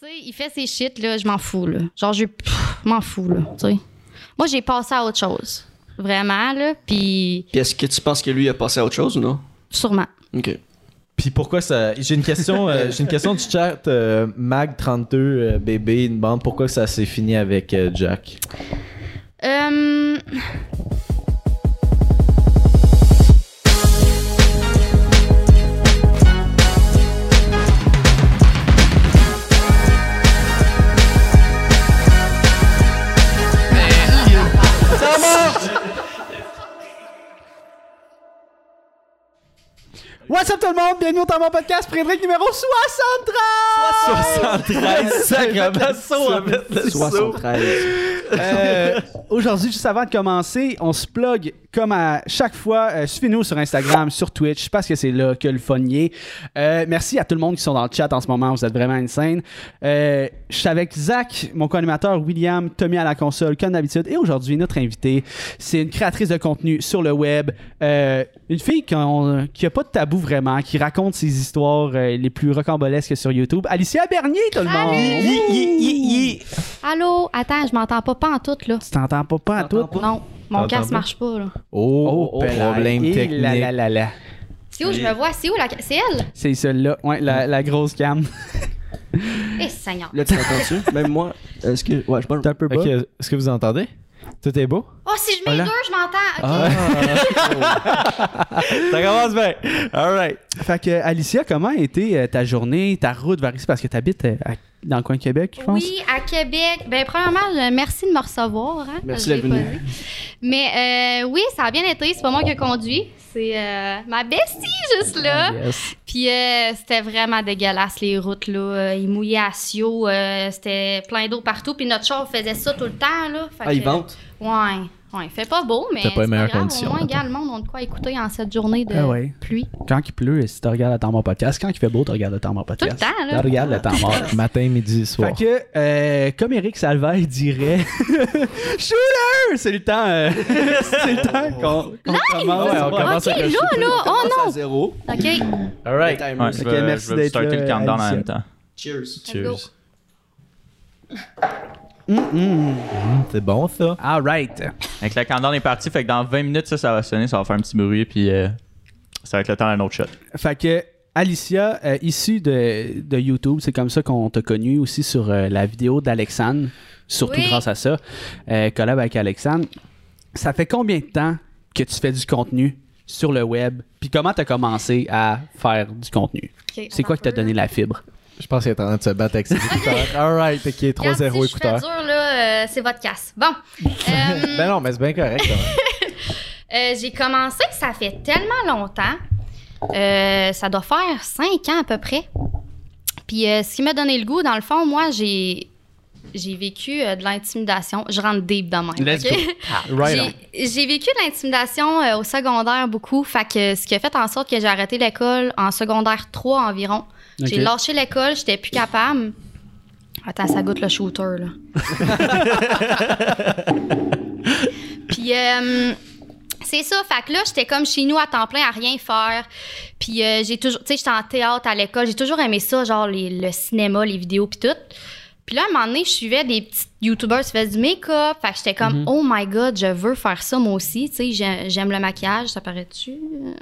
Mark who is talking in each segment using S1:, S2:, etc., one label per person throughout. S1: Tu sais, il fait ses shit, là, je m'en fous, là. Genre, je pff, m'en fous, là, tu sais. Moi, j'ai passé à autre chose. Vraiment, là, puis
S2: Puis est-ce que tu penses que lui a passé à autre chose ou non?
S1: sûrement.
S2: Ok.
S3: Puis pourquoi ça. J'ai une question, euh, j'ai une question du chat euh, Mag32 euh, bébé une bande. Pourquoi ça s'est fini avec euh, Jack
S1: Euh,
S4: What's up tout le monde? Bienvenue au Temps Mort Podcast, Frédéric numéro 73!
S3: 73 sacrement saut avec le saut.
S2: 73.
S4: Euh, Aujourd'hui, juste avant de commencer, on se plug comme à chaque fois. Euh, Suivez-nous sur Instagram, sur Twitch, parce que c'est là que le fun y est. Euh, merci à tout le monde qui sont dans le chat en ce moment. Vous êtes vraiment insane. Euh, je suis avec Zach, mon co-animateur, William, Tommy à la console, comme d'habitude. Et aujourd'hui, notre invité, c'est une créatrice de contenu sur le web. Euh, une fille qu'on- qui n'a pas de tabou vraiment, qui raconte ses histoires euh, les plus rocambolesques sur YouTube. Alicia Bernier, tout le monde!
S1: Salut! Allô? Attends, je m'entends pas, pas en tout, là.
S4: Tu t'entends pas, pas à tout?
S1: Non, mon
S3: T'entends
S1: casque
S3: pas?
S1: marche pas, là.
S3: Oh, oh, problème
S4: Et
S3: technique.
S4: ben, la, la, la, la.
S1: C'est où je me vois? C'est où la. ca- C'est elle?
S4: C'est celle-là, ouais, la, la grosse cam.
S1: Eh, Seigneur.
S2: Là, tu t'entends-tu? Même moi, est-ce que. Ouais, je pense.
S4: un peu
S3: Ok, est-ce que vous entendez Tout est beau
S1: Oh, si je mets
S3: Voilà. Ah,
S1: deux, je m'entends. OK.
S3: Ça commence bien. All right.
S4: Fait que, Alicia, comment a été euh, ta journée, ta route vers ici? Parce que t'habites euh, à- dans le coin de Québec, je pense.
S1: Oui, à Québec. Ben, premièrement, je- merci de me recevoir. hein.
S2: Merci
S1: Je l'ai
S2: d'être venu.
S1: pas dit. Mais euh, oui, ça a bien été. C'est pas moi qui ai conduit. C'est euh, ma bestie juste là.
S4: Yes.
S1: Puis euh, c'était vraiment dégueulasse, les routes, là. Euh, Ils mouillaient à Sio. euh, c'était plein d'eau partout. Puis notre char faisait ça tout le temps, là. Fait
S2: Ah, il
S1: que-
S2: vente?
S1: Ouais. Ouais, il fait pas beau, mais
S3: T'as
S1: c'est
S3: pas les meilleures
S1: grave.
S3: conditions,
S1: Au moins,
S3: mettons.
S1: gars, le monde a de quoi écouter en cette journée de
S4: Ah ouais.
S1: pluie.
S4: Quand il pleut, si tu regardes le temps mort podcast, quand il fait beau, tu regardes le temps mort podcast.
S1: Tout le temps, là.
S4: Tu regardes le temps mort.
S3: Matin, midi, soir.
S4: Fait que, euh, comme Eric Salvaille dirait, Shooter! C'est le temps, euh, c'est le temps qu'on qu'on commence.
S3: Ouais, on commence
S1: OK,
S3: avec le
S1: là, là. Oh
S2: Passe à
S1: non.
S2: zéro.
S1: OK.
S3: All right.
S2: Le timer.
S5: Ouais, je
S4: Ok,
S5: vais, je
S4: merci
S5: vais
S4: d'être là,
S5: starter le countdown en
S4: Alicia.
S5: même temps.
S2: Cheers.
S1: go.
S3: Cheers.
S4: Mm, mm.
S3: C'est bon ça.
S4: All right.
S5: Avec le countdown est parti, fait que dans 20 minutes, ça, ça va sonner, ça va faire un petit bruit, puis euh, ça va être le temps d'un autre shot.
S4: Fait que Alicia, euh, issue de, de YouTube, c'est comme ça qu'on t'a connu aussi sur euh, la vidéo d'Alexandre, surtout
S1: Oui.
S4: grâce à ça, euh, collab avec Alexandre. Ça fait combien de temps que tu fais du contenu sur le web? Puis comment t'as commencé à faire du contenu?
S1: Ok,
S4: C'est quoi qui
S1: attends
S4: t'a
S1: un peu,
S4: donné la fibre?
S3: Je pense qu'il est en train de se battre avec ses écouteurs. All right, ok, 3-0
S1: Regarde, si je fais
S3: écouteurs.
S1: dur, là, euh, c'est votre casse. Bon. Euh,
S3: Ben non, mais c'est bien correct. quand même.
S1: euh, j'ai commencé, ça fait tellement longtemps. Euh, ça doit faire cinq ans à peu près. Puis euh, ce qui m'a donné le goût, dans le fond, moi, j'ai, j'ai vécu euh, de l'intimidation. Je rentre deep dans même.
S4: Let's
S1: ok?
S3: Ah, right on.
S1: J'ai- J'ai vécu de l'intimidation euh, au secondaire beaucoup. Fait que ce qui a fait en sorte que j'ai arrêté l'école en secondaire 3 environ. J'ai
S4: Ok.
S1: lâché l'école, j'étais plus capable. Attends, ça goûte le shooter, là. Puis, euh, c'est ça. Fait que là, j'étais comme chez nous à temps plein à rien faire. Puis, euh, j'ai toujours, tu sais, j'étais en théâtre à l'école. J'ai toujours aimé ça, genre les- le cinéma, les vidéos, puis tout. Puis là, à un moment donné, je suivais des petites YouTubers qui faisaient du make-up. Fait que j'étais comme, oh my God, je veux faire ça moi aussi. Tu sais, j'ai- j'aime le maquillage, ça paraît-tu?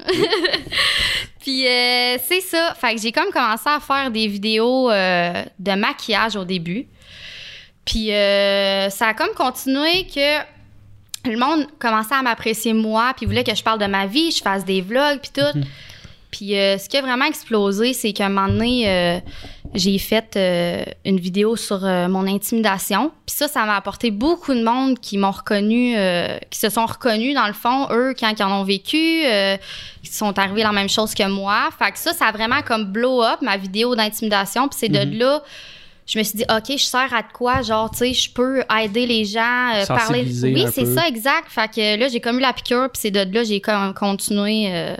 S1: Puis euh, c'est ça. Fait que j'ai comme commencé à faire des vidéos euh, de maquillage au début. Puis euh, ça a comme continué que le monde commençait à m'apprécier moi, puis voulait que je parle de ma vie, je fasse des vlogs, puis tout. Puis euh, ce qui a vraiment explosé, c'est qu'à un moment donné, euh, j'ai fait euh, une vidéo sur euh, mon intimidation. Puis ça, ça m'a apporté beaucoup de monde qui m'ont reconnu, euh, qui se sont reconnus dans le fond, eux, quand ils en ont vécu, euh, qui sont arrivés la même chose que moi. Fait que ça, ça a vraiment comme blow up ma vidéo d'intimidation. Puis c'est
S4: Mhm.
S1: de là, je me suis dit, OK, je sers à de quoi? Genre, tu sais, je peux aider les gens, euh, parler.
S4: Sensibiliser
S1: Oui,
S4: un
S1: c'est
S4: peu.
S1: ça, exact. Fait que là, j'ai comme eu la piqûre, puis c'est de là, j'ai comme continué. euh,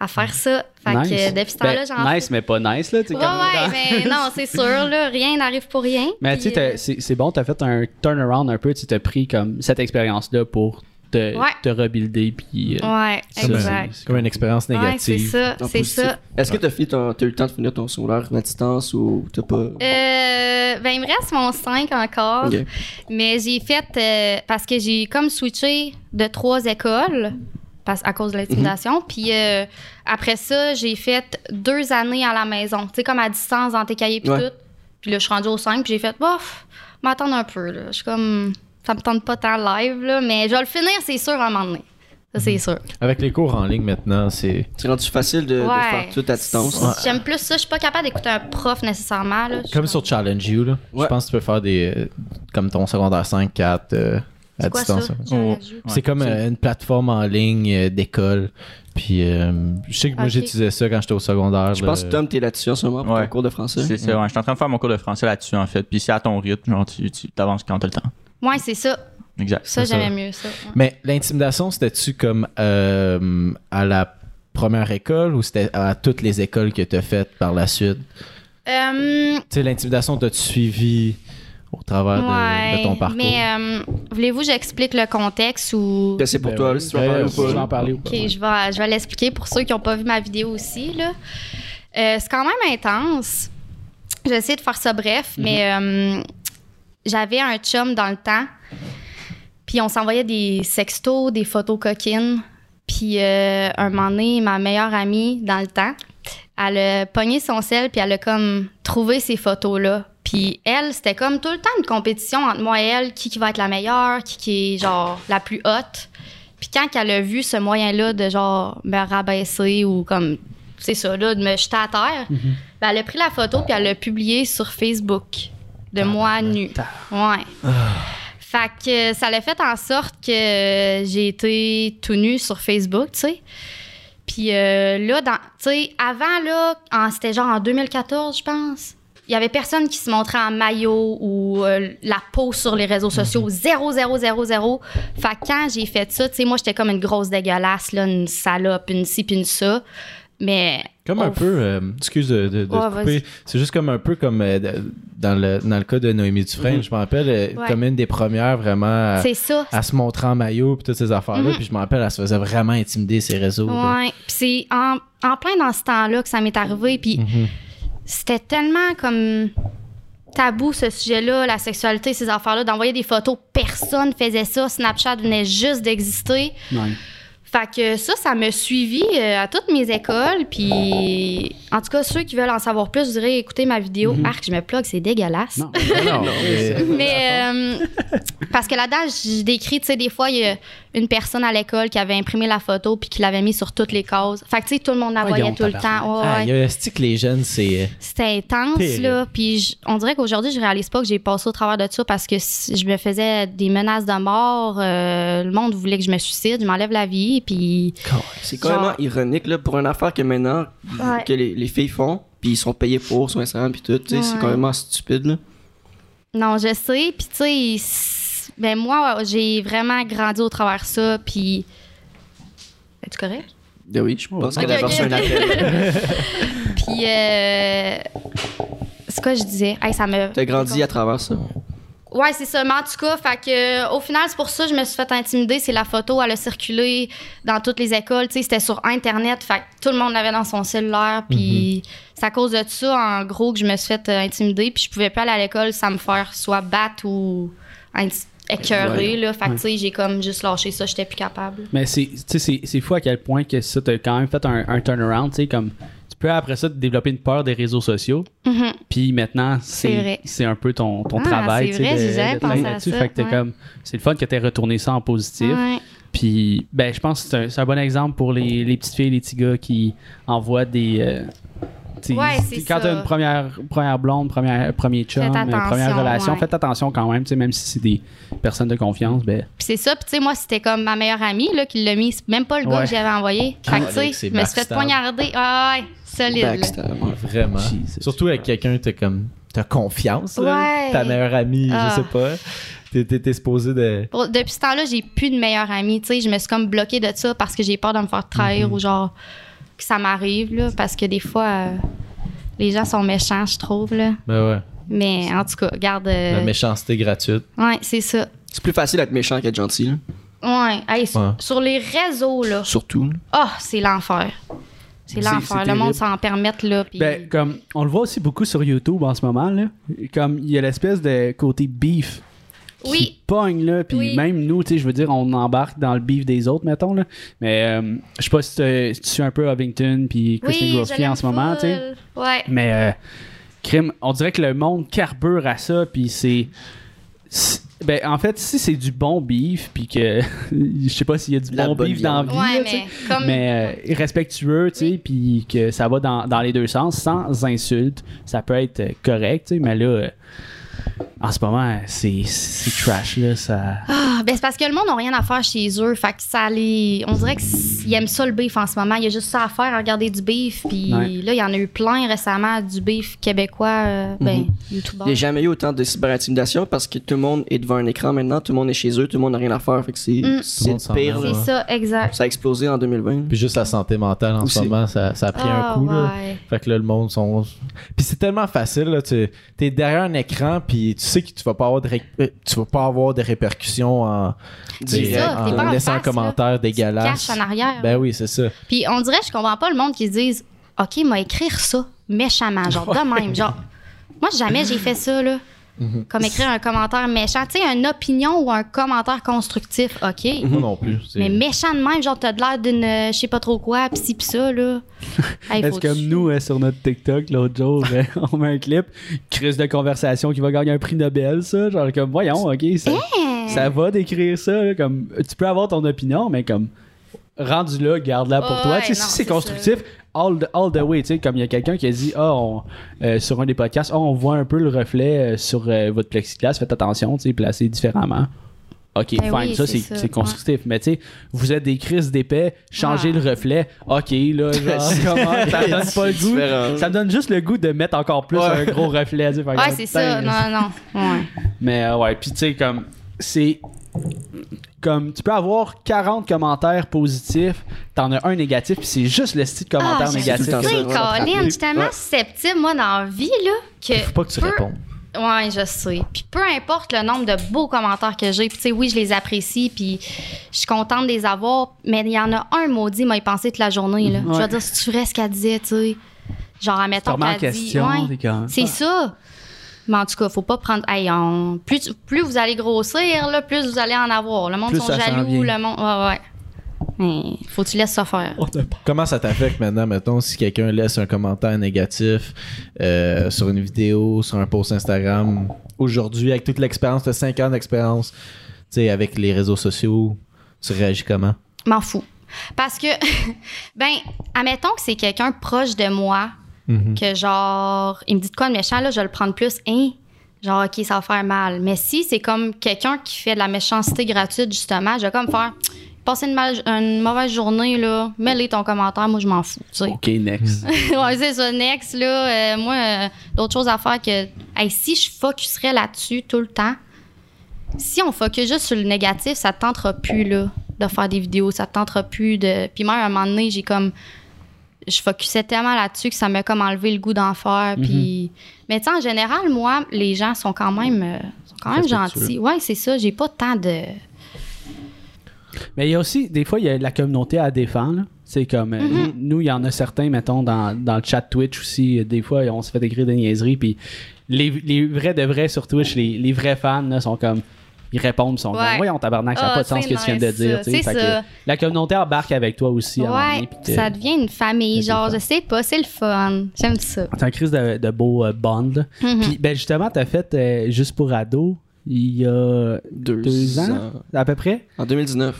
S1: à faire ça. Fait
S4: Nice.
S1: que euh, depuis ce temps-là,
S4: Ben,
S1: j'en fais
S4: Nice, mais pas nice, là. tu sais,
S1: Ouais,
S4: comme- ah.
S1: ouais, mais non, c'est sûr, là, rien n'arrive pour rien.
S4: Mais
S1: Puis,
S4: tu sais, t'as-
S1: euh,
S4: c'est c'est bon, t'as fait un turnaround un peu, tu t'as pris comme cette expérience-là pour te,
S1: Ouais.
S4: te rebuilder, puis... euh,
S1: Ouais,
S3: Comme un-
S1: exact.
S3: Comme une expérience
S1: Ouais, c'est
S3: négative.
S1: ça,
S2: En
S1: c'est
S2: positif.
S1: ça.
S2: Est-ce que t'as fini ton- t'as eu le temps de finir ton secondaire à distance ou t'as pas.
S1: Euh, Euh, ben, il me reste mon 5 encore.
S2: Ok.
S1: Mais j'ai fait. euh, parce que j'ai comme switché de trois écoles parce, à cause de l'intimidation.
S2: Mhm.
S1: Puis euh, après ça, j'ai fait deux années à la maison. Tu sais, comme à distance, dans tes cahiers, puis
S2: Ouais.
S1: tout. Puis là, je suis rendue au 5, puis j'ai fait, bof, m'attendre un peu. Là. Je suis comme. Ça me tente pas tant live, là, mais je vais le finir, c'est sûr, à un moment donné. Ça,
S2: Mhm.
S1: c'est sûr.
S3: Avec les cours en ligne maintenant, c'est.
S2: C'est rendu facile de, de
S1: Ouais.
S2: faire tout à distance. là.
S1: J'aime plus ça. Je suis pas capable d'écouter un prof nécessairement. Là. Euh, Je suis
S3: Comme sur Challenge You, là. Je
S2: Ouais.
S3: pense que tu peux faire des. euh, comme ton secondaire 5, 4 euh, à
S1: C'est quoi
S3: distance.
S1: ça?
S3: ouais.
S1: Challenge
S5: Oh,
S1: You?
S5: ouais.
S3: C'est comme euh, une plateforme en ligne euh, d'école. Puis euh, je sais que moi
S1: Ok.
S3: j'utilisais ça quand j'étais au secondaire.
S2: Je pense
S3: euh,
S2: que Tom, t'es là-dessus en ce moment pour
S5: Ouais.
S2: ton cours de français.
S5: C'est ça, Mm. ouais. Je suis en train de faire mon cours de français là-dessus, en fait. Puis c'est à ton rythme, genre, tu tu t'avances quand t'as le temps.
S1: Ouais, c'est ça.
S5: Exact.
S1: Ça,
S3: C'est ça.
S1: j'aimais mieux ça. ouais.
S3: Mais l'intimidation, c'était-tu comme euh, à la première école ou c'était à toutes les écoles que tu as faites par la suite?
S1: Euh,
S3: Tu sais, l'intimidation, t'as-tu suivi au travers de- de,
S1: ouais,
S3: ton parcours?
S1: Mais euh, voulez-vous que j'explique le contexte ou.
S2: Que C'est pour
S3: Ben
S2: toi,
S3: oui.
S2: si tu vas
S4: euh,
S2: parler
S3: Ben,
S2: ou
S3: si tu veux
S2: pas.
S3: en parler ou pas.
S1: Ok, je vais, je vais l'expliquer pour ceux qui n'ont pas vu ma vidéo aussi. Là. Euh, c'est quand même intense. J'essaie de faire ça bref,
S3: Mhm.
S1: mais euh, j'avais un chum dans le temps. Puis on s'envoyait des sextos, des photos coquines. Puis euh, un moment donné, ma meilleure amie dans le temps, elle a pogné son sel puis elle a comme trouvé ces photos-là. Puis elle, c'était comme tout le temps une compétition entre moi et elle, qui, qui va être la meilleure, qui, qui est genre la plus haute. Puis quand elle a vu ce moyen-là de genre me rabaisser ou comme, c'est ça, là, de me jeter à terre, ben, elle a pris la photo puis elle l'a publiée sur Facebook de moi nue. Ouais. Fait que euh, ça l'a fait en sorte que euh, j'ai été tout nu sur Facebook, tu sais. Puis euh, là, dans- tu sais, avant, là, en- c'était genre en 2014, je pense. Il y avait personne qui se montrait en maillot ou euh, la peau sur les réseaux sociaux. Zéro, zéro, zéro, zéro. Fait que quand j'ai fait ça, tu sais, moi, j'étais comme une grosse dégueulasse, là, une salope, une ci, puis une ça. Mais.
S3: Comme un
S1: Oh,
S3: peu, euh, excuse de, de, de te
S1: Ouais,
S3: couper,
S1: vas-y.
S3: c'est juste comme un peu comme euh, de- dans, le, dans le cas de Noémie Dufresne, je me rappelle, euh,
S1: Mhm. Ouais.
S3: comme une des premières vraiment
S6: Ah.
S3: à,
S1: C'est ça,
S3: à se montrer en maillot puis toutes ces affaires-là. Puis je me rappelle, elle se faisait vraiment intimider ses réseaux. là.
S1: Ouais, puis c'est en, en plein dans ce temps-là que ça m'est arrivé. Puis c'était tellement comme tabou ce sujet-là, la sexualité, ces affaires-là, d'envoyer des photos. Personne faisait ça. Snapchat venait juste d'exister.
S4: Ouais.
S1: Fait que ça, ça m'a suivi euh, à toutes mes écoles. Puis en tout cas, ceux qui veulent en savoir plus, je dirais écouter ma vidéo. Marc, je me plug, c'est dégueulasse.
S4: Mhm. Non.
S3: Ah Non, mais-
S1: Mais euh, parce que là-dedans, je décris, tu sais, des fois, il y a une personne à l'école qui avait imprimé la photo puis qui l'avait mis sur toutes les cases. Fait que, tu sais, tout le monde la
S4: Voyons,
S1: voyait tout le
S4: tabarnak.
S1: temps. Ouais,
S3: Ah,
S1: ouais.
S3: il y a stick les jeunes, c'est. euh,
S1: C'était intense,
S3: Terrible.
S1: là. Puis je- on dirait qu'aujourd'hui, je réalise pas que j'ai passé au travers de ça parce que si- je me faisais des menaces de mort. euh, le monde voulait que je me suicide, je m'enlève la vie. Puis.
S2: C'est quand même
S1: Genre-
S2: ironique là, pour une affaire que maintenant, que les, les filles font, puis ils sont payés pour sur Instagram, puis tout. tu sais, C'est
S1: Ouais.
S2: quand même stupide. Là.
S1: Non, je sais. Puis, tu sais, c'est- ben moi, j'ai vraiment grandi au travers de ça. Puis. Es-tu correct?
S2: Ben oui, je pense
S1: Ok,
S2: qu'elle a
S1: ok,
S2: reçu un
S1: ok.
S2: appel.
S1: Puis, euh, c'est quoi je disais? Hey, ça me...
S2: T'as grandi à travers ça.
S1: Ouais, c'est ça. Mais en tout cas, fait que, euh, au final, c'est pour ça que je me suis fait intimider. C'est la photo, elle a circulé dans toutes les écoles. Tu sais, c'était sur Internet. Fait que tout le monde l'avait dans son cellulaire. Puis, c'est à cause de ça, en gros, que je me suis fait euh, intimider. Puis, je pouvais pas aller à l'école sans me faire soit battre ou inti- écœurer. Là. Fait que, tu sais, j'ai comme juste lâché ça. J'étais plus capable.
S4: Mais c'est, tu sais, c'est, c'est fou à quel point que ça t'a quand même fait un, un turnaround, tu sais, comme tu peux après ça te développer une peur des réseaux sociaux,
S1: Mhm.
S4: puis maintenant c'est,
S1: C'est vrai.
S4: un peu ton, ton
S1: Ah,
S4: travail,
S1: c'est
S4: tu sais,
S1: vrai,
S4: de-
S1: j'ai jamais
S4: de te
S1: pensé
S4: mettre
S1: à
S4: là-dessus.
S1: ça,
S4: Fait que t'es
S1: ouais.
S4: comme, c'est le fun que t'aies retourné ça en positif.
S1: Ouais.
S4: Puis ben je pense que c'est un, c'est un bon exemple pour les, les petites filles, les petits gars qui envoient des euh, tu sais,
S1: Ouais, c'est
S4: quand
S1: ça.
S4: t'as une première, première blonde, première, premier chum,
S1: Faites
S4: euh, première
S1: attention,
S4: relation,
S1: ouais.
S4: faites attention quand même, tu sais, même si c'est des personnes de confiance, ben
S1: Puis c'est ça, puis tu sais, moi, c'était comme ma meilleure amie là, qui l'a mis, c'est même pas le gars
S4: Ouais.
S1: que j'avais envoyé. Fait que
S3: Calique,
S1: tu
S3: c'est
S1: sais, je me suis fait
S3: backstab.
S1: poignarder. Ah ouais, solide. là.
S2: Backstab, ouais.
S3: Vraiment.
S4: Jesus.
S3: Surtout avec quelqu'un, t'as comme. T'as confiance, là.
S1: Ouais.
S3: Ta meilleure amie,
S1: Ah.
S3: je sais pas. T'es- T'es t'es supposé de.
S1: Pour- depuis ce temps-là, j'ai plus de meilleure amie. Tu sais, je me suis comme bloquée de ça parce que j'ai peur de me faire trahir ou genre que ça m'arrive, là, parce que des fois, euh, les gens sont méchants, je trouve, là.
S3: Ben ouais.
S1: Mais en tout cas, garde. euh,
S3: La méchanceté gratuite.
S1: ouais, c'est ça.
S2: C'est plus facile d'être méchant qu'être gentil, là.
S1: Ouais. Hey, sur-
S3: Ouais.
S1: Sur les réseaux, là.
S2: surtout.
S1: Ah, c'est l'enfer. C'est
S4: C'est-
S1: l'enfer.
S4: c'est
S1: Le monde
S4: terrible.
S1: s'en permette, là. puis-
S4: Ben, comme, on le voit aussi beaucoup sur YouTube en ce moment, là. Comme, il y a l'espèce de côté beef qui
S1: Oui.
S4: pogne, là. Puis
S1: Oui.
S4: même nous, tu sais, je veux dire, on embarque dans le beef des autres, mettons, là. Mais euh, je sais pas si tu- si tu suis un peu Covington puis Christine
S1: oui,
S4: Groffy en ce moment, tu sais.
S1: Ouais.
S4: Mais euh, crime, on dirait que le monde carbure à ça, puis c'est. c'est- Ben, en fait, si c'est du bon beef, puis que. Je sais pas s'il y a du
S2: La
S4: bon
S2: bonne
S4: beef dans la
S2: viande.
S4: vie,
S1: Ouais,
S4: là, tu sais,
S1: mais comme.
S4: mais euh, respectueux, tu sais, puis que ça va dans, dans les deux sens, sans insulte, ça peut être euh, correct, tu sais, mais là, euh, en ce moment, c'est c'est trash, là, ça.
S1: Ah, ben c'est parce que le monde n'a rien à faire chez eux. Fait que ça les. On dirait qu'ils aiment ça le beef en ce moment. Il y a juste ça à faire, à regarder du beef. Puis
S4: Ouais.
S1: là, il y en a eu plein récemment du beef québécois.
S3: Mhm.
S1: euh, ben, youtubeur.
S2: Il n'y a jamais eu autant de cyberintimidation parce que tout le monde est devant un écran maintenant, tout le monde est chez eux, tout le monde n'a rien à faire. Fait que c'est
S1: Mm.
S2: c'est
S3: Tout le monde s'en
S2: pire.
S3: mêle,
S2: là.
S1: C'est
S3: ouais.
S1: ça, exact.
S2: Ça a explosé en 2020.
S3: Puis juste la santé mentale en
S2: Aussi.
S3: ce moment, ça, ça a pris
S1: Ah,
S3: un coup. Là.
S1: ouais.
S3: Fait que là, le monde sont. Puis c'est tellement facile, là. Tu es derrière un écran, puis tu sais que tu vas pas avoir de, ré- euh, tu vas pas avoir de répercussions en,
S2: Direct.
S1: C'est
S2: euh,
S1: ça,
S3: en
S1: t'es pas en
S3: laissant un
S1: face, là.
S3: commentaire
S1: Cache
S3: dégueulasse.
S1: en arrière.
S3: Ben oui, c'est ça.
S1: Puis on dirait, je comprends pas le monde qui se disent OK, m'a écrire ça méchamment, genre de même. Genre, moi, jamais j'ai fait ça, là.
S3: Mhm.
S1: Comme écrire un commentaire méchant. Tu sais, une opinion ou un commentaire constructif, OK.
S3: Moi non plus.
S6: Euh.
S3: c'est-
S1: Mais méchant de même, genre, t'as de l'air d'une euh, je sais pas trop quoi, pis ci pis ça, là. Hey,
S4: Est-ce
S1: faut
S4: comme
S1: tu-
S4: nous, euh, sur notre TikTok, l'autre jour, ben, on met un clip, crise de conversation qui va gagner un prix Nobel, ça, genre comme, voyons, ok, ça, ça va décrire ça, là, comme, tu peux avoir ton opinion, mais comme, rendu là, garde-la pour
S1: Ouais,
S4: toi, tu sais,
S1: non,
S4: si
S1: c'est
S4: c'est constructif, all the, all the way, tu sais, comme il y a quelqu'un qui a dit, ah, on- euh, sur un des podcasts, Ah, on voit un peu le reflet euh, sur euh, votre plexiglas, faites attention, tu sais, placez différemment. Ok,
S1: Ben
S4: fine,
S1: oui,
S4: ça
S1: c'est
S4: c'est
S1: ça,
S4: c'est constructif. Mais tu sais, vous êtes des crises d'épais, changez
S1: Ah.
S4: le reflet. Ok, là, genre, comment, ça donne pas le
S2: C'est
S4: goût.
S2: différent.
S4: Ça me donne juste le goût de mettre encore plus
S2: Ouais.
S4: un gros reflet. tu sais, ben, par
S1: Ouais,
S4: exemple.
S1: c'est ça.
S4: Putain,
S1: Non, non. Ouais.
S4: Mais euh, ouais, puis tu sais, comme, c'est. Comme, tu peux avoir 40 commentaires positifs, t'en as un négatif, puis c'est juste le style de commentaire
S1: Ah, j'ai-
S4: négatif.
S2: tout le temps
S1: Tu
S4: que-
S1: sais,
S2: ça.
S1: Colin, je suis tellement
S2: Ouais.
S1: susceptible, moi, dans la vie, là, que.
S3: Faut pas que tu
S1: peu-
S3: répondes.
S1: Ouais, je sais. Puis peu importe le nombre de beaux commentaires que j'ai, puis tu sais, oui, je les apprécie, puis je suis contente de les avoir, mais il y en a un maudit m'a y pensé toute la journée, là. Je
S4: Ouais.
S1: veux dire, si tu restes ce qu'elle disait, tu sais. Genre,
S4: Tu te
S1: admettons
S4: remets en
S1: qu'elle dit.
S4: question,
S1: ouais,
S4: t'es comme-
S1: c'est ça. Mais en tout cas, faut pas prendre. Hey, on- plus, tu- plus vous allez grossir, là, plus vous allez en avoir. Le monde
S4: Plus
S1: sont
S4: ça s'en
S1: jaloux,
S4: vient.
S1: le monde. Ouais, ouais. Mais faut que tu laisses ça faire.
S3: Comment ça t'affecte maintenant, mettons, si quelqu'un laisse un commentaire négatif euh, sur une vidéo, sur un post Instagram, aujourd'hui, avec toute l'expérience, de 5 ans d'expérience, tu sais, avec les réseaux sociaux, tu réagis comment?
S1: M'en fous. Parce que, ben, admettons que c'est quelqu'un proche de moi,
S4: Mm-hmm.
S1: que genre, il me dit de quoi de méchant, là, je vais le prendre plus, hein? Genre, OK, ça va faire mal. Mais si c'est comme quelqu'un qui fait de la méchanceté gratuite, justement, je vais comme faire, passer une, mal- une mauvaise journée, là, mets-les ton commentaire, moi, je m'en fous, tu sais.
S4: Ok, next.
S1: ouais, c'est ça, next, là. euh, moi, euh, d'autres choses à faire que. Hey, si je focuserais là-dessus tout le temps, si on focus juste sur le négatif, ça te tentera plus, là, de faire des vidéos. Ça te tentera plus de. Puis même, à un moment donné, j'ai comme. Je focusais tellement là-dessus que ça m'a comme enlevé le goût d'en faire.
S4: Mhm.
S1: Puis. Mais tu sais, en général, moi, les gens sont quand même. euh, sont quand même
S3: Respectueux.
S1: gentils. Ouais, c'est ça. J'ai pas tant de.
S4: Mais il y a aussi, des fois, il y a la communauté à défendre. là. C'est comme, euh,
S1: Mm-hmm.
S4: nous, il y en a certains, mettons, dans, dans le chat Twitch aussi. euh, Des fois, on se fait écrire des niaiseries. Puis les, les vrais de vrais sur Twitch, les, les vrais fans, là, sont comme, ils répondent, ils sont
S1: Ouais.
S4: comme, voyons, tabarnak, ça n'a
S1: Ah,
S4: pas de sens ce
S1: c'est
S4: que tu viens de
S1: nice,
S4: dire.
S1: ça.
S4: tu sais.
S1: C'est
S4: Fait que
S1: ça.
S4: la communauté embarque avec toi aussi. à un moment
S1: Ouais,
S4: donné, puis t'es-
S1: ça devient une famille.
S4: c'est le
S1: Genre,
S4: fun.
S1: je sais pas, c'est le fun. J'aime ça.
S4: C'est un crise de, de beau euh, bond.
S1: Mhm.
S4: Puis, ben, justement, t'as fait euh, juste pour ado il y a
S2: Deux,
S4: deux ans,
S2: ans.
S4: à peu près.
S2: En 2019.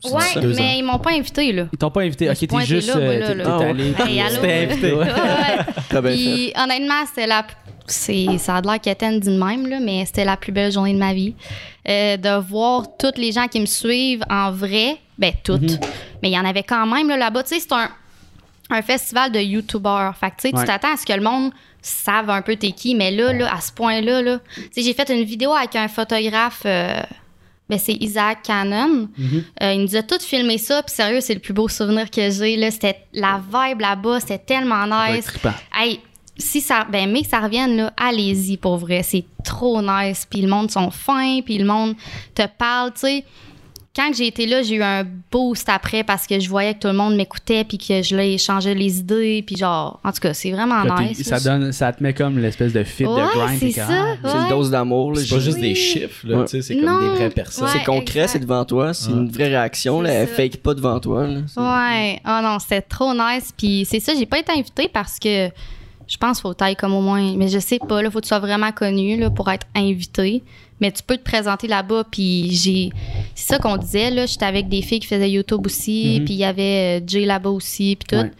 S2: C'est
S1: Ouais, mais
S2: ça.
S3: deux ans.
S1: ils m'ont pas invité, là.
S4: Ils t'ont pas invité.
S1: Je
S4: Ok,
S1: suis
S4: t'es
S1: pointée
S4: juste.
S1: là, moi,
S4: euh,
S1: là,
S4: t'es-
S1: là.
S4: t'es allé.
S1: Hey, allô?
S4: T'es invité.
S1: Ouais, ouais.
S2: T'as bien fait.
S1: Puis, honnêtement, c'était la. C'est, ça a l'air qu'Étienne dit de même, là, mais c'était la plus belle journée de ma vie. Euh, de voir toutes les gens qui me suivent en vrai, ben toutes.
S2: Mhm.
S1: Mais il y en avait quand même là, là-bas. Tu sais, c'est un, un festival de YouTubers. Fait que, tu sais,
S4: Ouais.
S1: tu t'attends à ce que le monde save un peu t'es qui, mais là, là à ce point-là, là, tu sais, j'ai fait une vidéo avec un photographe, euh, ben, c'est Isaac Cannon.
S2: Mhm.
S1: Euh, il nous a tout filmé ça, puis sérieux, c'est le plus beau souvenir que j'ai. Là. C'était la vibe là-bas, c'était tellement
S4: Ouais,
S1: nice.
S4: trippant.
S1: Hey, si ça, ben, mais que ça revienne, là, allez-y pour vrai. C'est trop nice. Puis le monde sont fins, puis le monde te parle, tu sais. quand que j'ai été là, j'ai eu un boost après parce que je voyais que tout le monde m'écoutait puis que je les échangeais les idées puis genre en tout cas, c'est vraiment
S4: Là, t'es-
S1: Ah, nice.
S4: ça,
S1: là.
S4: donne, ça te met comme l'espèce de fit
S1: Ouais,
S4: de grind.
S1: c'est
S4: t'es comme, ah,
S1: ça.
S2: C'est une
S1: ouais.
S2: dose d'amour. là,
S3: C'est pas juste
S1: Oui.
S3: des chiffres, là,
S2: Ouais.
S3: tu sais, c'est comme
S1: Non,
S3: des vraies personnes.
S1: ouais.
S2: C'est concret,
S1: exact.
S2: c'est devant toi, c'est une vraie réaction, là,
S1: C'est
S2: elle
S1: ça.
S2: fake pas devant toi. là.
S1: Ouais, oh non, c'était trop nice. Puis c'est ça, j'ai pas été invitée parce que je pense qu'il faut taille comme au moins. Mais je sais pas, là, faut que tu sois vraiment connu là, pour être invité. Mais tu peux te présenter là-bas. Puis j'ai. C'est ça qu'on disait, là. J'étais avec des filles qui faisaient YouTube aussi.
S4: Mhm.
S1: Puis il y avait euh, Jay là-bas aussi. Puis tout.
S4: Ouais.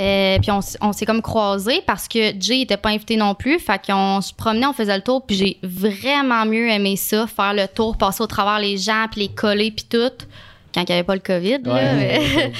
S1: Euh, puis on, s- on s'est comme croisés parce que Jay était pas invité non plus. Fait qu'on se promenait, on faisait le tour. Puis j'ai vraiment mieux aimé ça, faire le tour, passer au travers les gens, puis les coller, puis tout. Quand il n'y avait pas le COVID. là,
S4: ah, Ouais.
S1: mais-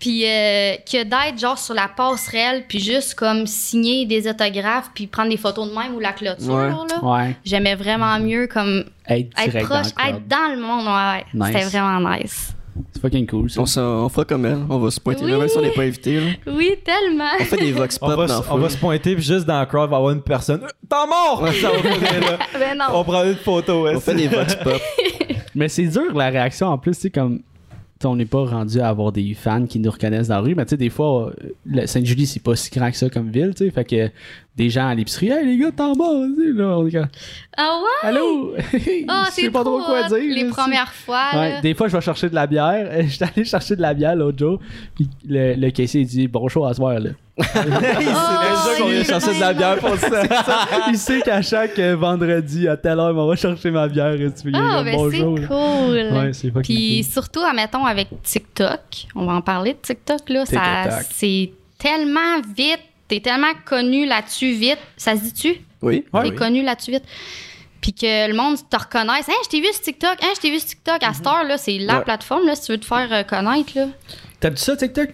S1: puis euh, que d'être genre sur la passerelle, puis juste comme signer des autographes, puis prendre des photos de même ou la clôture.
S2: Ouais.
S1: là.
S4: Ouais,
S1: J'aime vraiment mieux comme
S4: être
S1: être
S4: direct
S1: proche,
S4: dans le
S1: être dans le monde. Ouais, ouais.
S4: Nice.
S1: C'était vraiment nice.
S4: C'est fucking cool. ça.
S2: On, s'en- on fera comme elle, on va se pointer là,
S1: Oui.
S2: même si on n'est pas invité. là.
S1: Oui, tellement.
S2: On fait des vox
S6: On
S2: pop
S6: va,
S2: dans
S6: se-
S2: le
S6: on
S2: feu.
S6: va se pointer, puis juste dans le crowd, il va y avoir une personne. Euh, T'es mort! Ça va venir, là.
S1: ben non.
S4: Oh.
S6: On prend une photo.
S2: On fait des vox pop.
S4: Mais c'est dur la réaction en plus, tu sais, comme. tu sais, On n'est pas rendu à avoir des fans qui nous reconnaissent dans la rue, mais tu sais, des fois, euh, le Sainte-Julie, c'est pas si grand que ça comme ville, tu sais. Fait que euh, des gens à l'épicerie, hey les gars, t'es en bas, tu sais, là, on est comme,
S1: Ah ouais?
S4: allô?
S1: Ah,
S4: Je
S1: c'est
S4: sais pas trop quoi
S1: hot,
S4: dire.
S1: Les
S4: là, tu sais.
S1: premières fois.
S4: Ouais,
S1: là.
S4: des fois, je vais chercher de la bière. J'étais allé chercher de la bière l'autre jour, puis le, le caissier, il dit, bon show à soir, là.
S1: Oh,
S4: qu'on
S1: il
S4: vient
S1: est
S4: chercher de la
S1: bien
S4: bière pour ça. Il sait qu'à chaque euh, vendredi, à telle heure, on va chercher ma bière. Et tu peux y
S1: Ah,
S4: aller,
S1: ben
S4: bonjour.
S1: c'est cool.
S4: Ouais, c'est fucking
S1: Puis
S4: cool.
S1: surtout, admettons, avec TikTok, on va en parler de TikTok, là, ça,
S3: TikTok.
S1: c'est tellement vite, t'es tellement connu là-dessus vite, ça se dit-tu?
S2: Ah Oui.
S1: t'es connu là-dessus vite. Puis que le monde te reconnaisse. Hein, je t'ai vu sur TikTok, hein, je t'ai vu sur TikTok. À Star, là, c'est la
S2: Mhm. Ouais.
S1: plateforme, là, si tu veux te faire euh, connaître, là.
S3: T'as-tu ça, TikTok?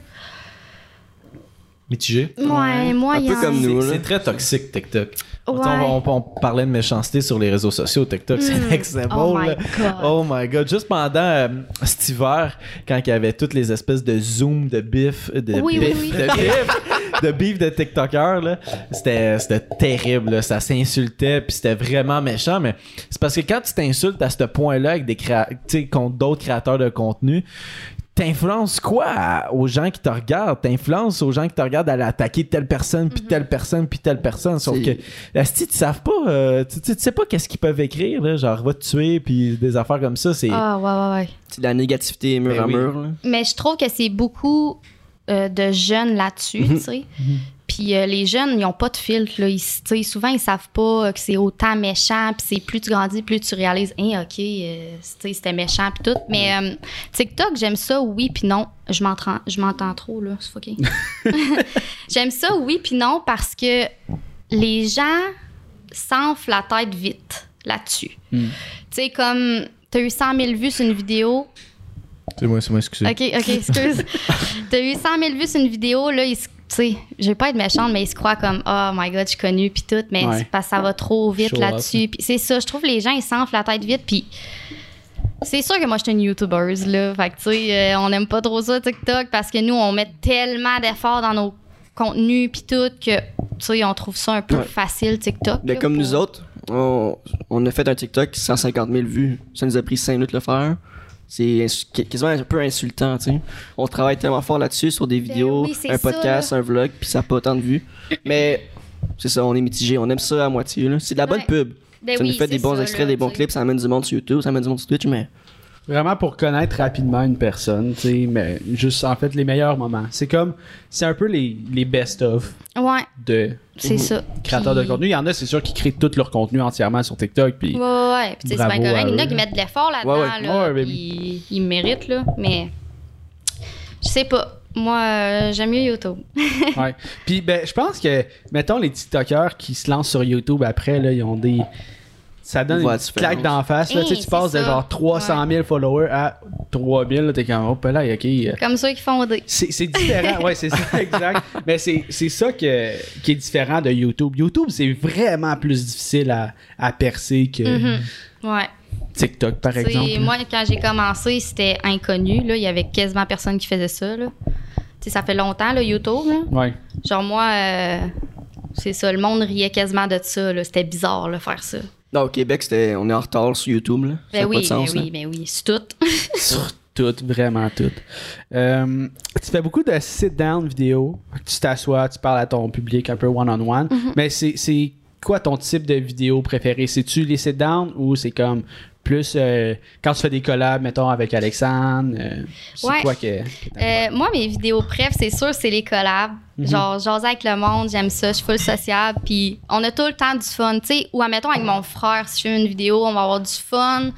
S3: Mitigé.
S1: Ouais,
S2: Un
S1: moyen.
S2: peu comme nous.
S3: C'est
S2: là.
S3: c'est très toxique, TikTok. On,
S1: Ouais.
S3: on- on parlait de méchanceté sur les réseaux sociaux. TikTok, c'est next level,
S1: Oh my
S3: là.
S1: God.
S3: Oh my God. Juste pendant euh, cet hiver, quand il y avait toutes les espèces de zoom, de bif, de
S1: Oui, oui,
S3: bif,
S1: oui.
S3: de bif, de bif de TikTokers, là, c'était c'était terrible. là. Ça s'insultait, puis c'était vraiment méchant. Mais c'est parce que quand tu t'insultes à ce point-là avec des créa- tu sais, contre d'autres créateurs de contenu, T'influences quoi à- aux gens qui te regardent? T'influences aux gens qui te regardent à aller attaquer telle personne,
S1: Mm-hmm.
S3: puis telle personne, puis telle personne. Sauf que,
S2: C'est-
S3: Asti, tu savent pas, euh, tu, tu- tu sais pas qu'est-ce qu'ils peuvent écrire, là, genre va te tuer, puis des affaires comme ça. C'est.
S1: Ah, ouais, ouais, ouais.
S2: C'est de la négativité mur
S3: Ben
S2: à
S3: oui.
S2: mur. là.
S1: Mais je trouve que c'est beaucoup euh, de jeunes là-dessus, tu sais. Puis euh, les jeunes, ils n'ont pas de filtre. Là. Ils, tu sais, souvent, ils savent pas euh, que c'est autant méchant. Puis c'est plus tu grandis, plus tu réalises, hein, OK, euh, tu sais, c'était méchant, puis tout. Mais euh, TikTok, j'aime ça, oui, puis non. Je m'entends je m'entends trop, là, c'est fucké. j'aime ça, oui, puis non, parce que les gens s'enflent la tête vite là-dessus. Tu sais, comme, t'as eu 100 000 vues sur une vidéo,
S3: C'est moi, c'est moi, excusez.
S1: OK, OK, excuse. T'as eu 100 000 vues sur une vidéo, là, ils se- tu sais, je vais pas être méchante, mais ils se croient comme « Oh my God, je suis connue », puis tout, mais
S4: Ouais.
S1: c'est parce que ça va trop vite
S3: Show
S1: là-dessus. Puis C'est ça, je trouve que les gens, ils s'enflent la tête vite, puis c'est sûr que moi, je suis une YouTuber, là, fait que, tu sais, euh, on n'aime pas trop ça, TikTok, parce que nous, on met tellement d'efforts dans nos contenus, puis tout, que, tu sais, on trouve ça un peu
S2: Ouais.
S1: facile, TikTok.
S2: Mais
S1: là,
S2: Ben, comme
S1: pour-
S2: nous autres, on, on a fait un TikTok 150 000 vues. Ça nous a pris 5 minutes de le faire. C'est insu- qui- quasiment un peu insultant, tu sais. On travaille tellement fort là-dessus sur des vidéos,
S1: Ben oui, c'est ça,
S2: un podcast, un vlog, puis ça n'a pas autant de vues. Mais c'est ça, on est mitigé. On aime ça à moitié. là. C'est de la bonne
S1: Ouais.
S2: pub.
S1: Ben
S2: ça
S1: oui,
S2: nous fait des
S1: c'est
S2: bons
S1: ça,
S2: extraits,
S1: là,
S2: des bons
S1: tu sais.
S2: clips, ça amène du monde sur YouTube, ça amène du monde sur Twitch, mais
S4: Vraiment pour connaître rapidement une personne, tu sais, mais juste en fait les meilleurs moments. C'est comme, c'est un peu les, les best-of
S1: Ouais,
S4: de
S1: c'est ça.
S4: créateurs de
S1: Puis-
S4: contenu. Il y en a, c'est sûr, qui créent tout leur contenu entièrement sur TikTok. Puis,
S1: Ouais, ouais, ouais. Puis, tu sais, c'est bien
S4: Bravo à
S1: correct. Il y en a
S4: eux.
S1: qui mettent de l'effort là-dedans.
S4: Ouais, ouais.
S1: là,
S4: Ouais, mais-
S1: puis ils méritent, là. Mais je sais pas. Moi, euh, j'aime mieux YouTube.
S4: ouais. Puis, ben, je pense que, mettons, les TikTokers qui se lancent sur YouTube après, là, ils ont des. Ça donne
S2: Ils voient
S4: une
S2: la
S4: petite
S2: différence.
S4: claque d'en face. Là,
S1: Hey,
S4: tu sais, tu
S1: c'est
S4: passes de
S1: ça.
S4: genre 300 000 followers à 3000. là, T'es comme, oh, ben là, ok. euh,
S1: Comme ceux qui font des.
S4: C'est c'est différent, ouais, c'est ça, exact. Mais c'est c'est ça que, qui est différent de YouTube. YouTube, c'est vraiment plus difficile à, à percer que
S1: Mhm. Ouais.
S4: TikTok, par
S1: Tu sais,
S4: exemple.
S1: moi, quand j'ai commencé, c'était inconnu. Là. Il y avait quasiment personne qui faisait ça. Là. Tu sais, ça fait longtemps, là, YouTube. là.
S4: Ouais.
S1: Genre, moi, euh, C'est ça, le monde riait quasiment de ça. là. C'était bizarre de faire ça.
S2: Non, au Québec, c'était, on est en retard sur YouTube. Là. Ça
S1: Ben
S2: a pas
S1: oui,
S2: de sens.
S1: ben
S2: là.
S1: oui, ben oui, c'est tout.
S4: Sur tout, vraiment tout. Euh, tu fais beaucoup de sit-down vidéo. Tu t'assois, tu parles à ton public un peu one-on-one.
S1: Mhm.
S4: Mais c'est- c'est quoi ton type de vidéo préféré? C'est-tu les sit-down ou c'est comme plus euh, quand tu fais des collabs, mettons, avec Alexandre? euh, c'est
S1: Ouais.
S4: quoi que. que t'aimes?
S1: Euh, moi, mes vidéos préf, c'est sûr, c'est les collabs. Genre, jaser avec le monde, j'aime ça, je suis full sociable, puis on a tout le temps du fun, tu sais. Ou admettons, avec mon frère, si je fais une vidéo, on va avoir du fun,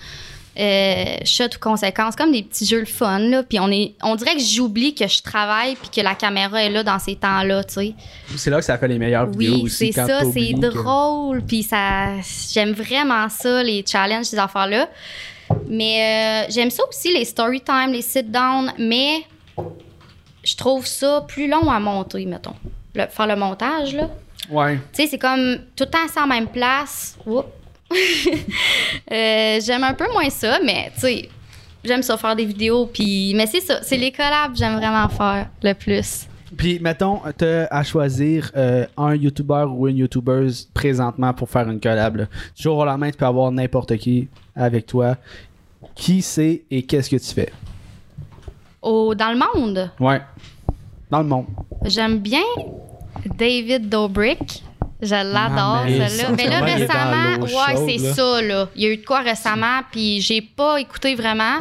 S1: euh, shot ou conséquence, comme des petits jeux le fun, là. Puis on, est, on dirait que j'oublie que je travaille, puis que la caméra est là dans ces temps-là, tu sais.
S4: c'est là que ça fait les meilleures vidéos
S1: Oui,
S4: aussi.
S1: c'est
S4: quand
S1: ça,
S4: t'oublies
S1: c'est
S4: que-
S1: drôle, puis ça, j'aime vraiment ça, les challenges, ces affaires-là. Mais euh, j'aime ça aussi, les story time, les sit-down, mais je trouve ça plus long à monter, mettons. Le- faire le montage, là.
S4: Ouais.
S1: Tu sais, c'est comme tout le temps assis en même place. Oups. Euh, j'aime un peu moins ça, mais tu sais, j'aime ça faire des vidéos, puis. Mais c'est ça, c'est les collabs que j'aime vraiment faire le plus.
S4: Puis, mettons, t'as à choisir euh, un YouTuber ou une YouTubeuse présentement pour faire une collab. là. Du jour au lendemain, tu peux avoir n'importe qui avec toi. Qui c'est et qu'est-ce que tu fais?
S1: Au, dans le monde,
S4: Ouais. Dans le monde.
S1: J'aime bien David Dobrik. Je l'adore,
S3: Ah, mais
S1: celle-là.
S3: ça,
S1: Mais là,
S3: comment il est dans
S1: récemment,
S3: l'eau chaude,
S1: ouais,
S3: là?
S1: c'est ça, là. Il y a eu de quoi récemment, puis j'ai pas écouté vraiment.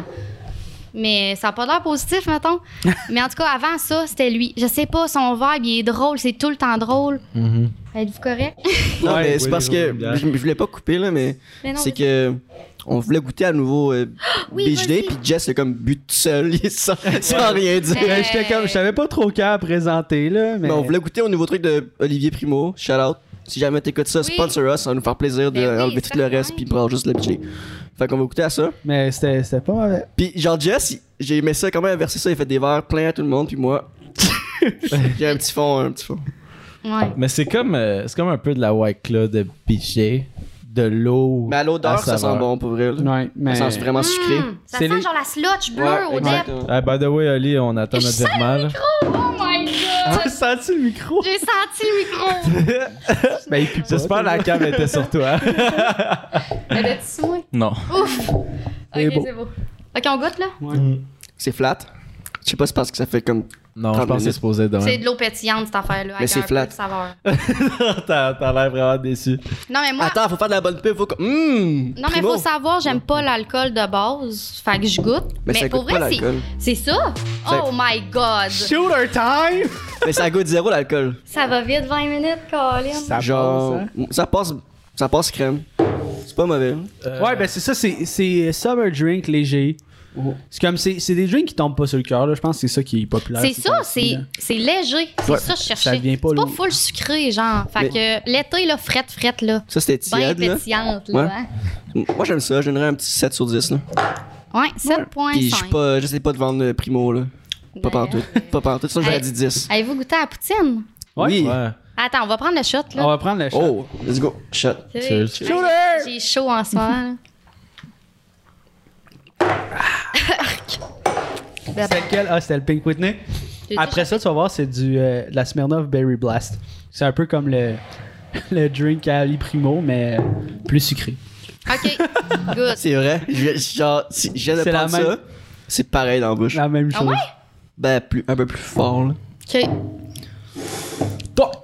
S1: Mais ça n'a pas l'air positif, mettons. mais en tout cas, avant ça, c'était lui. Je sais pas, son vibe, il est drôle, c'est tout le temps drôle.
S3: Mm-hmm.
S1: Êtes-vous correct?
S2: Non, mais c'est
S6: oui,
S2: parce
S6: les
S2: que
S6: jours de
S2: je, je voulais pas couper, là, mais,
S1: Mais non,
S2: c'est
S1: vas-y.
S2: que on voulait goûter à nouveau euh,
S1: Oui,
S2: Beach Day,
S1: vas-y.
S2: puis Jess a comme bu tout seul, sans, sans rien dire.
S1: Euh,
S4: Ben, j'étais comme, je savais pas trop quoi à présenter, là, mais.
S2: Mais on voulait goûter au nouveau truc de Olivier Primo, shout out. Si jamais t'écoutes ça,
S1: Oui.
S2: sponsor us, ça va nous faire plaisir de
S1: Ben oui,
S2: enlever tout le
S1: certain.
S2: reste puis prendre juste le Beach Day. Fait qu'on va goûter à ça.
S4: mais c'était c'était pas mauvais.
S2: Puis genre Jess, il- j'ai aimé ça quand même, verser ça, il a fait des verres pleins à tout le monde, puis moi. j'ai un petit fond, un petit fond.
S1: Ouais.
S3: Mais c'est comme, euh, c'est comme un peu de la White Claw de Pichet, de l'eau.
S2: Mais à l'odeur, ça
S3: saveur.
S2: sent bon pour vrai. là.
S4: Ah, Ouais, mais.
S2: Ça sent vraiment sucré.
S1: Mm, ça
S4: C'est
S1: sent
S4: lui-
S1: genre la slotch bleue
S2: Ouais,
S1: au dep.
S2: exactement.
S3: Ah, by the way, Oli, on attend
S1: Je
S3: notre
S1: sens le
S3: virement. là.
S1: Oh my god!
S4: Ah, senti le micro?
S1: J'ai senti le micro!
S4: Ben, il pue pas.
S3: J'espère que la cam était sur toi.
S1: Elle est sous moi?
S5: Non.
S1: Ouf!
S4: C'est
S1: Ok,
S4: beau.
S1: c'est beau. Ok, on goûte là?
S2: C'est flat. Je sais pas si c'est parce que ça fait comme.
S3: Non, je pense que c'est supposé de
S1: C'est
S3: même.
S1: de l'eau pétillante, cette affaire-là.
S2: Mais
S1: avec
S2: c'est
S1: un peu
S2: flat.
S1: de saveur.
S3: T'as t'as l'air vraiment déçu.
S1: Non, mais moi,
S2: Attends, faut faire de la bonne pub, faut que. Hum!
S1: non, mais faut savoir, j'aime pas l'alcool de base. Fait que je goûte.
S2: Mais
S1: Mais,
S2: ça
S1: pour
S2: goûte pas
S1: vrai, c'est,
S2: l'alcool.
S1: c'est ça.
S2: Ça-
S1: Oh my God.
S4: Shooter time!
S2: Mais ça goûte zéro l'alcool.
S1: Ça va vite, 20 minutes, Colin.
S4: Ça
S2: Genre.
S4: passe, hein?
S2: Ça passe. Ça passe crème. C'est pas mauvais.
S4: Ouais, ben, c'est ça, c'est- c'est summer drink léger. C'est comme, c'est c'est des drinks qui tombent pas sur le cœur, là. Je pense que c'est ça qui est populaire.
S1: C'est ça,
S4: aussi,
S1: c'est,
S2: hein.
S4: là.
S1: c'est léger. C'est
S4: Ouais,
S1: ça que je cherchais.
S4: ça vient pas
S1: c'est pas
S4: lourd.
S1: full sucré, genre. Fait que l'été, là, frette, frette, là.
S2: Ça, c'était
S1: Bien
S2: tiède, là.
S1: pétillante,
S2: Ouais.
S1: là. hein.
S2: Moi, j'aime ça. Je donnerais un petit 7 sur 10, là.
S1: Ouais, 7.5.
S2: Puis je suis pas. J'essaie pas de vendre euh, Primo, là. Pas
S1: Ouais.
S2: partout. Pas partout. Ça, j'aurais
S1: Hey.
S2: dit 10.
S1: Avez-vous goûté à la poutine?
S2: Oui.
S3: Ouais.
S1: Attends, on va prendre le shot,
S4: On
S1: là.
S4: va prendre le shot.
S2: Oh, let's go. Shot.
S1: Tu sais,
S3: Cheers.
S1: j'ai- J'ai chaud en ce moment. là.
S4: C'était quel? Ah, c'était le Pink Whitney. Après ça, tu vas voir, c'est du euh, de la Smirnoff Berry Blast. C'est un peu comme le, le drink à Ali Primo, mais euh, plus sucré.
S1: OK, good.
S2: C'est vrai. Je- Genre, si je viens de
S4: C'est la
S2: prendre
S4: même-
S2: ça, c'est pareil dans la bouche.
S4: La même
S1: Ah
S4: chose.
S1: ouais?
S2: Ben, plus, un peu plus fort, là.
S1: OK.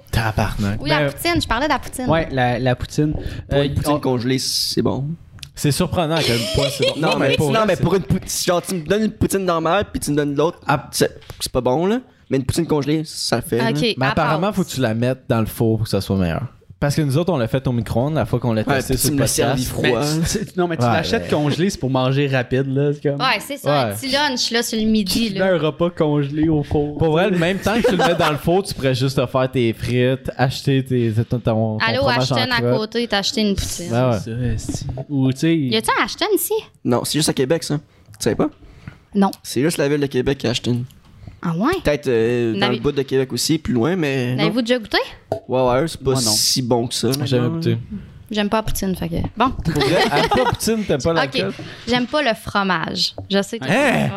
S3: Tabarnak.
S1: Oui,
S4: Ben,
S1: la poutine, je parlais de la poutine.
S4: Ouais, la, la poutine.
S2: Pour
S4: Euh,
S2: une poutine
S4: on-
S2: congelée, c'est bon.
S3: C'est surprenant à quel point c'est bon.
S2: Non, mais, pour, non,
S3: vrai,
S2: mais
S3: c'est-
S2: pour une poutine. Genre, tu me donnes une poutine normale, puis tu me donnes l'autre. Ah, c'est c'est pas bon, là. Mais une poutine congelée, ça fait. là.
S1: Ah, OK.
S3: Mais
S1: à
S3: apparemment,
S1: part.
S3: faut que tu la mettes dans le four pour que ça soit meilleur. Parce que nous autres, on l'a fait au micro-ondes la fois qu'on l'a
S2: Ouais,
S3: testé
S2: puis
S3: sur le
S2: tu me l'as
S3: podcast.
S2: servi
S4: mais
S2: froid.
S4: ben, tu- tu- non, mais tu
S3: Ouais,
S4: l'achètes congelé, c'est pour manger rapide, là. C'est comme
S1: Ouais, c'est ça,
S3: Ouais.
S1: un petit lunch, là, sur le midi,
S4: tu mets
S1: là.
S4: un repas congelé au four.
S3: Pour vrai, le même temps que tu le mets dans le four, tu pourrais juste te faire tes frites, acheter tes, ton, ton, ton
S1: Allô,
S3: fromage en
S1: Ashton, à
S3: crotte. Ben
S1: côté, t'as acheté une poutine.
S3: Ouais, ouais.
S4: Ça, esti. Ou tu sais.
S1: Y a-tu un Ashton ici?
S2: Non, c'est juste à Québec, ça. Tu savais pas?
S1: Non.
S2: C'est juste la ville de Québec qui a acheté une.
S1: Ah ouais?
S2: Peut-être euh, dans
S1: N'avez-
S2: le bout de Québec aussi, plus loin, mais. non.
S1: L'avez-vous déjà goûté?
S2: Ouais, ouais, c'est pas
S4: Moi, non.
S2: si bon que ça.
S3: J'ai Jamais
S2: non.
S3: goûté.
S1: J'aime pas la poutine, fait que... Bon,
S3: Pour vrai, à pas poutine, t'aimes pas la
S1: OK. J'aime pas le fromage. Je sais que...
S3: Hein?
S1: Ouais.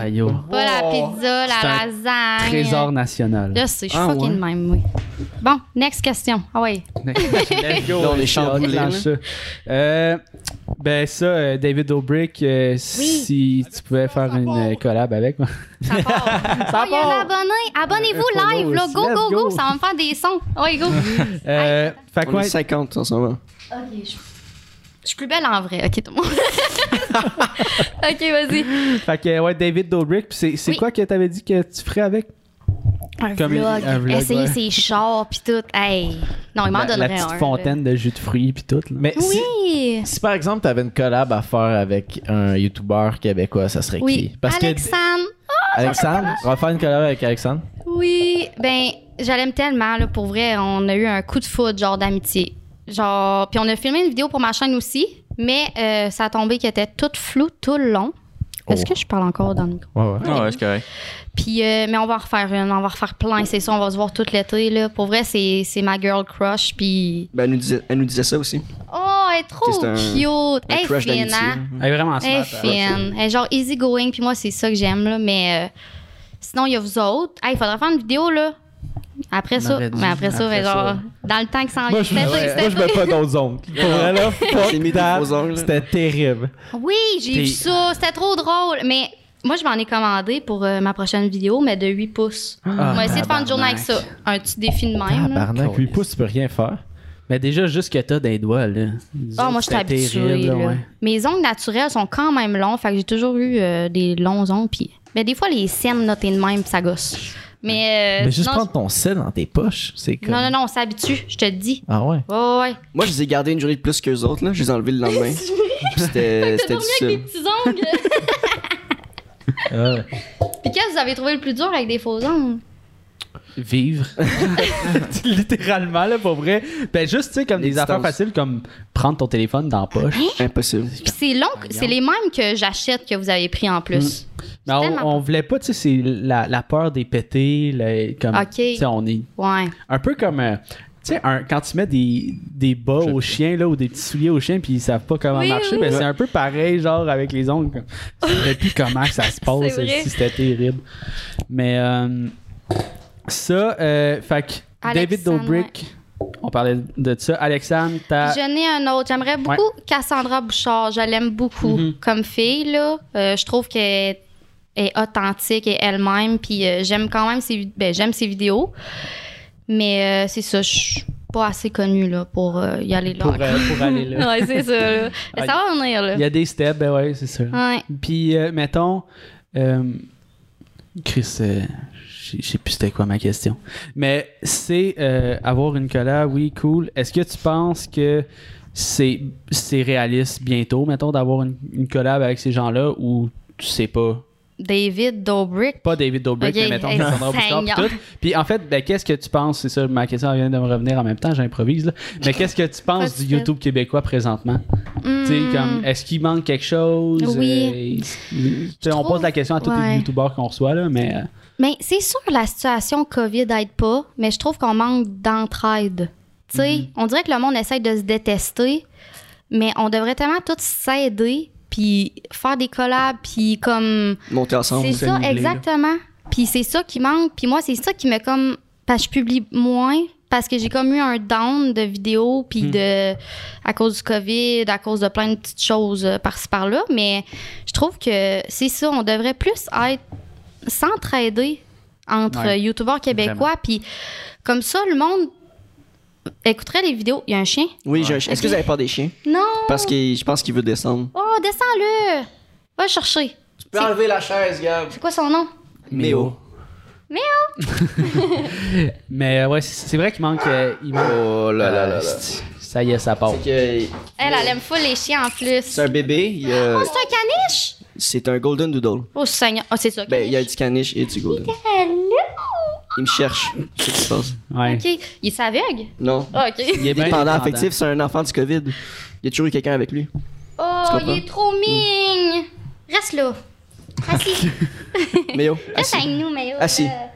S4: Ah, yo.
S1: Pas la pizza,
S4: C'est
S1: la
S4: un
S1: lasagne.
S4: Trésor national.
S1: Là, c'est... Je suis
S2: Ah,
S1: fucking
S2: ouais.
S1: de même, oui. Bon, next question. Ah ouais.
S4: Let's go.
S2: Là, on est chamboulé, là.
S4: ça. Euh, ben ça, euh, David O'Brick, euh, si tu pouvais faire une euh, collab avec moi.
S1: Ça part.
S4: Ça
S1: Oh, il y a
S4: part.
S1: un abonné. Abonnez-vous
S4: Un Euh, follow
S1: live, là.
S4: aussi.
S1: Go,
S4: Let's
S1: go, go,
S4: go.
S1: Ça va me faire des sons. Ah Ouais, go.
S4: Euh, fait
S2: On
S4: quoi?
S2: est 50 en ce moment.
S1: Ok, je... je suis plus belle en vrai. Ok, tout le monde. ok, vas-y.
S4: Fait que, ouais, David Dobrik, pis c'est c'est
S1: Oui.
S4: quoi que t'avais dit que tu ferais avec?
S1: Un
S4: Comme une-
S1: vlog.
S4: un vlog,
S1: Essayer
S4: ouais.
S1: ses chars pis tout. Hey. Non, il m'en
S4: la,
S1: donnerait
S4: la petite
S1: un.
S4: fontaine de jus de fruits pis tout. là.
S3: Mais
S1: là.
S3: si,
S1: Oui.
S3: si par exemple t'avais une collab à faire avec un youtubeur québécois, ça serait
S1: Oui.
S3: qui?
S1: Alexandre.
S3: que Alexandre, on va faire une collab avec Alexandre.
S1: Oui, ben, je l'aime tellement, là, pour vrai. On a eu un coup de foudre, genre d'amitié. Genre, puis on a filmé une vidéo pour ma chaîne aussi, mais euh, ça a tombé qu'elle était toute floue tout le long. Est-ce
S3: Oh.
S1: que je parle encore dans le micro?
S3: Ouais, ouais.
S5: Ouais, ouais, c'est correct.
S1: Puis, euh, mais on va en refaire une, on va en refaire plein, c'est ça, on va se voir tout l'été, là. Pour vrai, c'est c'est ma girl crush, puis...
S2: Ben, elle nous disait, elle nous disait ça aussi.
S1: Oh, elle est trop
S2: C'est un-
S1: cute!
S2: Un
S1: Elle est
S2: crush
S1: fine,
S2: d'amitié.
S1: hein?
S4: Elle est vraiment
S1: Elle est
S4: smart. hein.
S1: fine. Elle est genre easy going, puis moi, c'est ça que j'aime, là. Mais euh, sinon, il y a vous autres. Hey, il faudrait faire une vidéo, là. Après ça,
S3: aurait dû,
S1: mais après ça,
S3: après
S1: mais genre,
S3: ça.
S1: dans le temps que ça en
S3: Moi, je mets, moi, je mets pas d'autres ongles. Pour vrai, là, fuck
S2: J'ai mis des
S3: that.
S2: faux ongles, là.
S3: C'était terrible.
S1: Oui, j'ai vu ça, c'était trop drôle. Mais moi, je m'en ai commandé pour euh, ma prochaine vidéo, mais de 8 pouces.
S4: Ah,
S1: on va essayer de faire une journée avec ça. Un petit défi de même, là.
S3: Tabarnak, 8 pouces, tu peux rien faire.
S7: Mais déjà, juste que t'as des doigts, là. Nous
S1: Ah,
S7: autres,
S1: moi, je suis
S7: c'était
S1: habituée.
S7: terrible,
S1: là.
S7: ouais.
S1: Mes ongles naturels sont quand même longs, fait que j'ai toujours eu euh, des longs ongles. Puis... Mais des fois, les scènes notées de même, ça gosse. Mais, euh,
S3: Mais juste
S1: non,
S3: prendre ton sel dans tes poches, c'est
S1: je-
S3: comme...
S1: non, non, non, on s'habitue, je te le dis.
S3: Ah ouais?
S1: Ouais, ouais, ouais.
S2: Moi, je les ai gardés une journée de plus qu'eux autres, là. Je les ai enlevés le lendemain. Puis c'était c'était difficile.
S1: petits ongles.
S3: Ah.
S1: Puis qu'est-ce que vous avez trouvé le plus dur avec des faux ongles?
S4: Vivre. Littéralement, là, pour vrai. Ben, juste, tu sais, comme
S2: Les
S4: des affaires
S2: distances.
S4: faciles comme prendre ton téléphone dans la
S1: Ah
S4: poche.
S2: Impossible.
S1: Puis c'est long, c'est les mêmes que j'achète que vous avez pris en plus.
S4: Mais on,
S1: tellement-
S4: on voulait pas, tu sais, c'est la, la peur des pétés. là, comme,
S1: Ok.
S4: Tu sais, on est
S1: Ouais.
S4: un peu comme. euh, tu sais, un- quand tu mets des, des bas aux chiens là, ou des petits souliers aux chiens puis ils savent pas comment
S1: Oui,
S4: marcher,
S1: oui.
S4: ben, c'est un peu pareil genre avec les ongles. comme, Tu savais plus comment que ça se passe,
S1: C'est vrai.
S4: si c'était terrible. Mais euh, ça, euh, fait que David
S1: Alexandre,
S4: Dobrik, on parlait de ça. Alexandre, t'as...
S1: J'en ai un autre. J'aimerais beaucoup Cassandra Bouchard. Je l'aime beaucoup
S4: Mm-hmm.
S1: comme fille. Là. Euh, je trouve qu'elle est authentique et elle-même. Puis euh, j'aime quand même ses, vid- ben, j'aime ses vidéos. Mais euh, c'est ça, je suis pas assez connue là, pour euh, y aller là.
S4: Pour, euh, pour aller là.
S1: ouais, c'est ça. là. Mais ça va venir. Là.
S4: Il y a des steps, ben ouais, c'est ça.
S1: Ouais.
S4: Puis, euh, mettons, euh, Chris, euh, je je sais plus c'était quoi ma question. Mais c'est euh, avoir une collab, oui, cool. Est-ce que tu penses que c'est c'est réaliste bientôt, mettons, d'avoir une, une collab avec ces gens-là ou tu sais pas?
S1: David Dobrik.
S4: Pas David Dobrik,
S1: Ok,
S4: mais mettons
S1: hey,
S4: Cassandra Bouchard pis
S1: Seigneur.
S4: tout. Puis en fait, ben, qu'est-ce que tu penses? C'est ça, ma question vient de me revenir en même temps, j'improvise. là. Mais qu'est-ce que tu penses
S1: Pas de
S4: du YouTube québécois présentement? Tu sais,
S1: Hmm.
S4: comme, est-ce qu'il manque quelque chose?
S1: Oui.
S4: Euh, tu sais, on
S1: trouve-
S4: pose la question à tous les
S1: ouais.
S4: youtubeurs qu'on reçoit, là, mais. euh,
S1: Mais c'est sûr que la situation COVID aide pas, mais je trouve qu'on manque d'entraide. Tu sais, on dirait que le monde essaie de se détester, mais on devrait tellement tous s'aider, puis faire des collabs, puis comme...
S2: Monter ensemble.
S1: C'est
S4: se
S1: ça,
S4: niveler, là.
S1: exactement. Puis c'est ça qui manque. Puis moi, c'est ça qui me comme... Parce que je publie moins, parce que j'ai comme eu un down de vidéos,
S4: Hmm.
S1: puis de... À cause du COVID, à cause de plein de petites choses euh, par-ci, par-là. Mais je trouve que c'est ça, on devrait plus être... S'entraider entre
S4: Ouais.
S1: euh, YouTubeurs québécois, puis comme ça, le monde écouterait les vidéos. Il y a un chien?
S2: Oui, j'ai un chien. Est-ce que vous avez peur des chiens?
S1: Non!
S2: Parce que je pense qu'il veut descendre.
S1: Oh, descends-le! Va le chercher.
S2: Tu peux enlever la chaise, Gab.
S1: C'est quoi son nom?
S2: Méo.
S4: Mais euh, ouais, c'est c'est vrai qu'il manque. euh, il manque-
S2: Oh là là là là.
S4: Asti, Ça y est, ça part.
S2: C'est que-
S1: Elle, elle aime full les chiens en plus.
S2: c'est un bébé. il y a-
S1: Oh, c'est un caniche!
S2: C'est un golden doodle.
S1: Oh, Seigneur. Oh, c'est ça.
S2: Ben, il y a
S1: caniche.
S2: du caniche et du golden.
S1: Allô?
S2: Il me cherche. Qu'est-ce qui se passe?
S4: Ouais.
S1: OK. Il est aveugle?
S2: Non.
S1: Ah, OK.
S4: est bien
S2: Dépendant
S4: dépendant.
S2: affectif, c'est un enfant du COVID. Il y a toujours eu quelqu'un avec lui.
S1: Oh, il
S2: comprends?
S1: est trop mignon! Reste là. Assis.
S2: Méo,
S1: Reste
S2: assis.
S1: avec nous, mais... oh,
S2: Assis.
S1: euh,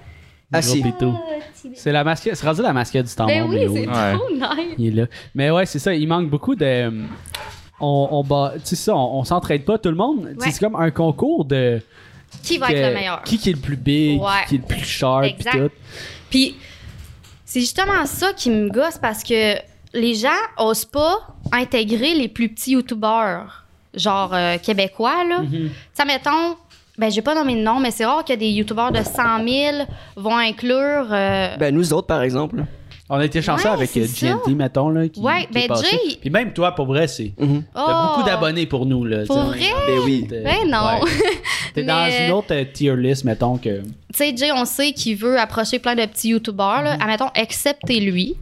S2: Assis.
S4: Gros péto.
S1: oh, petit-
S4: C'est la masque. C'est rendu la mascotte du temps
S1: Ben
S4: mort,
S1: oui,
S4: Méo,
S1: c'est
S4: là.
S5: Ouais.
S1: trop nice.
S4: Il est là. Mais ouais, c'est ça. Il manque beaucoup de. euh, On, on, bat- tu sais ça, on, on s'entraide pas tout le monde. Tu sais,
S1: Ouais.
S4: C'est comme un concours de.
S1: Qui va
S4: que-
S1: être le meilleur?
S4: Qui qui est le plus big,
S1: Ouais.
S4: qui est le plus sharp, pis
S1: Exact.
S4: tout.
S1: Puis C'est justement ça qui me gosse parce que les gens osent pas intégrer les plus petits youtubeurs, genre euh, québécois, là. Tu sais, mettons, ben, j'ai pas nommé de nom, mais c'est rare que des youtubeurs de 100 000 vont inclure. euh,
S2: Ben, nous autres, par exemple.
S4: On a été chanceux
S1: Ouais,
S4: avec
S1: c'est
S4: euh,
S1: ça.
S4: GLD, mettons. Là, qui,
S1: Ouais,
S4: qui
S1: ben,
S4: est passé.
S1: Jay, il-
S4: Puis même toi, pour vrai, c'est.
S2: Mhm.
S4: T'as
S1: Oh!
S4: beaucoup d'abonnés pour nous. Là,
S1: Pour
S4: t'sais.
S1: vrai?
S2: Ben oui.
S4: T'es-
S1: Ben non.
S4: ouais. T'es dans
S1: Mais-
S4: une autre euh, tier list, mettons que.
S1: tu sais, Jay, on sait qu'il veut approcher plein de petits youtubeurs,
S4: Mhm.
S1: là. Admettons, excepté lui.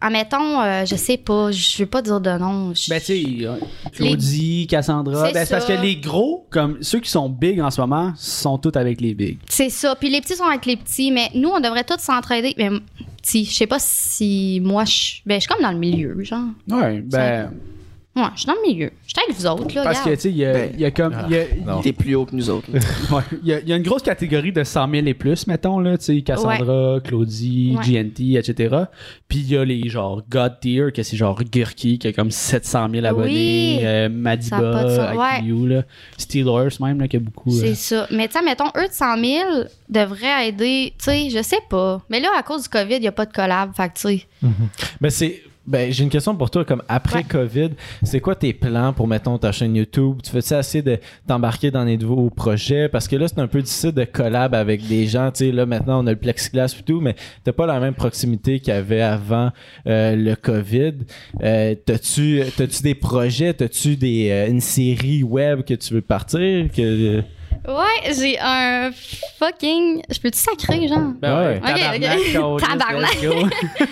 S1: Admettons, euh, je sais pas, je veux pas dire de nom. Je-
S4: Ben, tu sais, euh, Claudie, Cassandra.
S1: C'est
S4: Ben, c'est parce
S1: ça.
S4: que les gros, comme ceux qui sont big en ce moment, sont tous avec les bigs.
S1: C'est ça. Puis les petits sont avec les petits, mais nous, on devrait tous s'entraider. Mais petit, je sais pas si moi, je ben, je suis comme dans le milieu, genre.
S4: Ouais, ben.
S1: Ouais, je suis dans le milieu. Je suis avec vous autres, là.
S4: Parce que,
S1: regarde.
S4: tu sais, il y, a-
S2: Ben,
S4: il y a comme. il y
S1: ah,
S4: a-
S3: non.
S2: T'es plus haut que nous autres. là.
S4: ouais, il y a- il y a une grosse catégorie de 100 000 et plus, mettons, là. Tu sais, Cassandra, Claudie,
S1: Ouais.
S4: GNT, etc. Puis il y a les, genre, God Tier, que c'est genre Gurki, qui a comme 700 000 abonnés. euh,
S1: Ça a pas de
S4: Madiba,
S1: sens, ouais.
S4: IQ, là. Steelers, même, là, qui a beaucoup. euh,
S1: C'est ça. Mais tu sais, mettons, eux de 100 000 devraient aider, tu sais, je sais pas. Mais là, à cause du COVID, il n'y a pas de collab. Fait que, tu sais,
S6: Mais c'est. Ben, j'ai une question pour toi, comme après
S1: Ouais.
S6: COVID, c'est quoi tes plans pour, mettons, ta chaîne YouTube? Tu fais-tu assez de t'embarquer dans les nouveaux projets? Parce que là, c'est un peu difficile de collab avec des gens. Tu sais, là, maintenant, on a le plexiglas et tout, mais t'as pas la même proximité qu'il y avait avant euh, le COVID. Euh, t'as-tu, t'as-tu des projets? T'as-tu des, euh, une série web que tu veux partir? Que... euh,
S1: Ouais, j'ai un fucking. Je peux-tu sacrer, genre?
S6: ouais.
S7: Ben
S1: Tabarnak, Ok, ok. Carlis, Tabarnak. let's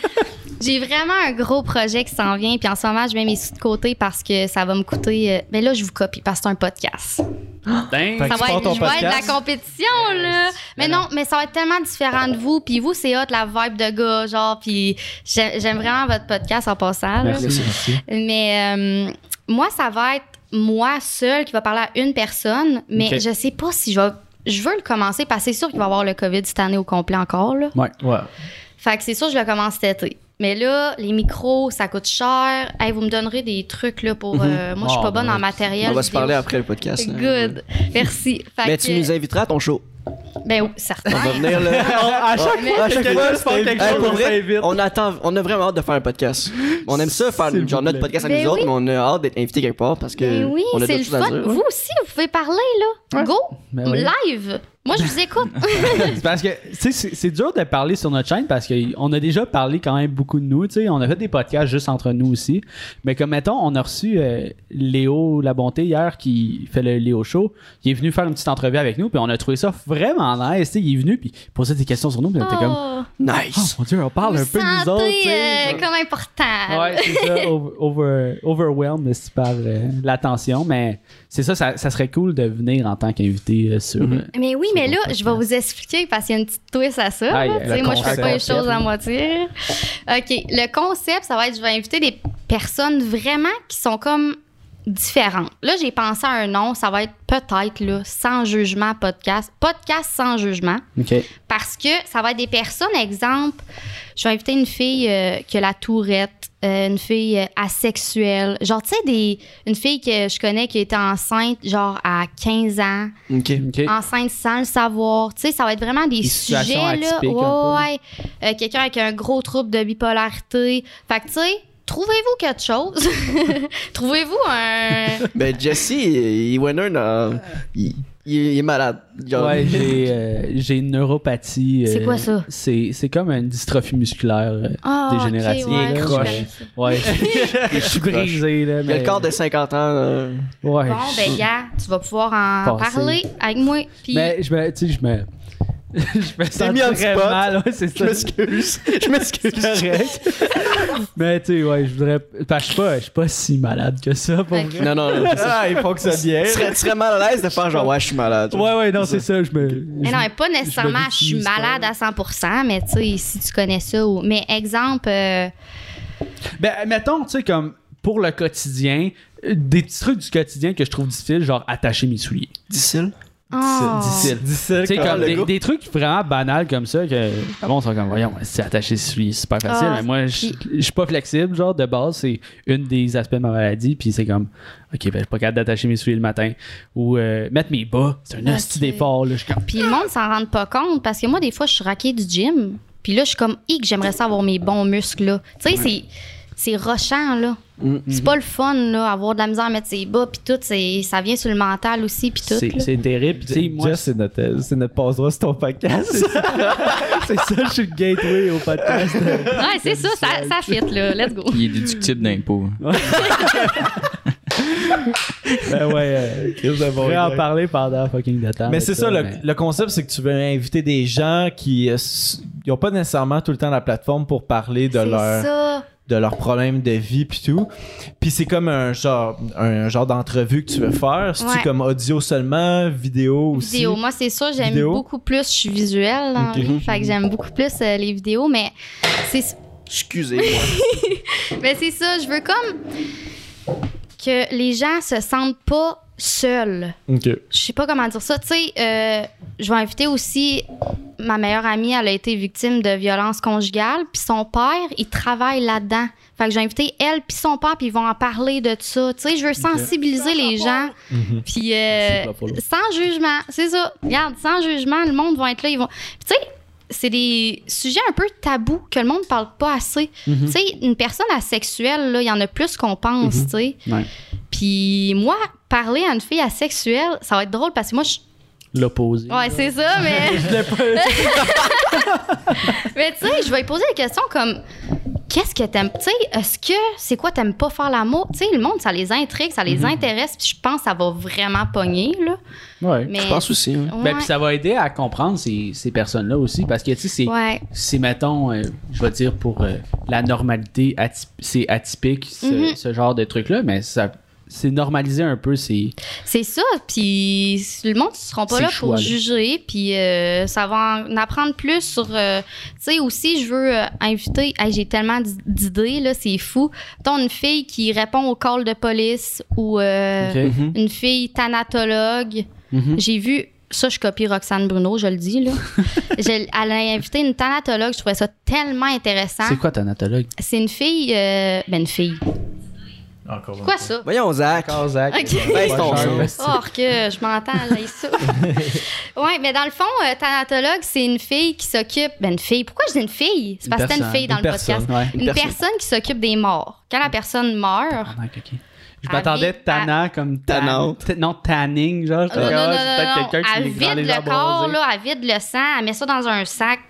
S1: J'ai vraiment un gros projet qui s'en vient, puis en ce moment, je mets mes sous de côté parce que ça va me coûter. Mais là, je vous copie parce que c'est un podcast.
S7: Ben.
S4: dingue.
S6: Fait que
S1: Ça
S6: tu
S1: va
S6: pars
S1: être,
S6: ton
S1: je vais être
S6: podcast?
S1: de la compétition, là. Mais non, mais ça va être tellement différent de vous. Puis vous, c'est hot, la vibe de gars, genre. Puis j'ai- j'aime vraiment votre podcast en passant. là. Mais euh, moi, ça va être moi seule qui va parler à une personne. Mais
S4: Ok.
S1: je sais pas si je vais. Je veux le commencer parce que c'est sûr qu'il va y avoir le COVID cette année au complet encore, là.
S6: Ouais.
S1: Fait que c'est sûr, je le commence cet été. Mais là, les micros, ça coûte cher. Hey, vous me donnerez des trucs là pour. euh, moi, je suis
S4: Oh,
S1: pas bonne
S4: ben,
S1: en matériel.
S2: On va se
S1: vidéo.
S2: parler après le podcast. là.
S1: Good. Merci. Fait
S2: Mais
S1: que-
S2: tu nous inviteras à ton show.
S1: Ben oui, certain.
S2: On va venir là.
S4: à chaque
S1: Mais-
S2: À chaque fois,
S4: juste faire quelque
S2: Hey,
S4: chose,
S2: pour
S4: on
S2: vrai,
S4: s'invite.
S2: on attend, on a vraiment hâte de faire un podcast. On aime ça faire genre notre podcast à
S1: Ben
S2: nous autres,
S1: oui.
S2: mais on a hâte d'être invité quelque part parce que
S1: Ben oui,
S2: on a
S1: c'est
S2: d'autres
S1: le
S2: choses à
S1: fun.
S2: dire.
S1: Vous aussi, vous pouvez parler là. Go.
S4: Ben oui.
S1: Live. Moi, je vous écoute.
S4: C'est parce que, tu sais, c'est- c'est dur de parler sur notre chaîne parce qu'on a déjà parlé quand même beaucoup de nous, tu sais. On a fait des podcasts juste entre nous aussi. Mais comme, mettons, on a reçu euh, Léo La Bonté hier qui fait le Léo Show. Il est venu faire une petite entrevue avec nous, puis on a trouvé ça vraiment nice, tu sais. Il est venu, puis il posait des questions sur nous, puis on était comme,
S1: Oh,
S4: oh
S2: Nice.
S4: mon dieu, on parle
S1: vous
S4: un peu de nous autres, tu
S1: sentez,
S4: sais.
S1: euh, comme important.
S4: Ouais, c'est ça, over- over- overwhelmed si par euh, l'attention, mais c'est ça, ça, ça serait cool de venir en tant qu'invité euh, sur. euh,
S1: Mais oui, mais là, je vais vous expliquer parce qu'il y a une petite twist à ça.
S4: Aïe,
S1: là.
S4: le
S1: Tu sais, moi, je fais
S4: concept.
S1: pas les choses à moitié. OK. Le concept, ça va être je vais inviter des personnes vraiment qui sont comme différentes. Là, j'ai pensé à un nom. Ça va être peut-être là, sans jugement podcast. Podcast sans jugement.
S4: Ok.
S1: Parce que ça va être des personnes, exemple, je vais inviter une fille euh, qui a la tourette, euh, une fille euh, asexuelle, genre, tu sais, des- une fille que je connais qui était enceinte, genre, à 15 ans,
S2: Ok.
S4: Ah, Ok.
S1: enceinte sans le savoir, tu sais, ça va être vraiment des,
S4: situations
S1: sujets, là,
S4: atypiques, un
S1: ouais, ouais. Euh, quelqu'un avec un gros trouble de bipolarité, fait que, tu sais, trouvez-vous quelque chose, trouvez-vous un...
S2: Ben Jesse, il winner dans- il, il est- il est malade. Genre,
S4: Ouais, j'ai euh, j'ai une neuropathie. euh,
S1: C'est quoi ça?
S4: C'est c'est comme une dystrophie musculaire euh,
S1: Ah, ok,
S4: dégénérative.
S1: ouais, je
S4: croche.
S1: connais ça.
S4: Ouais, je suis brisé. Là,
S2: Il a
S4: mais...
S2: le corps de 50 ans. euh,
S4: Ouais.
S1: Bon, ben, gars, tu vas pouvoir en
S4: Passer. Ben,
S1: parler avec moi, puis...
S4: Mais je me. Tu sais, je me. je me sens
S2: mis on
S4: très
S2: spot.
S4: mal. Ouais, c'est
S2: Je
S4: ça.
S2: m'excuse. Je m'excuse.
S4: correct. mais tu sais, ouais, je voudrais. Parce que je suis pas- je suis pas si malade que ça pour
S1: Fait que-
S2: Non, non, non.
S6: Ah, il faut que ça vienne.
S2: Tu serais, tu serais mal à l'aise de faire genre, ouais, je suis malade.
S4: Ouais, ouais, non, c'est ça. Je me.
S1: Mais
S4: je-
S1: non, mais pas nécessairement
S4: me
S1: je suis
S4: définis, c'est
S1: malade à 100%, mais tu sais, si tu connais ça. Ou... Mais exemple, euh,
S4: Ben, mettons, tu sais, comme pour le quotidien, euh, des petits trucs du quotidien que je trouve difficiles, genre attacher mes souliers.
S2: Difficile.
S1: oh,
S4: Tu sais,
S2: Ah,
S4: comme
S2: le
S4: des,
S2: gars.
S4: des trucs vraiment banals comme ça que. Avant, on sont comme, voyons, c'est attaché sur lui, c'est super facile.
S1: Ah,
S4: mais moi, je
S1: puis-
S4: je suis pas flexible, genre, de base, c'est une des aspects de ma maladie. Puis c'est comme, OK, ben, je suis pas capable d'attacher mes souliers le matin. Ou euh, mettre mes bas, c'est un
S1: Ah,
S4: hostie
S1: c'est-
S4: d'effort, là. Je suis comme,
S1: puis le monde s'en rend pas compte parce que moi, des fois, je suis raquée du gym. Puis là, je suis comme, hic, j'aimerais ça avoir mes bons muscles, là. Tu sais, c'est. C'est rochant, là. C'est pas le fun, là, avoir de la misère à mettre ses bas, puis tout. c'est- Ça vient sur le mental aussi, puis tout.
S7: C'est
S1: là.
S7: c'est terrible. Tu sais, moi,
S6: Jess, c'est notre, euh, c'est notre passe-droit sur ton podcast.
S4: C'est ça, je suis le gateway au podcast.
S1: Ouais, c'est ça, ça, ça fit, là. Let's go.
S5: Il est déductible d'impôts.
S6: ben ouais,
S4: On pourrait en parler pendant fucking de temps.
S6: Mais c'est ça, le, le concept, c'est que tu veux inviter des gens qui euh, n'ont pas nécessairement tout le temps la plateforme pour parler de
S1: C'est
S6: leur
S1: ça.
S6: de leurs problèmes de vie puis tout. Puis c'est comme un genre un genre d'entrevue que tu veux faire, c'est tu
S1: Ouais.
S6: comme audio seulement, vidéo aussi.
S1: Vidéo. Moi, c'est ça, j'aime
S6: Vidéo.
S1: beaucoup plus. Je suis visuelle. dans la
S6: Ok.
S1: vie, fait que j'aime beaucoup plus euh, les vidéos, mais c'est
S2: Excusez-moi.
S1: mais Ben, c'est ça. Je veux comme que les gens se sentent pas seuls.
S6: OK.
S1: Je sais pas comment dire ça. Tu sais, euh, je vais inviter aussi ma meilleure amie. Elle a été victime de violences conjugales, puis son père, il travaille là-dedans. Fait que j'ai invité elle puis son père, puis ils vont en parler de ça. Tu sais, je veux sensibiliser les gens. Puis euh, sans jugement, c'est ça. Regarde, sans jugement, le monde va être là. Ils vont. Puis Tu sais, c'est des sujets un peu tabous que le monde parle pas assez. Tu sais, une personne asexuelle, là, il y en a plus qu'on pense. Tu sais.
S4: Ouais.
S1: Puis moi, parler à une fille asexuelle, ça va être drôle parce que moi, je
S7: l'opposé.
S1: Ouais, c'est ça, mais. mais tu sais, je vais lui poser des questions comme qu'est-ce que t'aimes Tu sais, est-ce que c'est quoi t'aimes pas faire l'amour Tu sais, le monde, ça les intrigue, ça les intéresse, puis je pense que ça va vraiment pogner, là.
S7: Ouais.
S1: Mais.
S2: Je pense aussi. hein.
S1: Ouais.
S7: Ben, puis ça va aider à comprendre ces, ces personnes-là aussi, parce que, tu sais, c'est,
S1: Ouais.
S7: c'est, mettons, euh, je vais dire pour euh, la normalité, atyp- c'est atypique, ce,
S1: Mhm.
S7: ce genre de truc-là, mais ça, c'est normaliser un peu ces...
S1: C'est ça, puis le monde ne sera pas
S7: Ces
S1: là pour
S7: choix-là.
S1: juger, puis euh, ça va en apprendre plus sur. euh, tu sais, aussi, je veux euh, inviter. hey, J'ai tellement d'i- d'idées, là, c'est fou. Mettons une fille qui répond au call de police ou euh,
S7: Ok.
S1: une fille thanatologue.
S7: Mhm.
S1: J'ai vu. Ça, je copie Roxane Bruno, je le dis, là. Je- elle a invité une thanatologue, je trouvais ça tellement intéressant.
S7: C'est quoi thanatologue?
S1: C'est une fille. euh, ben, une fille.
S6: Encore
S1: Quoi ça?
S2: Voyons, Zach.
S6: Ah,
S1: Ok.
S6: Ben,
S2: Baisse ton son.
S1: Or que je m'entends là ça. ouais, mais dans le fond, euh, thanatologue, c'est une fille qui s'occupe. Ben, une fille. Pourquoi je dis une fille? C'est
S7: Une
S1: parce que c'était une
S7: personne,
S1: fille dans
S6: une
S1: le
S6: personne,
S1: podcast.
S7: Ouais.
S1: Une
S2: personne.
S1: personne. qui s'occupe des morts. Quand la personne meurt.
S7: Tabarnak, ok.
S1: elle
S4: Je m'attendais
S1: vide-
S4: Tana comme tan-
S2: Tanante.
S4: t- Non, tanning, genre.
S7: Ah.
S1: elle- Non, non, non,
S4: Ah, c'est peut-être
S1: non, non.
S4: quelqu'un qui
S1: Elle
S4: les- dans
S1: vide
S4: les
S1: le corps,
S4: embrasés.
S1: là, elle vide le sang, elle met ça dans un sac,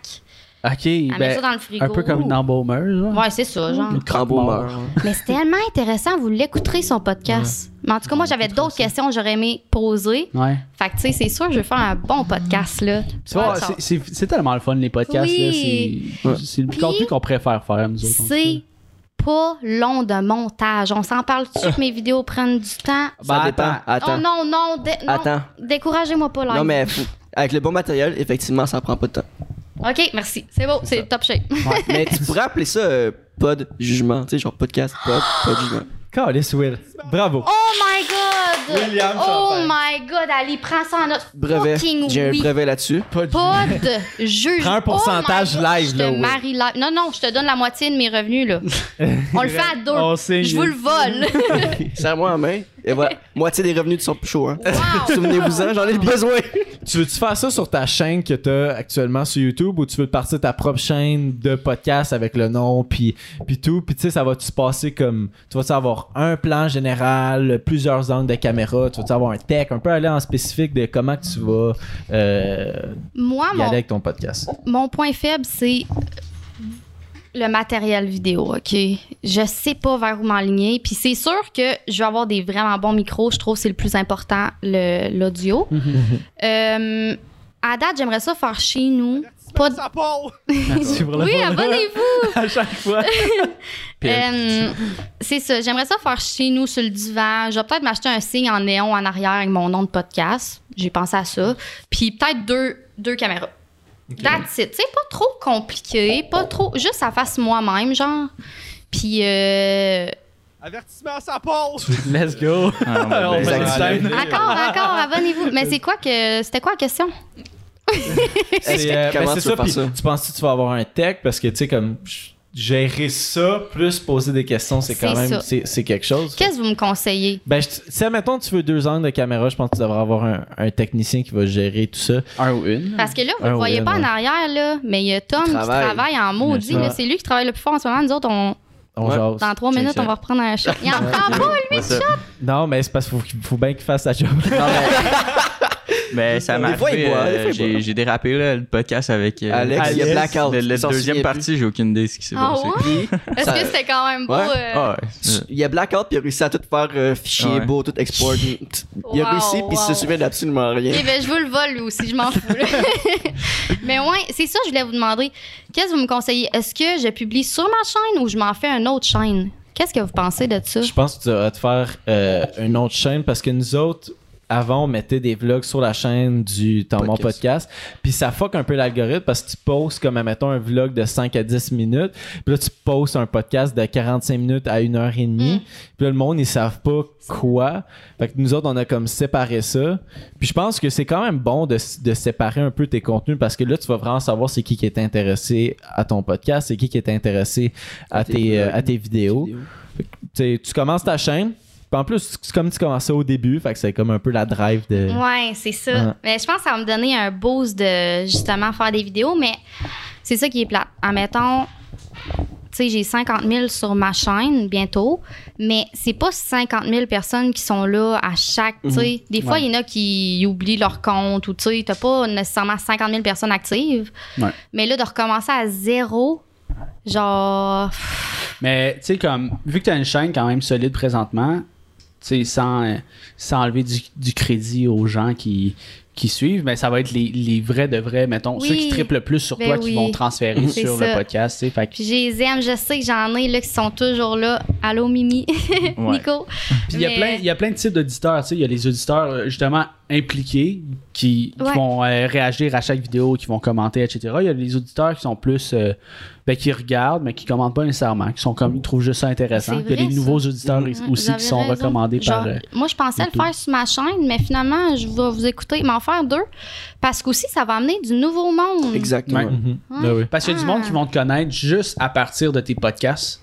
S7: Ok,
S1: elle met
S7: ben,
S1: ça dans le frigo.
S7: un peu comme une embaumeuse, genre.
S1: Ouais, c'est ça, genre.
S2: Crambo meurt.
S1: Mais c'est tellement intéressant, vous l'écouterez son podcast. Mais en tout cas, moi, j'avais d'autres questions que j'aurais aimé poser.
S7: Ouais.
S1: Fait que, tu sais, c'est sûr, je vais faire un bon podcast, là.
S7: Tu vois,
S1: Ouais, ça-
S7: c'est- c'est c'est tellement le fun, les podcasts.
S1: Oui.
S7: là,
S2: Ouais.
S7: C'est c'est le
S1: Puis-
S7: contenu qu'on préfère faire, nous autres.
S1: C'est pas long de montage. On s'en parle-tu que mes vidéos prennent du temps?
S2: Ça
S4: Ben,
S2: dépend.
S4: attends.
S1: Oh
S2: Bah, Attends.
S1: non, non, dé- non.
S2: Attends.
S1: découragez-moi pas là.
S2: Non, mais faut- avec le bon matériel, effectivement, ça prend pas de temps.
S1: OK, merci. C'est beau, c'est top shape.
S2: Mais tu pourrais appeler ça euh, pod jugement, tu sais, genre podcast, pod, pod jugement.
S6: Calice, Will. Bravo.
S1: Oh my god!
S6: William
S1: oh
S6: Champagne.
S1: my god, allez, prends ça en note.
S2: Brevet.
S1: Fucking
S2: J'ai un
S1: oui.
S2: brevet là-dessus.
S1: Pas de juge.
S6: Prends un pourcentage
S1: Oh my God,
S6: live,
S1: je te
S6: là, oui.
S1: marie live. Non, non, je te donne la moitié de mes revenus, là. On le fait à deux.
S4: On signe.
S1: Je vous le vole.
S2: Serre-moi en main. Et voilà. Moitié des revenus de son show, hein.
S1: Wow.
S2: Souvenez-vous-en, j'en ai besoin.
S6: Tu veux-tu faire ça sur ta chaîne que t'as actuellement sur YouTube ou tu veux te partir ta propre chaîne de podcast avec le nom puis puis tout puis tu sais ça va tu se passer comme tu vas tu avoir un plan général plusieurs angles de caméra tu vas tu avoir un tech un peu aller en spécifique de comment que tu vas euh,
S1: Moi,
S6: y aller
S1: mon
S6: avec ton podcast
S1: mon point faible, c'est le matériel vidéo, OK? Je sais pas vers où m'aligner. Puis c'est sûr que je vais avoir des vraiment bons micros. Je trouve que c'est le plus important, le- l'audio.
S4: Mhm.
S1: Euh, à date, j'aimerais ça faire chez nous. Pas de-
S4: Merci pour le
S1: Oui,
S4: follow.
S1: abonnez-vous!
S4: à chaque fois.
S1: Euh, c'est ça, j'aimerais ça faire chez nous sur le divan. Je vais peut-être m'acheter un signe en néon en arrière avec mon nom de podcast. J'ai pensé à ça. Puis peut-être deux, deux caméras. That's it. Tu sais, pas trop compliqué, pas trop. Juste à face moi-même, genre. Puis euh,
S4: Avertissement, ça pause.
S7: Let's go!
S5: Ah, on
S6: Ben,
S5: va
S7: On
S5: bien.
S7: fait du time.
S1: encore, encore, abonnez-vous. Mais c'est quoi que. C'était quoi la question?
S6: C'est, euh, ben,
S2: comment
S6: c'est
S2: tu veux faire
S6: ça,
S5: Ben,
S6: puis
S2: ça?
S6: Tu penses que tu vas avoir un tech parce que tu sais comme je- gérer ça, plus poser des questions, c'est quand
S1: C'est
S6: même
S1: ça.
S6: c'est c'est quelque chose.
S1: Qu'est-ce que vous me conseillez?
S6: Ben, je- si, admettons, tu veux deux angles de caméra, je pense que tu devrais avoir un, un technicien qui va gérer tout ça.
S4: Un ou une.
S1: Parce que là, vous
S6: Un
S1: ne voyez
S6: win,
S1: pas en
S6: ouais.
S1: arrière, là, mais il y a Tom qui
S2: travaille.
S1: travaille en maudit.
S6: Bien sûr.
S1: là. C'est lui qui travaille le plus fort en ce moment. Nous autres, on-
S6: On
S2: Ouais.
S6: jase.
S1: dans trois minutes,
S6: Check
S1: on va reprendre un shot. Il en prend pas, lui!
S5: Ouais, ça.
S6: Non, mais c'est parce qu'il faut, qu'il- faut bien qu'il fasse sa job.
S5: Mais ça m'a
S2: Des fois, il
S5: fait,
S2: boit,
S5: euh,
S2: des fois, il
S5: j'ai-
S2: boit.
S5: J'ai dérapé là, le podcast avec euh,
S2: Alex, il y a Blackout.
S5: Le- le- La
S2: Il s'en
S5: deuxième
S2: souvient
S5: partie, j'ai aucune idée de ce qui s'est
S1: Ah
S5: passé.
S1: ouais? Est-ce
S2: Ça-
S1: que c'était quand même beau?
S2: Ouais.
S1: euh,
S5: Ah ouais, c'est-
S2: Il y a Blackout, puis il a réussi à tout faire euh, fichier
S5: Ouais.
S2: beau, tout export. Il a
S1: Wow,
S2: réussi, puis il se
S1: wow.
S2: souvient d'absolument rien.
S1: Eh ben, je vous le vole, lui aussi, je m'en fous. là. Mais ouais, c'est ça, je voulais vous demander. Qu'est-ce que vous me conseillez? Est-ce que je publie sur ma chaîne ou je m'en fais une autre chaîne? Qu'est-ce que vous pensez de ça?
S6: Je pense que tu devrais te faire euh, une autre chaîne parce que nous autres, avant, on mettait des vlogs sur la chaîne du Ton Mon
S2: Podcast.
S6: Podcast. Puis ça fuck un peu l'algorithme parce que tu postes comme, admettons, un vlog de 5 à 10 minutes. Puis là, tu postes un podcast de 45 minutes à 1 heure et demie.
S1: Mm.
S6: Puis là, le monde, ils savent pas quoi. Fait que nous autres, on a comme séparé ça. Puis je pense que c'est quand même bon de, de séparer un peu tes contenus parce que là, tu vas vraiment savoir c'est qui qui est intéressé à ton podcast, c'est qui qui est intéressé à,
S2: tes
S6: tes, euh,
S2: vlogs,
S6: à tes vidéos.
S2: Mm.
S6: Tu sais, tu commences ta chaîne. Puis en plus, c'est comme tu commençais au début, fait que c'est comme un peu la drive de.
S1: Ouais, c'est ça.
S6: Ouais.
S1: Mais je pense que ça va me donner un boost de justement faire des vidéos, mais c'est ça qui est plate. Admettons, tu sais, j'ai 50 000 sur ma chaîne bientôt, mais c'est pas 50 000 personnes qui sont là à chaque. tu sais.
S4: Mhm.
S1: Des fois, il y en a qui oublient leur compte ou tu sais, t'as pas nécessairement 50 000 personnes actives.
S8: Ouais.
S1: Mais là, de recommencer à zéro, genre.
S4: Mais tu sais, comme, vu que tu as une chaîne quand même solide présentement, tu sais, sans, euh, sans enlever du, du crédit aux gens qui, qui suivent, mais ça va être les, les vrais de vrais, mettons,
S1: Oui.
S4: ceux qui triplent le plus sur
S1: Ben
S4: toi
S1: oui.
S4: qui vont transférer
S1: C'est
S4: sur
S1: ça.
S4: le podcast, tu sais. Fait que-
S1: Puis je les aime, je sais que j'en ai là qui sont toujours là. Allô Mimi,
S5: Ouais.
S1: Nico.
S4: Puis il y a
S1: Mais-
S4: plein- il y a plein de types d'auditeurs, tu sais. Il y a les auditeurs, euh, justement, impliqués qui, qui
S1: Ouais.
S4: vont euh, réagir à chaque vidéo, qui vont commenter, etc. Il y a les auditeurs qui sont plus. euh, ben, qui regardent, mais qui commentent pas nécessairement, qui sont comme. ils trouvent juste ça intéressant.
S1: C'est
S4: Puis il y a
S1: vrai, ça.
S4: les nouveaux auditeurs
S1: Ouais, Ah, vous
S4: aussi
S1: avez
S4: qui sont
S1: raison.
S4: recommandés par.
S1: Genre,
S4: euh,
S1: moi, je pensais le
S4: YouTube.
S1: faire sur ma chaîne, mais finalement, je vais vous écouter, m'en faire deux, parce qu'aussi, ça va amener du nouveau monde.
S2: Exactement.
S4: Ouais.
S1: Ouais.
S6: Ben oui.
S4: Parce qu'il y a du
S1: Ah.
S4: monde qui vont te connaître juste à partir de tes podcasts.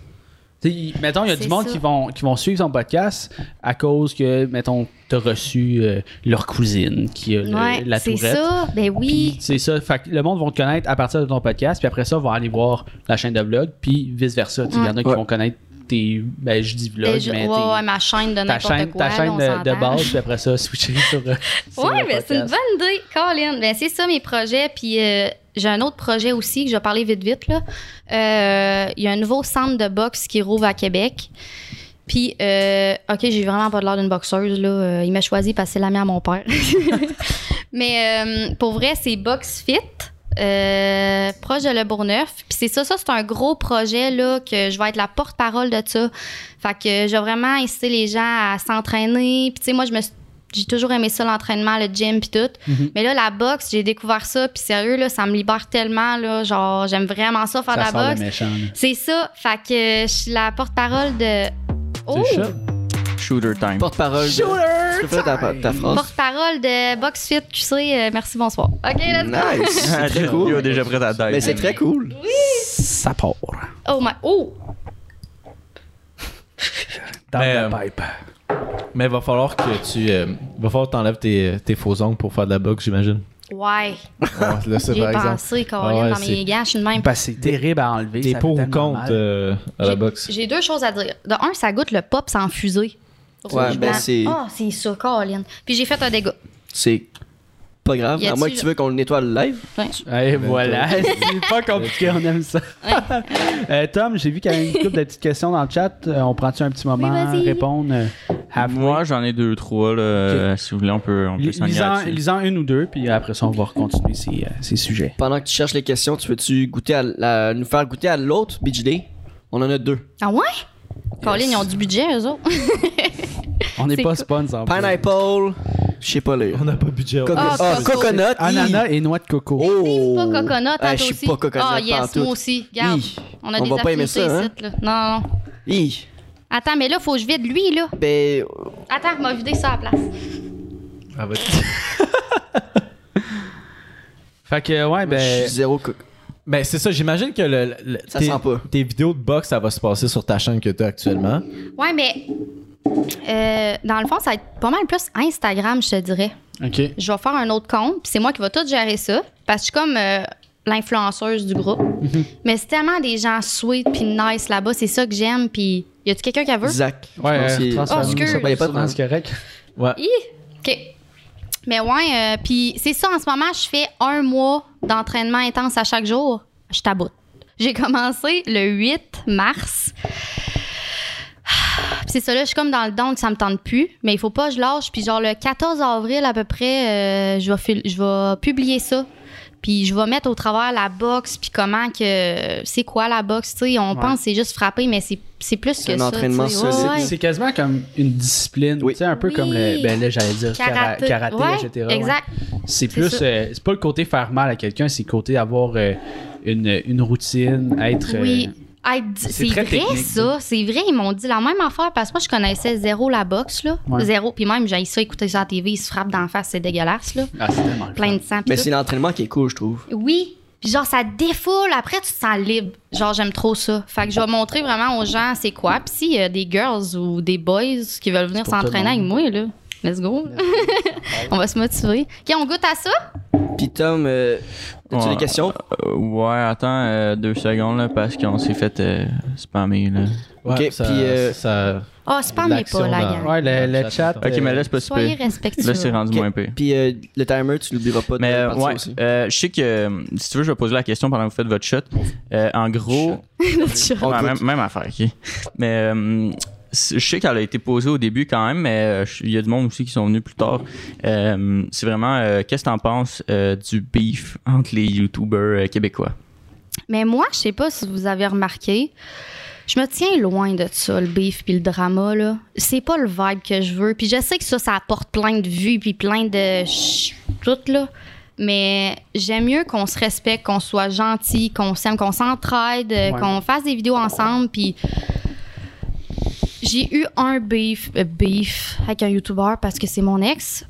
S4: Tu sais, il- mettons, il y a
S1: C'est
S4: du monde
S1: ça.
S4: qui vont, qui vont suivre ton podcast à cause que, mettons, t'as reçu euh, leur cousine qui a le-
S1: Ouais,
S4: la
S1: c'est
S4: tourette.
S1: ça. Ben
S4: Puis
S1: oui.
S4: c'est ça. Fait que le monde va te connaître à partir de ton podcast, puis après ça, vont aller voir la chaîne de vlog, puis vice-versa. Tu sais, Il y en a qui
S2: Ouais.
S4: vont connaître tes. Ben, je dis vlog,
S1: Ben, je-
S4: mais
S1: ouais,
S4: tes-
S1: ouais, ma chaîne de
S4: ta
S1: n'importe
S4: chaîne,
S1: quoi.
S4: ta
S1: là,
S4: chaîne
S1: on
S4: de, de
S1: s'entend.
S4: base, puis après ça, switcher sur. euh, sur
S1: Ouais,
S4: le
S1: ben c'est une
S4: podcast.
S1: bonne idée, Colin. Ben c'est ça mes projets. Puis euh, j'ai un autre projet aussi que je vais parler vite vite là. Euh, Il y a un nouveau centre de boxe qui rouvre à Québec. Puis, euh, ok, j'ai vraiment pas de l'air d'une boxeuse là. Euh, il m'a choisi parce que c'est la mère à mon père. Mais euh, pour vrai, c'est Box Fit. euh, proche de Le Bourgneuf. Puis c'est ça, ça c'est un gros projet là que je vais être la porte-parole de ça. Fait que j'ai vraiment incité les gens à s'entraîner. Puis tu sais, moi je me suis- j'ai toujours aimé ça l'entraînement, le gym puis tout.
S6: Mhm.
S1: Mais là la boxe, j'ai découvert ça puis sérieux là, ça me libère tellement là, genre j'aime vraiment ça faire
S4: Ça
S1: de la
S4: sort le
S1: boxe.
S4: méchant, là.
S1: C'est ça, fait que je suis la porte-parole de Oh,
S6: C'est ça.
S5: Shooter time.
S2: Porte-parole. de- Tu peux faire ta, ta phrase.
S1: porte-parole de Box Fit QC. euh, merci bonsoir. OK, let's go.
S2: Nice. C'est très
S5: Ah, Yo,
S2: cool.
S5: déjà prêt à
S2: Mais c'est très cool.
S4: Ça part.
S1: Oh my oh
S4: Dans
S6: Mais,
S4: la
S6: euh,
S4: pipe.
S6: Mais va falloir que tu. euh, va falloir que t'enlèves tes, euh, tes faux ongles pour faire de la boxe, j'imagine.
S1: ouais.
S6: Ouais, là, c'est
S1: J'ai
S6: par exemple.
S1: pensé, Colin,
S6: Ah ouais,
S1: dans mes
S6: c'est-
S1: gants, je suis de même.
S4: Ben, c'est terrible à enlever.
S6: T'es
S4: ça
S6: pour
S4: fait
S6: ou
S4: tellement
S6: contre
S4: mal.
S6: euh, à la
S1: J'ai-
S6: boxe?
S1: J'ai deux choses à dire. De un, ça goûte le pop sans fusée.
S2: Ouais,
S1: Rouge
S2: ben,
S1: blanc.
S2: c'est-
S1: Ah, c'est ça, Colin. Puis j'ai fait un dégât.
S2: C'est pas grave.
S1: Y
S2: À
S1: a-tu-
S2: moins que tu veux qu'on le nettoie le live.
S1: Ouais.
S4: Et voilà, c'est pas compliqué, on aime ça.
S8: Euh, Tom, j'ai vu qu'il y avait une couple de petites questions dans le chat. Euh, on prend-tu un petit moment à
S1: Oui, vas-y.
S8: répondre? euh, halfway?
S5: Moi, j'en ai deux, trois. Là, euh, Si vous voulez, on peut, on peut s'en aller
S8: lisant-
S5: là-dessus.
S8: lisant une ou deux, puis après ça, on va
S4: Continuer ces, euh, ces sujets.
S2: Pendant que tu cherches les questions, tu veux-tu goûter à la- nous faire goûter à l'autre Beach Day On en a deux.
S1: Ah ouais? Colin, ils ont du budget, eux
S2: Oh.
S1: autres.
S4: On n'est
S1: C'est
S4: pas
S1: cool.
S4: sponsor.
S2: Pineapple. Je sais pas lire.
S6: On n'a pas budget.
S2: Coco-
S1: Ah,
S2: ah,
S1: coco.
S2: coconut. hi.
S4: Ananas et noix de coco.
S2: Oh.
S1: Pas coconut, hein,
S2: Ah,
S1: toi
S2: Je
S1: aussi.
S2: suis pas coconut.
S1: Ah, yes,
S2: pantoute.
S1: moi aussi. Regarde,
S2: Hi.
S1: on a
S2: On
S1: des
S2: va pas aimer
S1: affinités
S2: ça, hein?
S1: ici, là. Non, non.
S2: Hi.
S1: Attends, mais là, faut que je vide lui, là.
S2: Ben,
S1: Attends, m'a vidé ça à la place.
S6: Ah,
S4: Fait que, ouais,
S2: je
S4: ben.
S2: Ben, suis zéro coco.
S6: Ben, c'est ça, j'imagine que le, le-
S2: Ça
S6: tes,
S2: sent pas.
S6: tes vidéos de boxe, ça va se passer sur ta chaîne que tu as actuellement.
S1: Ouais, mais euh, dans le fond, ça va être pas mal plus Instagram, je te dirais.
S7: OK.
S1: Je vais faire un autre compte, puis c'est moi qui vais tout gérer ça, parce que je suis comme euh, l'influenceuse du groupe. Mais c'est tellement des gens sweet puis nice là-bas, c'est ça que j'aime, puis y a-tu quelqu'un qui veut?
S2: Zach. je
S7: Ouais,
S2: pense
S7: euh,
S2: qu'il-
S7: transfert-
S1: Oh, excuse.
S2: ça paye pas de
S7: C'est correct.
S1: Hi! OK. Mais ouais, euh, puis c'est ça, en ce moment, je fais un mois d'entraînement intense à chaque jour. Je taboute. J'ai commencé le 8 mars. Puis c'est ça, là, je suis comme dans le don que ça me tente plus, mais il faut pas que je lâche. Puis genre le 14 avril à peu près, euh, je, vais fil- je vais publier ça. Puis je vais mettre au travers la boxe, puis comment que... C'est quoi la boxe, tu sais? On pense que c'est juste frapper, mais c'est c'est plus
S2: C'est
S1: que
S2: un
S1: ça.
S2: entraînement
S1: tu sais. Ouais,
S2: solide.
S1: ouais.
S7: C'est quasiment comme une discipline,
S2: Oui.
S7: tu sais, un peu
S1: Oui.
S7: comme le, ben là, j'allais dire kara- karaté,
S1: Karaté. Ouais,
S7: etc. ouais.
S1: Exact.
S7: C'est plus,
S1: ça.
S7: euh, c'est pas le côté faire mal à quelqu'un, c'est le côté avoir euh, une, une routine, être. euh,
S1: Oui. Hey, d- c'est
S7: très
S1: vrai
S7: technique,
S1: ça, c'est vrai, ils m'ont dit la même affaire parce que moi je connaissais zéro la boxe là,
S7: Ouais.
S1: zéro, puis même j'ai ça écouter ça à la TV, ils se frappent d'en face, c'est dégueulasse là,
S7: Ah, c'est tellement le
S1: plein
S7: fun.
S1: de sang. pis
S2: Mais
S1: tout.
S2: c'est l'entraînement qui est cool, je trouve.
S1: Oui, puis genre ça défoule, après tu te sens libre, genre j'aime trop ça. Fait que je vais montrer vraiment aux gens c'est quoi, puis s'il y a des girls ou des boys qui veulent venir
S7: pour tout le
S1: s'entraîner avec
S7: monde.
S1: moi là, let's go, on va se motiver. Ok, on goûte à ça?
S2: Puis Tom, euh, as-tu
S5: Ouais.
S2: des questions?
S5: Euh, ouais, attends euh, deux secondes là, parce qu'on s'est fait euh, spammer là.
S2: Ok,
S6: ça-
S2: puis, euh,
S6: ça-
S1: Ah, c'est pas mes
S6: l'action
S1: pas la
S6: dans-
S1: gang.
S7: Ouais, le- le chat,
S5: Ok,
S6: euh,
S5: mais là, c'est pas
S1: Soyez
S5: super.
S1: respectueux.
S5: Là, c'est rendu
S2: Ok.
S5: moins pire.
S2: Puis euh, le timer, tu l'oublieras pas de
S5: Mais euh,
S2: partir
S5: ouais,
S2: aussi.
S5: euh, je sais que euh, si tu veux, je vais poser la question pendant que vous faites votre shot. Euh, en gros,
S2: On
S5: Ouais,
S2: goûte.
S5: même, même affaire, ok. Mais euh, c'est- je sais qu'elle a été posée au début quand même, mais euh, je- il y a du monde aussi qui sont venus plus tard. Euh, c'est vraiment, euh, qu'est-ce que t'en penses euh, du beef entre les YouTubers euh, québécois?
S1: Mais moi, je sais pas si vous avez remarqué, je me tiens loin de ça, le beef puis le drama là. C'est pas le vibe que je veux. Puis je sais que ça, ça apporte plein de vues puis plein de ch- tout là. Mais j'aime mieux qu'on se respecte, qu'on soit gentil, qu'on s'aime, qu'on s'entraide, euh, qu'on fasse des vidéos ensemble. Puis j'ai eu un beef, euh, beef avec un YouTuber parce que c'est mon ex.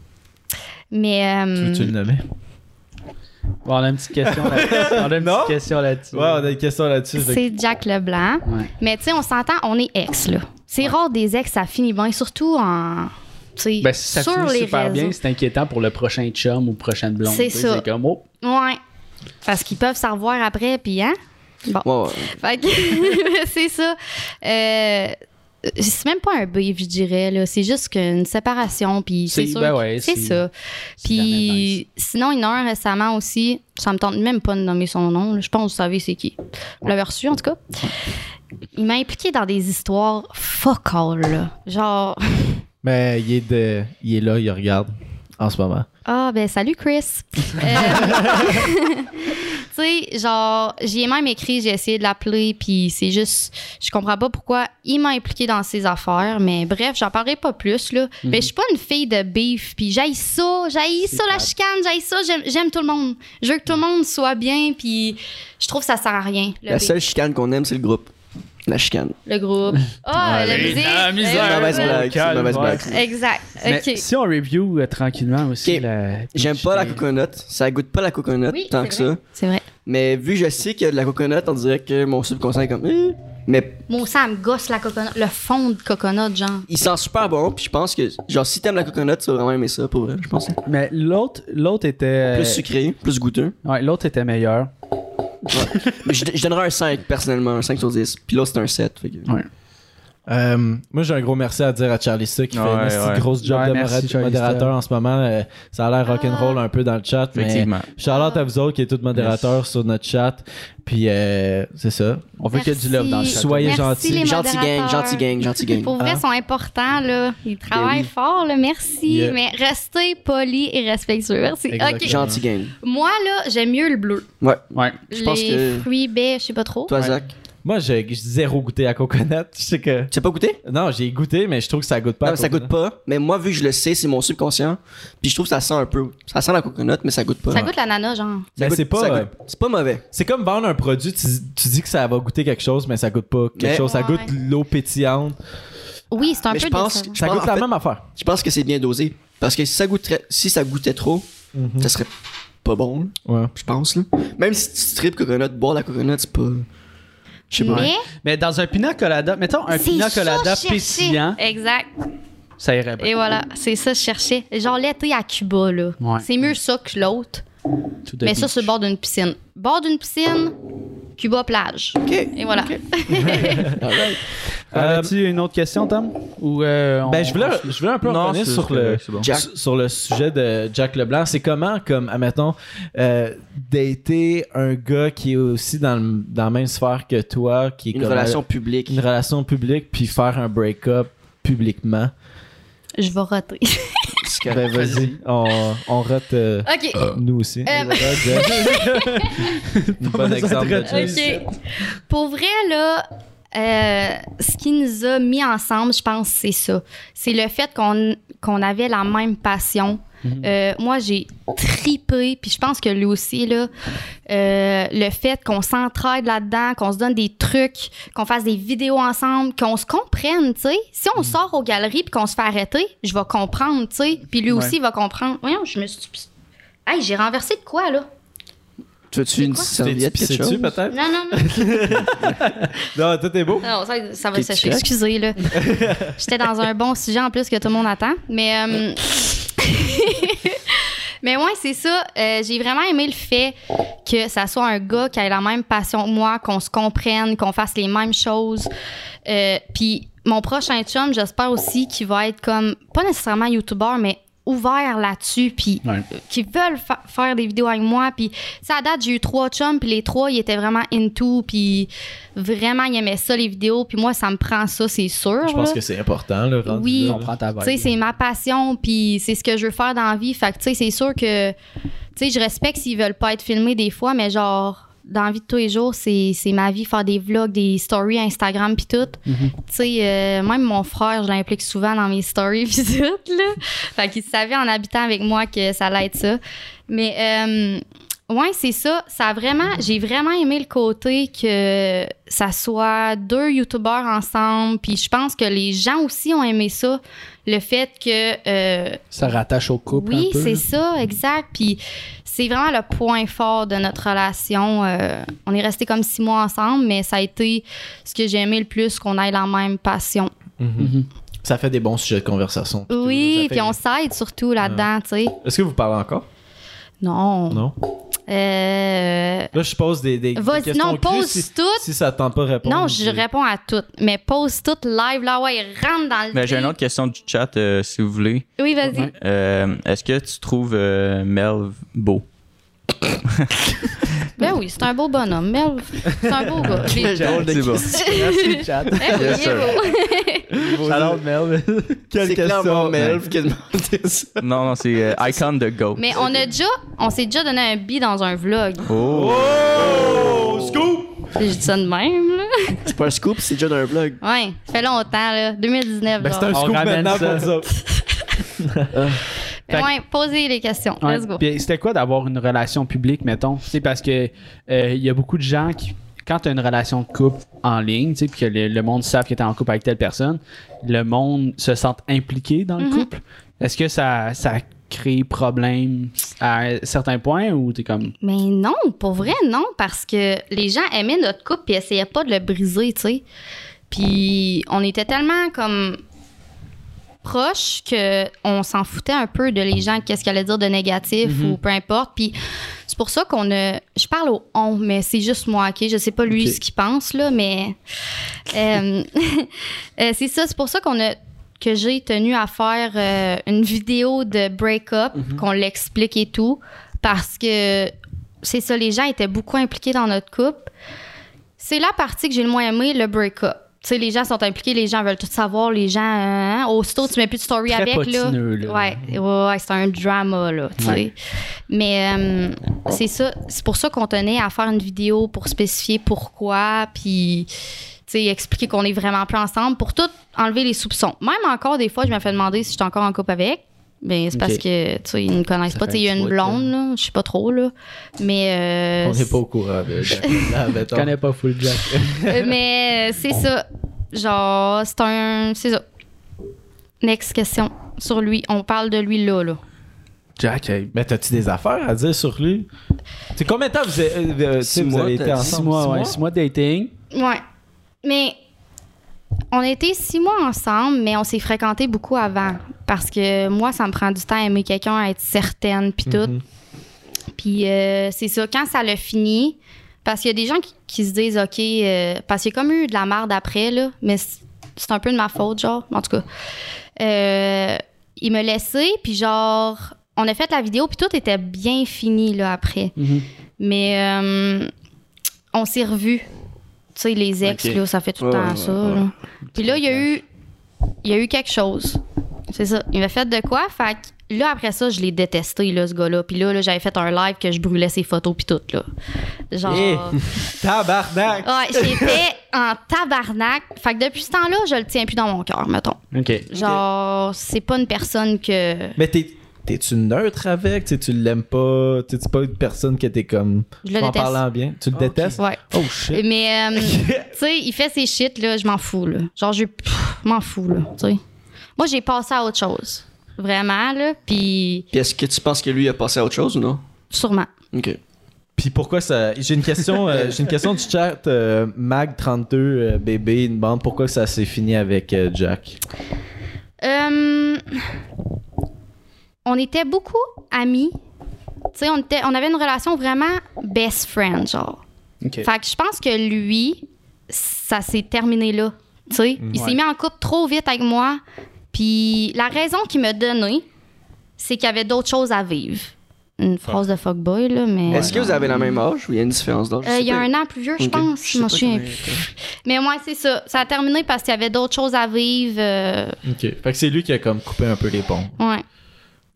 S1: Mais
S6: Tu
S1: euh,
S6: veux-tu le nommer?
S7: hmm. Bon, on a une petite question là-dessus. on a une petite question là-dessus.
S6: Ouais, on a une question là-dessus. fait que-
S1: C'est Jack Leblanc.
S7: Ouais.
S1: Mais tu sais, on s'entend, on est ex, là. C'est rare des ex, ça finit bien, surtout en. tu sais,
S7: Ben, si ça
S1: sur
S7: finit
S1: les
S7: super
S1: réseaux.
S7: bien, c'est inquiétant pour le prochain chum ou prochaine blonde.
S1: C'est
S7: tu sais,
S1: ça.
S7: C'est comme, oh,
S1: Ouais. Parce qu'ils peuvent s'en revoir après, puis hein? Bon.
S2: Ouais, ouais.
S1: Fait que- c'est ça. Euh, C'est même pas un beef, je dirais. là. C'est juste qu'une séparation, puis c'est
S7: C'est-
S1: sûr.
S7: ben
S1: que-
S7: ouais,
S1: c'est
S7: c'est-
S1: ça.
S7: c'est de la même nice.
S1: Puis sinon, il y en a un récemment aussi. Ça me tente même pas de nommer son nom. là. Je pense que vous savez c'est qui. Vous l'avez reçu, en tout cas. Il m'a impliqué dans des histoires fuck all, là. Genre,
S6: Mais il est, de, il est là, il regarde en ce moment.
S1: ah, ben salut, Chris. Euh, tu sais, genre, j'y ai même écrit, j'ai essayé de l'appeler, puis c'est juste, je comprends pas pourquoi il m'a impliqué dans ses affaires, mais bref, j'en parlerai pas plus, là. Mais je suis pas une fille de beef, puis j'aille ça, j'aille ça, la chicane, j'aille ça, j'aime- j'aime tout le monde. Je veux que tout le monde soit bien, puis je trouve que ça sert à rien, le,
S2: La
S1: beef,
S2: seule chicane qu'on aime, c'est le groupe. La chicane.
S1: le groupe. Ah, la musique.
S7: la misère.
S1: euh,
S2: C'est une mauvaise
S1: euh,
S2: blague. C'est une mauvaise blague.
S1: Exact,
S7: Mais
S1: ok.
S7: si on review euh, tranquillement aussi
S2: Ok.
S7: la-
S2: J'aime pas la coconut. Ça goûte pas la coconut
S1: Oui,
S2: tant
S1: c'est
S2: que
S1: vrai.
S2: ça.
S1: C'est vrai.
S2: Mais vu que je sais qu'il y a de la coconut, on dirait que mon subconscient est comme. Eh. Mais
S1: Mon sang me gosse la coconut, le fond de coconut, genre.
S2: il sent super bon. Puis je pense que, genre, si t'aimes la coconut, tu vas vraiment aimer ça pour vrai, je pense.
S7: Mais l'autre, l'autre était.
S4: Euh,
S2: Plus sucré, plus goûteux.
S7: Ouais, l'autre était meilleur.
S2: Mais je, je donnerais un 5 personnellement, un 5 sur 10. Puis là, c'est un 7. fait que-
S7: Ouais.
S6: Euh, moi, j'ai un gros merci à dire à Charlie Stuck qui
S5: Ouais,
S6: fait une si
S5: ouais.
S6: grosse job
S7: Ouais,
S6: de
S7: merci,
S6: modéra-
S7: Charlie Ah.
S6: modérateur en ce moment. Euh, ça a l'air rock'n'roll un peu dans le chat. Mais
S5: Effectivement.
S6: Charlotte à vous autres qui est toute modérateur sur notre chat. Puis euh, c'est ça.
S7: On veut que
S1: Merci.
S7: du love dans le chat.
S6: Soyez
S1: Merci,
S6: gentils.
S1: les
S2: Gentil gang,
S1: modérateurs.
S2: gentil gang, gentil gang. Ben
S1: Pour vrai,
S6: Ah.
S1: ils sont importants, là. Ils travaillent
S2: oui.
S1: fort, là. Merci.
S6: Yeah.
S1: Mais restez polis et respectueux. Merci.
S6: Exactement.
S1: OK.
S2: Gentil gang.
S1: Moi, là, j'aime mieux le bleu.
S2: Ouais.
S7: Ouais.
S2: Je pense
S1: Les
S2: que-
S1: fruits, baies, je sais pas trop.
S2: Toi, Zach,
S6: Moi, j'ai j'ai zéro goûté à coconut. Je sais que.
S2: tu sais pas goûté?
S6: Non, j'ai goûté, mais je trouve que ça goûte pas.
S2: non,
S6: à
S2: mais ça
S6: coconut.
S2: goûte pas. Mais moi, vu que je le sais, c'est mon subconscient. Puis je trouve que ça sent un peu. Ça sent la coconut, mais ça goûte pas.
S1: Ça goûte l'ananas, genre.
S2: Ça
S6: Mais
S2: goûte-
S6: c'est pas,
S2: ça
S6: euh,
S2: goûte- C'est pas mauvais.
S6: C'est comme vendre un produit, tu, tu dis que ça va goûter quelque chose, mais ça goûte pas quelque
S2: Mais-
S6: chose. Ça goûte
S1: Ouais.
S6: l'eau pétillante.
S1: Oui, c'est un
S2: Mais
S1: peu
S2: je pense,
S1: décevant.
S2: je
S6: Ça
S2: pense-
S6: goûte
S2: en
S6: la
S2: fait,
S6: même affaire. Mhm.
S2: Je pense que c'est bien dosé. Parce que si ça goûterait, si ça goûtait trop, ça serait pas bon, là,
S6: Ouais.
S2: je pense. Là. Même si tu tripes coconut, boire la coconut, c'est pas. Je sais pas.
S1: Mais
S7: Mais dans un pina colada, mettons un
S1: c'est
S7: pina colada
S1: ça chercher.
S7: pétillant,
S1: Exact.
S7: ça irait bien.
S1: Et voilà, c'est ça que je cherchais. Genre l'été à Cuba, là.
S7: Ouais.
S1: C'est mieux ça que l'autre.
S7: Tout de
S1: Mais ça,
S7: beach.
S1: sur le bord d'une piscine. Bord d'une piscine, Cuba plage. Et voilà.
S6: Euh,
S7: Avais-tu une autre question, Tom? Ou euh, on-
S6: Ben, je voulais, je voulais un peu
S5: Non,
S6: revenir
S5: c'est-
S6: sur
S5: c'est
S6: le,
S5: correct, c'est bon.
S2: Jack.
S6: sur- sur le sujet de Jack Leblanc. C'est comment, comme, admettons, euh, dater un gars qui est aussi dans, le- dans la même sphère que toi, qui est
S2: Une
S6: comme-
S2: relation publique.
S6: une relation publique, puis faire un break-up publiquement.
S1: Je vais roter.
S6: Ben, vas-y, on, on rate euh,
S1: OK.
S6: nous aussi.
S1: Euh,
S6: Un bon exemple de Jack.
S1: OK. Pour vrai, là, euh, ce qui nous a mis ensemble, je pense, c'est ça. C'est le fait qu'on qu'on avait la même passion. Euh, moi, j'ai tripé, puis je pense que lui aussi, là, euh, le fait qu'on s'entraide là-dedans, qu'on se donne des trucs, qu'on fasse des vidéos ensemble, qu'on se comprenne, tu sais. Si on sort aux galeries puis qu'on se fait arrêter, je vais comprendre, tu sais. Puis lui aussi, il va comprendre. Voyons, je me suis... Hey, j'ai renversé de quoi, là?
S2: Tu as-tu une
S1: quoi?
S2: serviette
S6: T'es-tu
S2: quelque
S6: pissé-tu,
S2: chose?
S6: peut-être?
S1: Non, non, non.
S6: Non, tout est beau.
S1: Non, Ah, ça, ça va
S2: T'es
S1: sécher.
S2: correct?
S1: Excusez, là. J'étais dans un bon sujet en plus que tout le monde attend. Mais, euh, mais ouais, c'est ça. Euh, J'ai vraiment aimé le fait que ça soit un gars qui ait la même passion que moi, qu'on se comprenne, qu'on fasse les mêmes choses. Euh, Puis mon prochain chum, j'espère aussi qu'il va être comme, pas nécessairement youtubeur, mais ouvert là-dessus, puis
S7: Ouais.
S1: euh, qui veulent fa- faire des vidéos avec moi. Puis, tu sais, à date, j'ai eu trois chums, puis les trois, ils étaient vraiment into, puis vraiment, ils aimaient ça, les vidéos. Puis moi, ça me prend ça, c'est sûr.
S6: Je pense
S1: là.
S6: que c'est important, là, rendu
S1: Ah, Oui.
S6: là.
S7: on prend ta
S1: Tu sais,
S7: vibe.
S1: c'est ma passion, puis c'est ce que je veux faire dans la vie. Fait que, tu sais, c'est sûr que, tu sais, je respecte s'ils veulent pas être filmés des fois, mais genre, dans la vie de tous les jours, c'est c'est ma vie, faire des vlogs, des stories Instagram, puis tout.
S7: Mhm.
S1: Tu sais, euh, même mon frère, je l'implique souvent dans mes stories, puis tout, là. Fait qu'il savait en habitant avec moi que ça allait être ça. Mais, euh, ouais, c'est ça. Ça a vraiment, j'ai vraiment aimé le côté que ça soit deux YouTubeurs ensemble. Puis je pense que les gens aussi ont aimé ça. Le fait que. euh,
S7: Ça rattache au couple
S1: oui,
S7: un peu.
S1: c'est
S7: là.
S1: ça, exact. Puis c'est vraiment le point fort de notre relation. Euh, on est resté comme six mois ensemble, mais ça a été ce que j'ai aimé le plus, qu'on ait la même passion.
S6: Mhm.
S2: Mhm.
S6: Ça fait des bons sujets de conversation.
S1: Oh.
S6: tout, ça
S1: Oui,
S6: fait-
S1: puis on s'aide surtout
S7: Ah.
S1: là-dedans, tu sais.
S6: Est-ce que vous parlez encore?
S1: Non.
S6: Non.
S1: Euh,
S6: Là, je pose des, des, des
S1: Vas-y,
S6: questions
S1: non,
S6: crues,
S1: pose
S6: si,
S1: tout.
S6: Si ça tente pas de répondre.
S1: Non, je
S6: j'ai-
S1: réponds à toutes, mais pose toutes live là, ouais, rentre dans le.
S5: Ben, j'ai
S1: deep.
S5: une autre question du chat, euh, si vous voulez.
S1: Oui, vas-y.
S5: Euh, Est-ce que tu trouves euh, Melv beau?
S1: Ben oui, c'est un beau bonhomme. Ben, c'est un beau gars. J'ai-
S5: C'est bon.
S1: Eh
S7: Chat.
S1: oui,
S5: Yes,
S1: il est beau.
S7: Alors, merde.
S2: C'est clairement Melv
S5: ouais.
S2: qui a demandé ça.
S5: Non, non, c'est euh, Icon de Go.
S1: Mais on a déjà, on s'est déjà donné un bi dans un vlog.
S5: Oh!
S6: Oh,
S1: Je dis ça de même. Là.
S2: C'est pas un scoop, c'est déjà d'un vlog.
S1: Ouais, ça fait longtemps là, 2019.
S6: Ben,
S1: genre.
S6: c'est un
S7: On
S6: scoop
S7: ramène
S6: maintenant
S7: ça.
S6: pour nous autres.
S1: Mais ouais, posez les questions.
S7: Ouais,
S1: Let's go.
S7: Puis c'était quoi d'avoir une relation publique, mettons? C'est parce que euh, il y a beaucoup de gens qui, quand tu as une relation de couple en ligne, tu sais, puis que le, le monde savent que tu es en couple avec telle personne, le monde se sent impliqué
S1: Mm-hmm.
S7: dans le
S1: Mhm.
S7: couple. Est-ce que ça, ça crée problème à un certain point ou t'es comme.
S1: Mais non, pour vrai, non, parce que les gens aimaient notre couple et essayaient pas de le briser, tu sais. Puis on était tellement comme proches que on s'en foutait un peu de les gens, qu'est-ce qu'ils allaient dire de négatif ou peu importe. Puis c'est pour ça qu'on a. Je parle au on, mais c'est juste moi, ok? Je sais pas lui
S7: Ok.
S1: ce qu'il pense, là, mais. euh, euh, c'est ça, c'est pour ça qu'on a que j'ai tenu à faire euh, une vidéo de break-up,
S7: Mhm.
S1: qu'on l'explique et tout, parce que c'est ça, les gens étaient beaucoup impliqués dans notre couple. C'est la partie que j'ai le moins aimé, le break-up. Tu sais, les gens sont impliqués, les gens veulent tout savoir, les gens, euh, hein, aussitôt, tu mets plus de story
S7: Très
S1: avec, là.
S7: potineux, là.
S1: Ouais, ouais, ouais, c'est un drama, là, tu sais.
S7: Ouais.
S1: Mais euh, c'est ça, c'est pour ça qu'on tenait à faire une vidéo pour spécifier pourquoi, puis tu sais, expliquer qu'on est vraiment plus ensemble pour tout enlever les soupçons. Même encore des fois, je me fais demander si je suis encore en couple avec. Ben, c'est
S7: Ok.
S1: parce que, tu sais, ils ne connaissent
S7: Ça
S1: pas.
S7: fait
S1: Tu sais, il y a
S7: un
S1: une
S7: petit bout,
S1: blonde, là, je sais pas trop, là. Mais. euh,
S6: On n'est pas au courant de Jack Leblanc,
S7: Je
S6: mettons.
S7: connais pas Full Jack.
S1: euh, mais euh, c'est ça. Genre, c'est un. C'est ça. Next question sur lui. On parle de lui là, là.
S7: Jack, hey,
S6: Mais t'as-tu des affaires à dire sur lui? C'est combien de temps vous avez, euh, euh, tu sais,
S2: Six
S6: vous
S2: mois,
S6: avez
S2: t'as
S6: été
S2: dit.
S6: ensemble?
S7: six mois, ouais, six mois de dating.
S1: Ouais. Mais on était six mois ensemble, mais on s'est fréquenté beaucoup avant. Parce que moi, ça me prend du temps à aimer quelqu'un, à être certaine, puis tout. Puis euh, c'est ça, quand ça l'a fini, parce qu'il y a des gens qui, qui se disent, OK, euh, parce qu'il y a comme eu de la merde après, là, mais c- c'est un peu de ma faute, genre, en tout cas. Euh, il me laissait, puis genre, on a fait la vidéo, puis tout était bien fini, là, après.
S2: Mm-hmm.
S1: Mais euh, on s'est revus. Tu sais, les ex,
S5: Ok.
S1: là, ça fait tout le
S2: Ouais,
S1: temps
S2: ouais,
S1: ça.
S2: ouais.
S1: là. Puis là, il y a eu, il y a eu quelque chose. C'est ça. Il m'a fait de quoi? Fait que là, après ça, je l'ai détesté, là, ce gars-là. Puis là, là, j'avais fait un live que je brûlais ses photos, puis tout, là. Genre.
S6: Eh. Tabarnak!
S1: Ouais, j'étais en tabarnak. Fait que depuis ce temps-là, je le tiens plus dans mon cœur, mettons.
S7: OK.
S1: Genre, c'est pas une personne que.
S6: Mais t'es. T'es-tu neutre avec? Tu sais, tu l'aimes pas? Tu sais, c'est pas une personne que t'es comme.
S1: Je le
S6: en
S1: déteste.
S6: parlant bien. Tu le détestes?
S1: Ouais.
S6: Oh shit.
S1: Mais, euh, tu sais, il fait ses shit, là, je m'en fous, là. Genre, je pff, m'en fous, là, tu sais. Moi, j'ai passé à autre chose. Vraiment, là. Puis,
S2: Puis est-ce que tu penses que lui a passé à autre chose ou non?
S1: sûrement.
S2: Ok.
S6: Puis pourquoi ça. J'ai une question euh, J'ai une question du chat euh, Mag32 euh, bébé, il demande pourquoi ça s'est fini avec euh, Jack.
S1: Euh, on était beaucoup amis. Tu sais, on, était- on avait une relation vraiment best friend, genre.
S7: OK.
S1: Fait que je pense que lui, ça s'est terminé là. Tu sais,
S2: Mm-hmm.
S1: il s'est mis en couple trop vite avec moi. Puis la raison qu'il m'a donnée, c'est qu'il y avait d'autres choses à vivre. Une phrase de fuckboy, là, mais.
S2: Est-ce que vous avez la même âge ou il y a une différence d'âge? Je
S1: Euh,
S2: sais
S1: il y a
S2: pas.
S1: un an plus vieux, je
S2: Ok.
S1: pense.
S2: Je
S1: Je
S2: sais
S1: m'en
S2: pas
S1: souviens
S2: combien il y a.
S1: plus. Mais moi, c'est ça. Ça a terminé parce qu'il y avait d'autres choses à vivre. euh,
S6: Ok. Fait que c'est lui qui a comme coupé un peu les ponts.
S1: Ouais.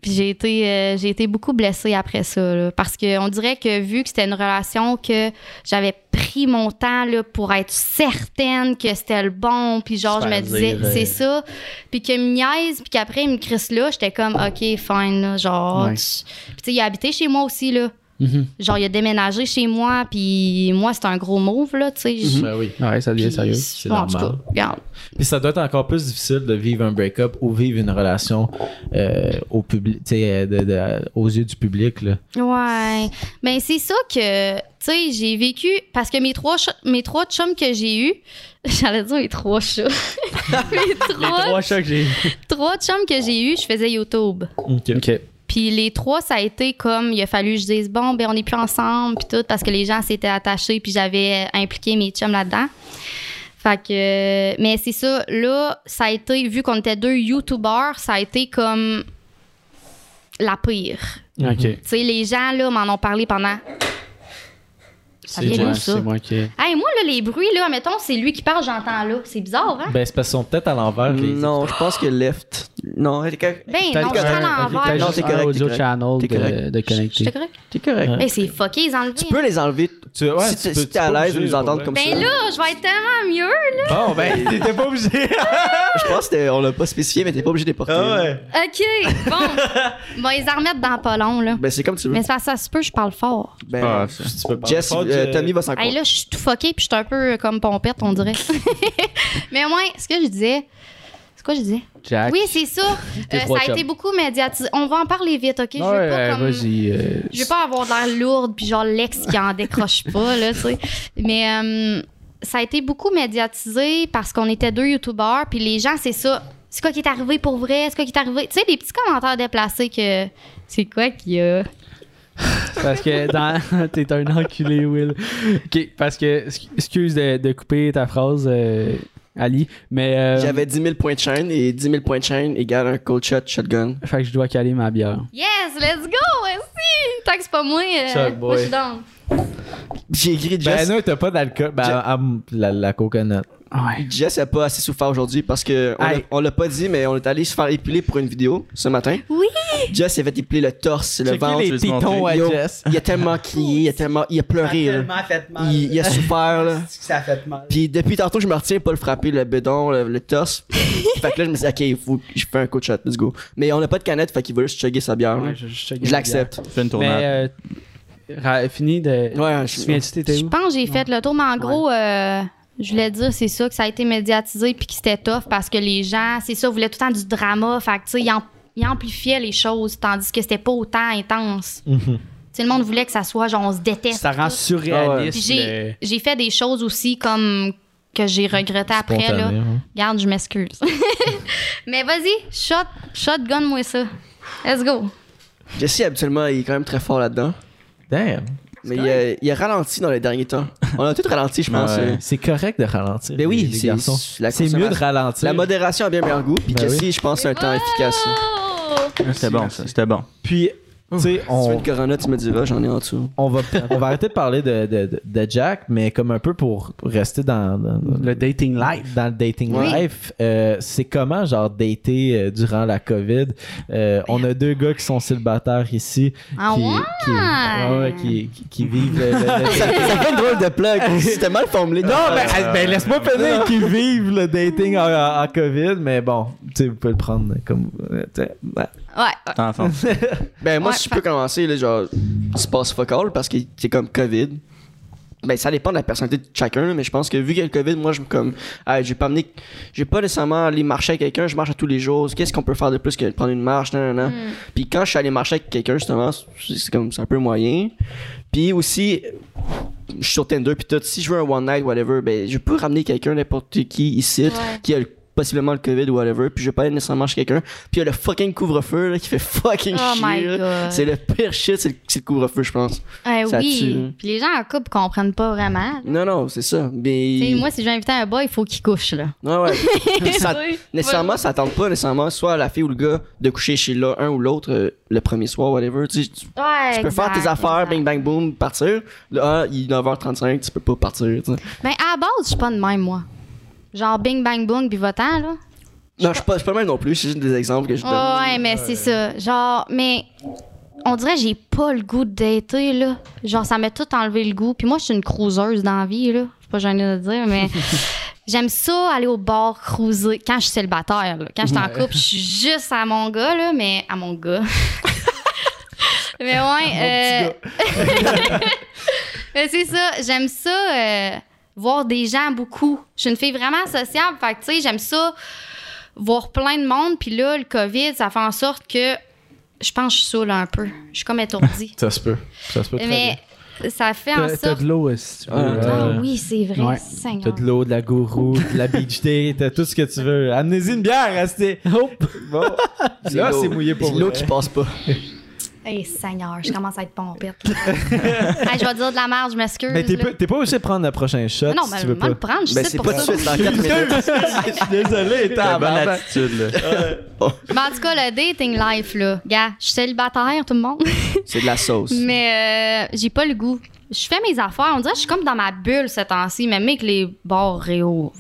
S1: Puis j'ai été, euh, j'ai été beaucoup blessée après ça. là, parce qu'on dirait que vu que c'était une relation que j'avais pris mon temps là, pour être certaine que c'était le bon, puis genre, je
S6: Se
S1: me
S6: faire
S1: disais,
S6: dire, euh,
S1: c'est ça. Puis qu'il me niaise, puis qu'après, il me crisse là, j'étais comme, OK, fine, là, genre.
S7: Ouais.
S1: tu- Puis tu sais, il a habité chez moi aussi, là.
S6: Mm-hmm.
S1: Genre, il a déménagé chez moi, puis moi, c'était un gros move, là, tu sais. je-
S6: Ben oui.
S7: Ouais, ça devient
S1: puis-
S7: sérieux.
S6: c'est
S1: Bon, en tout
S6: normal.
S1: cas, regarde.
S6: Puis ça doit être encore plus difficile de vivre un break-up ou vivre une relation euh, au public, tu sais, euh, de- de- aux yeux du public. Là.
S1: Ouais. Ben, c'est ça que, tu sais, j'ai vécu. Parce que mes trois, ch- mes trois chums que j'ai eus, j'allais dire mes trois chats. mes trois, trois...
S7: chocs que j'ai
S1: chums que j'ai eus, je faisais YouTube.
S7: OK.
S1: Puis les trois, ça a été comme, il a fallu que je dise, bon, ben, on n'est plus ensemble, puis tout, parce que les gens s'étaient attachés, puis j'avais impliqué mes chums là-dedans. Fait que, mais c'est ça, là, ça a été, vu qu'on était deux YouTubers, ça a été comme la pire.
S7: OK.
S1: Tu sais, les gens, là, m'en ont parlé pendant. Ça
S7: C'est
S1: vient
S7: moi,
S1: d'où, ça?
S7: c'est moi qui.
S1: Hey, moi, là, les bruits, là, mettons, c'est lui qui parle, j'entends, là. C'est bizarre, hein?
S6: Ben, c'est parce qu'ils sont peut-être à l'envers. les-
S2: Non, je pense que left. Non, elle est correcte.
S1: Ben, non, je
S2: correct.
S1: parle à
S7: T'as
S1: l'envers.
S2: Non,
S7: juste
S2: t'es correct,
S7: un audio
S2: t'es correct.
S7: channel
S2: T'es
S7: de,
S2: correct.
S7: de
S1: J'étais
S7: connecter.
S1: correct?
S2: T'es
S7: Ah,
S2: correct.
S1: Ben, c'est fucké, ils enlèvent.
S2: Tu peux les enlever.
S6: Tu, ouais,
S2: si
S6: tu
S2: t'es-
S6: peux-
S2: si
S6: tu
S2: t'es à
S6: peux
S2: l'aise de
S6: bouger,
S2: nous entendre comme ça.
S1: Ben là, je vais être tellement mieux, là.
S6: Bon, ben, t'étais pas obligé.
S2: Je pense qu'on l'a pas spécifié, mais t'es pas obligé de les porter.
S6: Ah ouais.
S1: OK, bon. Bon, ils en remettent dans pas long, là.
S2: Ben c'est comme tu veux.
S1: Mais c'est parce que ça se peut, je parle fort.
S2: Ben,
S5: Ah, ça.
S6: Tu peux pas-
S2: Jess,
S6: Faut que-
S2: euh, Tommy va s'en
S1: Hey, là, je suis tout fuckée, puis je suis un peu euh, comme pompette, on dirait. Mais au moins, ce que je disais... C'est quoi je disais?
S7: Jack.
S1: Oui, c'est ça.
S7: Tes
S1: Euh,
S7: trois
S1: ça a
S7: chums.
S1: été beaucoup médiatisé. On va en parler vite, OK? Je veux
S7: Ouais,
S1: pas
S7: ouais,
S1: comme...
S7: vas-y. euh,
S1: Je veux pas avoir de l'air lourde, puis genre l'ex qui en décroche pas, là, tu sais. Mais euh, ça a été beaucoup médiatisé parce qu'on était deux youtubeurs, puis les gens, c'est ça. C'est quoi qui est arrivé pour vrai? C'est quoi qui est arrivé? Tu sais, des petits commentaires déplacés que. C'est quoi qu'il y a?
S7: Parce que dans. T'es un enculé, Will. Ok, parce que. Excuse de, de couper ta phrase, euh, Ali, mais. euh,
S2: J'avais 10 000 points de chaîne et 10 000 points de chaîne égale un cold shot shotgun.
S7: Fait que je dois caler ma bière.
S1: Yes, let's go! Merci! Tant que c'est pas moi, euh,
S6: Chuck
S1: moi je
S6: boy.
S1: suis down.
S2: J'ai écrit
S6: Ben,
S2: Jess.
S6: non, t'as pas d'alcool. Ben,
S2: Je-
S6: ah, la, la coconut.
S7: Ouais.
S2: Jess a pas assez souffert aujourd'hui parce que on l'a-
S7: Aïe.
S2: on l'a pas dit, mais on est allé se faire épiler pour une vidéo ce matin.
S1: Oui!
S2: Jess s'est fait épiler le torse, le ventre.
S5: les tétons
S2: à Jess. Il a tellement crié, il a tellement, il a pleuré. là.
S4: fait
S2: Il, il a souffert là.
S4: Ça a fait mal.
S2: Puis depuis tantôt, je me retiens pas le frapper, le bédon, le, le torse. fait que là, je me dis, ok, il faut que je fais un coach shot, let's go. Mais on n'a pas de canette, fait qu'il veut juste chugger sa bière. là.
S7: je je-
S2: je l'accepte.
S5: Fais une tournade.
S7: Mais. euh, ra- fini de.
S2: Ouais,
S7: Tu te
S2: je
S7: souviens-tu, t'étais
S1: Je
S7: où?
S1: pense que j'ai fait le tour, mais en gros, euh, je voulais dire, c'est ça, que ça a été médiatisé puis que c'était tough parce que les gens, c'est ça, voulaient tout le temps du drama. Fait que, tu sais, ils en- il amplifiait les choses, tandis que c'était pas autant intense. Tu sais, le monde voulait que ça soit genre on se déteste.
S4: Ça rend
S1: tout. Puis
S4: surréaliste.
S1: j'ai, j'ai fait des choses aussi comme que j'ai regretté après. Là.
S6: Spontané, hein.
S1: Garde, je m'excuse. Mais vas-y, shot, shotgun-moi ça. Let's go.
S2: Jesse, habituellement, il est quand même très fort là-dedans.
S6: Damn.
S2: Mais il a, il a ralenti dans les derniers temps. On a tout ralenti, je pense. euh.
S6: Ah, C'est correct de ralentir.
S2: Ben oui,
S6: les- les
S2: c'est-
S6: garçons.
S2: c'est la
S6: c'est mieux de
S2: consommation.
S6: ralentir.
S2: La modération a bien meilleur goût. Puis
S6: Ben
S2: Jesse, je pense, c'est un temps efficace.
S1: Oh!
S2: euh,
S5: C'était bon, ça. C'était bon.
S6: Puis, tu
S2: Si tu
S6: sais,
S2: veux
S6: on,
S2: une Corona, tu me diras, j'en ai en dessous.
S6: on va, on va arrêter de parler de, de- de- de Jack, mais comme un peu pour rester dans, dans-
S4: Le dating life.
S6: dans le dating
S1: Oui.
S6: life, euh, c'est comment, genre, dater euh, durant la COVID? Euh, on a deux gars qui sont célibataires ici.
S1: Ah
S6: qui,
S1: ouais?
S6: Qui, ah ouais, ouais, qui, qui- qui vivent le, le- le-
S2: Ça fait une drôle de plug. C'était mal formulé. Non, ben, mais
S7: Ah, ben,
S6: laisse-moi finir qu'ils vivent le dating en, en- en COVID, mais bon, tu sais, vous pouvez le prendre comme. euh, tu sais, ouais.
S1: Ouais, ouais.
S5: T'en fond.
S2: Ben, moi,
S1: Ouais,
S2: si je
S1: fait-
S2: peux commencer, là, genre, tu passes fuck all parce que c'est comme COVID. Ben, ça dépend de la personnalité de chacun, là, mais je pense que vu qu'il y a le COVID, moi, je me comme, ah, j'ai pas amené, j'ai pas nécessairement aller marcher avec quelqu'un, je marche à tous les jours. Qu'est-ce qu'on peut faire de plus que de prendre une marche, nan, nan, nan. Puis quand je suis allé marcher avec quelqu'un, justement, c'est c'est comme, c'est un peu moyen. Puis aussi, je suis sur Tinder, puis tout, si je veux un one night, whatever, ben, je peux ramener quelqu'un, n'importe qui, ici, qui a le- possiblement le COVID ou whatever, puis je vais pas aller nécessairement chez quelqu'un, puis il y a le fucking couvre-feu, là, qui fait fucking
S1: Oh
S2: chier,
S1: my
S2: là.
S1: God.
S2: C'est le pire shit, c'est le, c'est le couvre-feu, je pense.
S1: Eh
S2: ça
S1: oui.
S2: tue.
S1: Puis les gens en couple comprennent pas vraiment.
S2: Non, non, c'est ça.
S1: Tu
S2: Mais.
S1: sais, moi, si je veux inviter un boy, il faut qu'il couche, là.
S2: Ouais, ouais. Puis ça-
S1: Oui.
S2: nécessairement, ça tente pas, nécessairement, soit la fille ou le gars, de coucher chez l'un un ou l'autre euh, le premier soir, whatever. Tu, sais, tu- tu
S1: Ouais,
S2: peux faire tes
S1: exact,
S2: affaires,
S1: exact.
S2: bing, bang, boom, partir. Là, ah, il est 9h35, tu peux pas partir, tu sais.
S1: Ben, à la ah, base, je suis pas de même, moi. Genre, bing, bang, boom, puis votant, là.
S2: Non, je suis pas, je suis pas même non plus, c'est juste des exemples que je donne.
S1: ouais, mais c'est ça. Genre, mais on dirait que j'ai pas le goût de dater, là. Genre, ça m'a tout enlevé le goût. Puis moi, je suis une cruiseuse dans la vie, là. Je suis pas gênée de le dire, mais j'aime ça aller au bar, cruiser. Quand je suis célibataire, là. Quand je suis en couple, je suis juste à mon gars, là, mais à mon gars. mais ouais. euh, mais c'est ça, j'aime ça euh, voir des gens beaucoup. Je suis une fille vraiment sociable, fait que tu sais, j'aime ça voir plein de monde. Puis là, le COVID, ça fait en sorte que je pense que je suis saoule un peu. Je suis comme étourdie.
S6: Ça se peut. Ça se peut très bien.
S1: Mais ça fait en
S4: T'as t'as
S1: sorte.
S4: de l'eau, euh, si tu veux.
S6: Ah,
S1: Ah
S6: Euh,
S1: oui, c'est vrai,
S4: ouais.
S6: T'as
S1: Seigneur.
S6: de l'eau, de la gourou, de la beach day, t'as tout ce que tu veux. Amenez-y une bière, restez. Bon. Là,
S2: l'eau.
S6: c'est mouillé pour
S2: C'est l'eau
S6: vous.
S2: qui passe pas.
S1: Hey, Seigneur, je commence à être pompette. là. Hey, je vais dire de la merde, je m'excuse.
S6: Mais t'es
S1: là.
S6: pas, t'es pas obligé de prendre le prochain shot
S1: Mmh, Non,
S6: si
S1: mais
S6: tu veux
S1: moi,
S6: pas.
S1: le prendre, je
S2: Ben,
S1: sais
S2: c'est
S1: pour
S2: pas tout
S1: ça.
S2: de suite, dans 4 minutes.
S6: Désolé,
S5: T'as
S6: t'as
S5: bonne attitude, là.
S2: hein.
S1: Mais en tout cas, le dating life, là. Gars, je suis célibataire, tout le monde.
S2: C'est de la sauce.
S1: Mais euh, j'ai pas le goût. Je fais mes affaires. On dirait que je suis comme dans ma bulle ce temps-ci, même avec les bars réouvrent.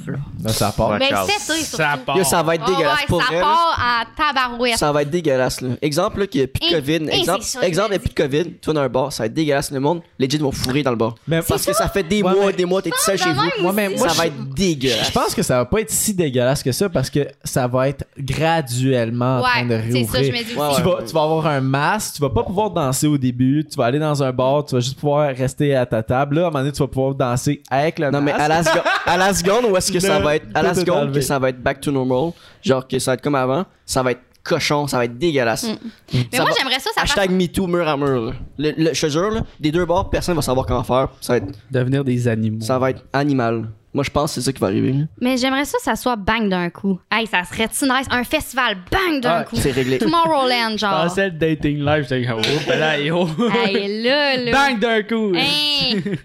S1: là.
S6: Ça part.
S5: Ouais,
S1: Mais
S5: Charles.
S1: cet été, surtout.
S2: Yo, ça va être
S1: Ah ouais,
S2: dégueulasse pour
S1: ça
S2: elle.
S1: part en tabarouette.
S2: Ça va être dégueulasse, là. Exemple, là, qu'il n'y a plus de
S1: Et-
S2: COVID.
S1: et
S2: exemple,
S1: Eh, c'est ça,
S2: exemple,
S1: je
S2: il n'y a plus de COVID. Tu vas dans un bar, ça va être dégueulasse. Le monde, les jeans vont fourrer dans le bar.
S6: Mais
S2: Parce que ça fait des
S6: Ouais,
S2: mois
S6: mais-
S2: et des mois, t'es tout seul chez
S1: de même
S2: vous.
S1: Ouais, mais
S2: ça
S1: aussi. moi,
S2: va
S1: je-
S2: être
S6: Je
S2: dégueulasse.
S6: pense que ça va pas être si dégueulasse que ça parce que ça va être graduellement en train de
S1: Ouais, c'est
S6: réouvrir.
S1: ça, je me dis
S2: Ouais,
S1: aussi.
S6: tu, vas, tu vas avoir un masque, tu vas pas pouvoir danser au début, tu vas aller dans un bar, tu vas juste pouvoir rester à ta table. Là, à un moment donné, tu vas pouvoir danser avec le
S2: Non, mais
S6: masque.
S2: à la, seconde- à la seconde, où est-ce que ça
S6: Le-
S2: va être. À la
S6: tout est
S2: seconde,
S6: enlevé.
S2: que ça va être back to normal, genre que ça va être comme avant, ça va être cochon, ça va être dégueulasse.
S1: Mm. Mais
S2: Ça
S1: moi,
S2: va-
S1: j'aimerais ça, ça fasse-
S2: Hashtag MeToo mur à mur. là. Le- le- je te jure, là, des deux bords, personne va savoir comment faire. Ça va être,
S4: Devenir des animaux.
S2: ça va être animal. Moi, je pense que c'est ça qui va arriver. là.
S1: Mais j'aimerais ça, ça soit bang d'un coup. Hey, ça serait nice. Un festival bang d'un coup.
S2: C'est réglé.
S1: Tomorrowland,
S4: Ah.
S5: Ah,
S1: genre.
S7: Pensais le dating life, j'étais comme, oh, ben là, yo.
S1: hey, là, là.
S7: Bang d'un coup.
S1: Hey.